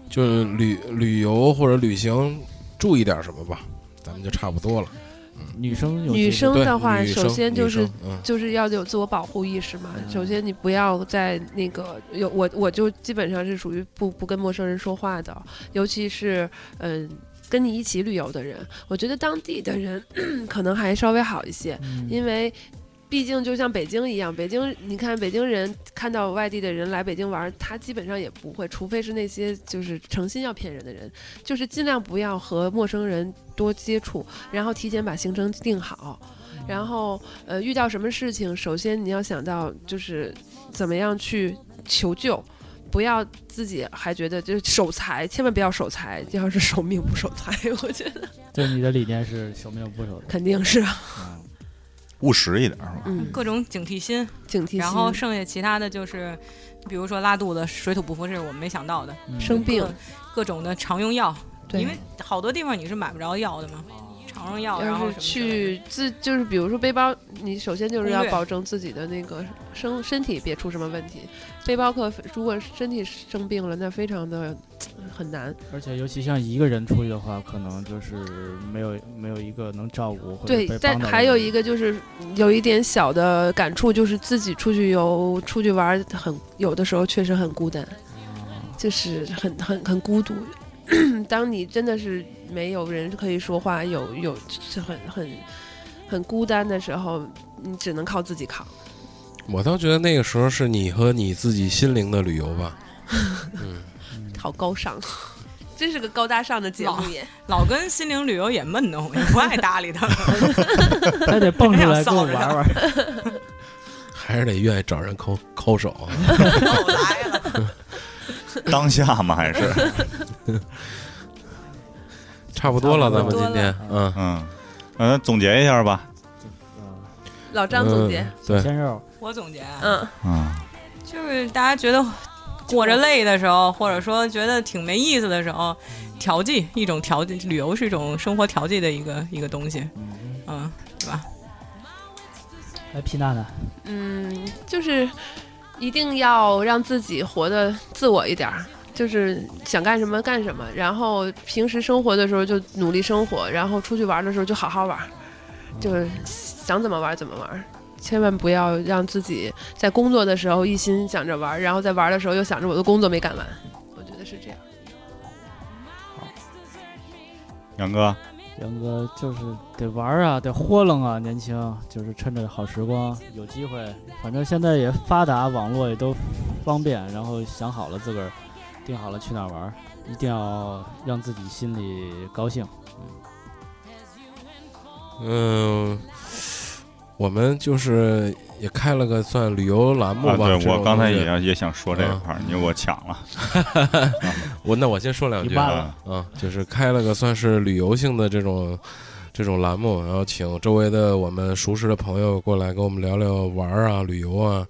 Speaker 1: 就是旅旅游或者旅行注意点什么吧，咱们就差不多了。嗯
Speaker 2: 女生有
Speaker 4: 女
Speaker 2: 机会
Speaker 4: 生
Speaker 1: 对，
Speaker 4: 的话
Speaker 1: 女生
Speaker 4: 首先就是
Speaker 1: 女生嗯，
Speaker 4: 就是要有自我保护意识嘛。
Speaker 2: 嗯
Speaker 4: 首先，你不要在那个有我，我就基本上是属于不不跟陌生人说话的，尤其是嗯。跟你一 起旅游的人，我觉得当地的人可能还稍微好一些，
Speaker 2: 嗯
Speaker 4: 因为毕竟就像北京一样，北京你看北京人看到外地的人来北京玩，他基本上也不会，除非是那些就是诚心要骗人的人，就是尽量不要和陌生人多接触，然后提前把行程定好，然后呃遇到什么事情，首先你要想到就是怎么样去求救。不要自己还觉得就是守财，千万不要守财，要是守命不守财， 我觉得
Speaker 2: 对你的理念是守命不守财。
Speaker 4: 肯定是啊，
Speaker 3: 务实一点是吧？
Speaker 4: 嗯，
Speaker 5: 各种警惕心，
Speaker 4: 警惕心。
Speaker 5: 然后剩下其他的就是，比如说拉肚子、水土不服，这是我们没想到的。
Speaker 2: 嗯
Speaker 4: 生病，
Speaker 5: 各种的常用药，
Speaker 4: 对，
Speaker 5: 因为好多地方你是买不着药的
Speaker 3: 啊
Speaker 5: 嘛，常用药，然后
Speaker 4: 要是
Speaker 5: 什么之类的
Speaker 4: 去自就是比如说背包，你首先就是要
Speaker 5: 攻略
Speaker 4: 保证自己的那个生身体别出什么问题。背包客如果身体生病了，那非常的很难。
Speaker 2: 而且尤其像一个人出去的话，可能就是没有没有一个能照顾或者
Speaker 4: 对
Speaker 2: 被，
Speaker 4: 但
Speaker 2: 帮到的
Speaker 4: 还有一
Speaker 2: 人
Speaker 4: 个就是有一点小的感触，就是自己出去游、出去玩很，有的时候确实很孤单，
Speaker 2: 啊
Speaker 4: 就是很很很孤独。 当你真的是没有人可以说话，有有是很很很孤单的时候，你只能靠自己扛。
Speaker 1: 我倒觉得那个时候是你和你自己心灵的旅游 吧。嗯，
Speaker 4: 好高尚， 真是个高大上的节目耶！
Speaker 5: 老跟心灵旅游也闷得慌，也不爱搭理他们。
Speaker 2: 还得蹦出来跟我
Speaker 5: 还想扫着
Speaker 2: 玩
Speaker 5: 他
Speaker 2: 玩。
Speaker 1: 还是得愿意找人抠抠手 啊。
Speaker 5: 我来了，
Speaker 3: 当下嘛还是，
Speaker 1: 差不多了，咱
Speaker 2: 差
Speaker 1: 们
Speaker 2: 不
Speaker 1: 今
Speaker 5: 多
Speaker 1: 天
Speaker 5: 了，
Speaker 1: 嗯，
Speaker 3: 嗯，嗯，总结一下吧，
Speaker 2: 啊
Speaker 4: 老张总结，
Speaker 1: 嗯，对，
Speaker 2: 鲜肉，
Speaker 5: 我总结啊，
Speaker 4: 嗯，
Speaker 3: 嗯，
Speaker 5: 就是大家觉得活着累的时候，或者说觉得挺没意思的时候，调剂一种调剂，旅游是一种生活调剂的一个一个东西，
Speaker 2: 嗯，
Speaker 5: 嗯。
Speaker 2: 来皮娜娜，
Speaker 4: 嗯，就是一定要让自己活得自我一点儿，就是想干什么干什么，然后平时生活的时候就努力生活，然后出去玩的时候就好好玩儿，
Speaker 3: 嗯
Speaker 4: 就是想怎么玩儿怎么玩儿。千万不要让自己在工作的时候一心想着玩儿，然后在玩儿的时候又想着我的工作没干完，我觉得是这样。
Speaker 3: 杨哥，
Speaker 2: 杨哥就是得玩啊，得豁楞啊，年轻就是趁着好时光，有机会，反正现在也发达，网络也都方便，然后想好了自个儿，定好了去哪儿玩，一定要让自己心里高兴。
Speaker 1: 嗯，我们就是也开了个算旅游栏目
Speaker 3: 啊，
Speaker 1: 吧。
Speaker 3: 对
Speaker 1: 这种
Speaker 3: 我刚才
Speaker 1: 东西
Speaker 3: 也要也想说这一块儿，因为我抢了，
Speaker 1: 嗯 我那我先说两
Speaker 2: 你
Speaker 1: 句
Speaker 2: 慢
Speaker 1: 啊
Speaker 2: 了，
Speaker 3: 嗯
Speaker 1: 嗯，就是开了个算是旅游性的这种这种栏目，然后请周围的我们熟识的朋友过来跟我们聊聊玩儿啊、旅游啊，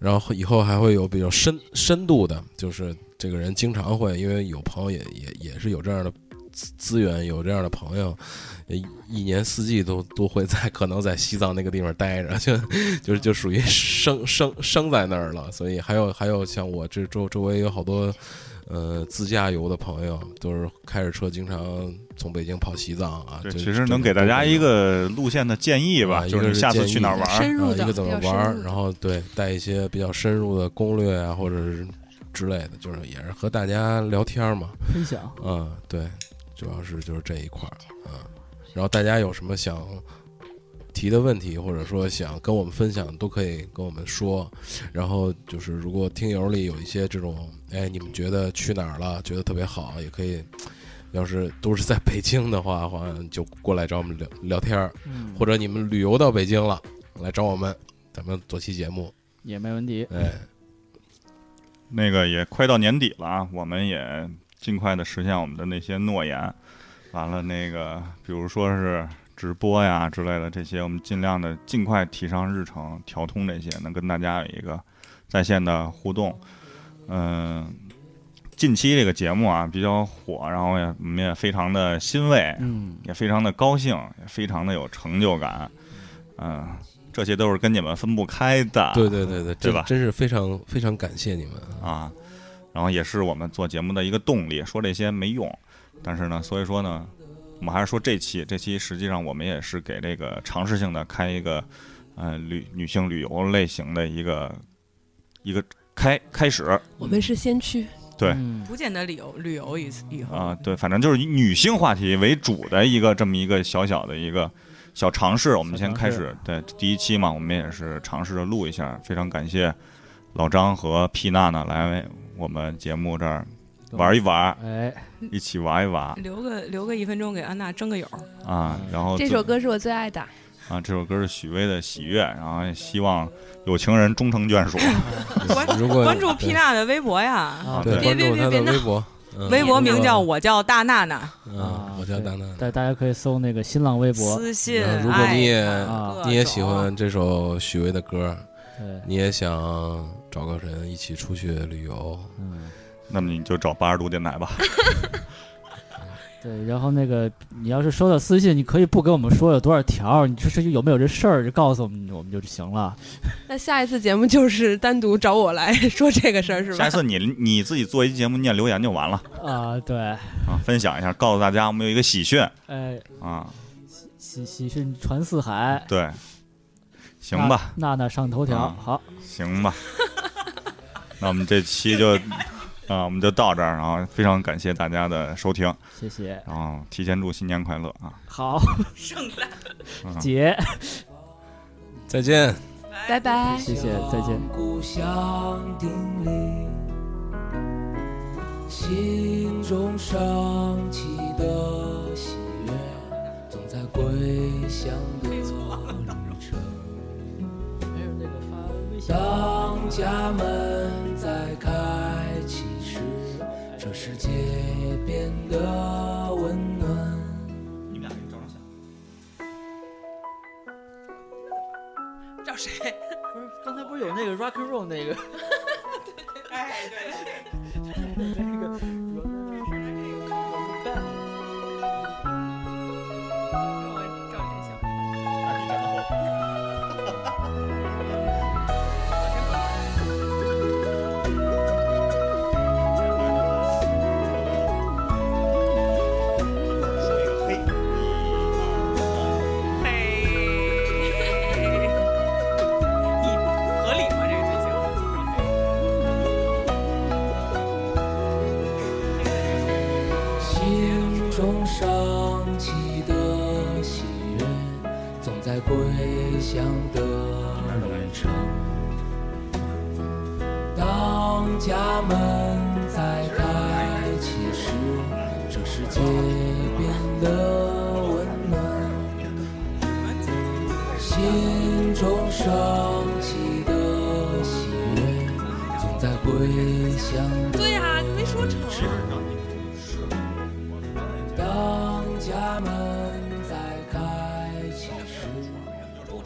Speaker 1: 然后以后还会有比较深深度的，就是这个人经常会，因为有朋友也也也是有这样的资资源，有这样的朋友，呃一年四季都都会在可能在西藏那个地方待着，就就是就属于生 生生在那儿了，所以还有还有像我这周周围有好多。呃，自驾游的朋友都是开着车，经常从北京跑西藏啊。
Speaker 3: 对，
Speaker 1: 就
Speaker 3: 其实能给大家一个路线的建议吧，
Speaker 1: 啊
Speaker 3: 就
Speaker 1: 一个
Speaker 3: 你
Speaker 1: 是
Speaker 3: 下次
Speaker 1: 建议
Speaker 3: 去哪儿玩儿，
Speaker 4: 深入
Speaker 1: 啊，
Speaker 4: 的，
Speaker 1: 一个怎
Speaker 4: 比
Speaker 1: 么
Speaker 4: 较深
Speaker 1: 玩儿
Speaker 4: 入，的
Speaker 1: 然后对带一些比较深入的攻略啊，或者是之类的，就是也是和大家聊天儿嘛。
Speaker 2: 分享，
Speaker 1: 嗯，对，主要是就是这一块儿，嗯，然后大家有什么想提的问题，或者说想跟我们分享，都可以跟我们说。然后就是，如果听友里有一些这种，哎，你们觉得去哪儿了，觉得特别好，也可以。要是都是在北京的话，好像就过来找我们聊聊天儿，
Speaker 2: 嗯
Speaker 1: 或者你们旅游到北京了，来找我们，咱们做期节目。
Speaker 2: 也没问题。
Speaker 1: 哎，
Speaker 3: 那个也快到年底了啊，我们也尽快的实现我们的那些诺言。完了，那个比如说是直播呀之类的这些，我们尽量的尽快提上日程，调通这些，能跟大家有一个在线的互动。嗯、近期这个节目啊比较火，然后也我们也非常的欣慰，
Speaker 2: 嗯，
Speaker 3: 也非常的高兴，也非常的有成就感。嗯、这些都是跟你们分不开的。
Speaker 1: 对对对
Speaker 3: 对
Speaker 1: 对，真
Speaker 3: 吧
Speaker 1: 真是非常非常感谢你们啊。
Speaker 3: 啊，然后也是我们做节目的一个动力。说这些没用，但是呢，所以说呢，我们还是说这期，这期实际上我们也是给这个尝试性的开一个，呃，旅女性旅游类型的一个一个开开始
Speaker 4: 我们是先驱，
Speaker 3: 对
Speaker 2: 嗯
Speaker 5: 不见得旅游旅游一次以后
Speaker 3: 啊啊、对，反正就是以女性话题为主的一个这么一个小小的一个小尝试，我们
Speaker 2: 小
Speaker 3: 先
Speaker 2: 尝
Speaker 3: 开
Speaker 2: 试
Speaker 3: 始。对，第一期嘛，我们也是尝试着录一下，非常感谢老张和皮娜娜来我们节目这儿玩一玩，
Speaker 2: 哎，
Speaker 3: 一起玩一玩
Speaker 7: 留个留个一分钟给安娜争个友。
Speaker 2: 嗯
Speaker 3: 啊。然后
Speaker 5: 这
Speaker 3: 最
Speaker 5: 首歌是我最爱的，
Speaker 3: 啊，这首歌是许巍的《喜悦》，然后也希望有情人终成眷属。
Speaker 7: 关
Speaker 1: 如果
Speaker 7: 关注皮娜的微博呀，
Speaker 2: 啊
Speaker 1: 对，
Speaker 3: 对
Speaker 1: 关
Speaker 7: 别
Speaker 1: 注
Speaker 7: 别
Speaker 1: 他
Speaker 7: 别
Speaker 1: 的
Speaker 7: 闹
Speaker 1: 微博，嗯
Speaker 7: 微博名叫
Speaker 2: 啊
Speaker 7: 我叫大娜娜，
Speaker 1: 嗯，我叫
Speaker 2: 对
Speaker 1: 丹丹。
Speaker 2: 大大家可以搜那个新浪微博，
Speaker 7: 私信
Speaker 1: 嗯。如果你也
Speaker 7: 爱
Speaker 2: 啊
Speaker 1: 你也喜，欢这首许巍的歌，
Speaker 2: 对，
Speaker 1: 你也想找个人一起出去旅游，
Speaker 2: 嗯，
Speaker 3: 那么你就找八十度电台吧。
Speaker 2: 对，然后那个你要是收到私信，你可以不跟我们说有多少条，你就是有没有这事儿就告诉我们，我们就行了。
Speaker 4: 那下一次节目就是单独找我来说这个事儿，是
Speaker 3: 下
Speaker 4: 吧
Speaker 3: 一？次你你自己做一期节目念留言就完了
Speaker 2: 啊，对，
Speaker 3: 啊，分享一下，告诉大家我们有一个喜讯
Speaker 2: 哎，
Speaker 3: 啊，
Speaker 2: 喜喜讯传四海，
Speaker 3: 对，行吧，
Speaker 2: 娜，娜娜上头条，
Speaker 3: 啊
Speaker 2: 啊好，
Speaker 3: 行吧， 那我们这期就啊，我们就到这儿，然后非常感谢大家的收听，
Speaker 2: 谢谢，
Speaker 3: 然后提前祝新年快乐啊，
Speaker 2: 好，
Speaker 7: 盛赞，
Speaker 3: 嗯
Speaker 2: 姐，
Speaker 1: 再见。
Speaker 5: 拜拜。
Speaker 2: 谢谢，再见。
Speaker 10: 故乡叮咛，心中升起的喜悦，总在归乡的旅程。当家门再开启时，这世界变得温暖。
Speaker 3: 你们俩给照张相。
Speaker 4: 找谁？
Speaker 2: 不是，刚才不是有那个 rock and roll 那个？哎，对，那个。
Speaker 4: 让我找谁想？
Speaker 3: 那你站到后边。说一个嘿，
Speaker 7: 嘿，你合理吗？这个剧情？
Speaker 10: 心中升起的喜悦，总在归乡的旅程。当家门再开启时，这世界变得温暖。心中升起的喜悦，总在归乡的
Speaker 4: 对呀、你没说成。
Speaker 10: 哎当家门再开启时，我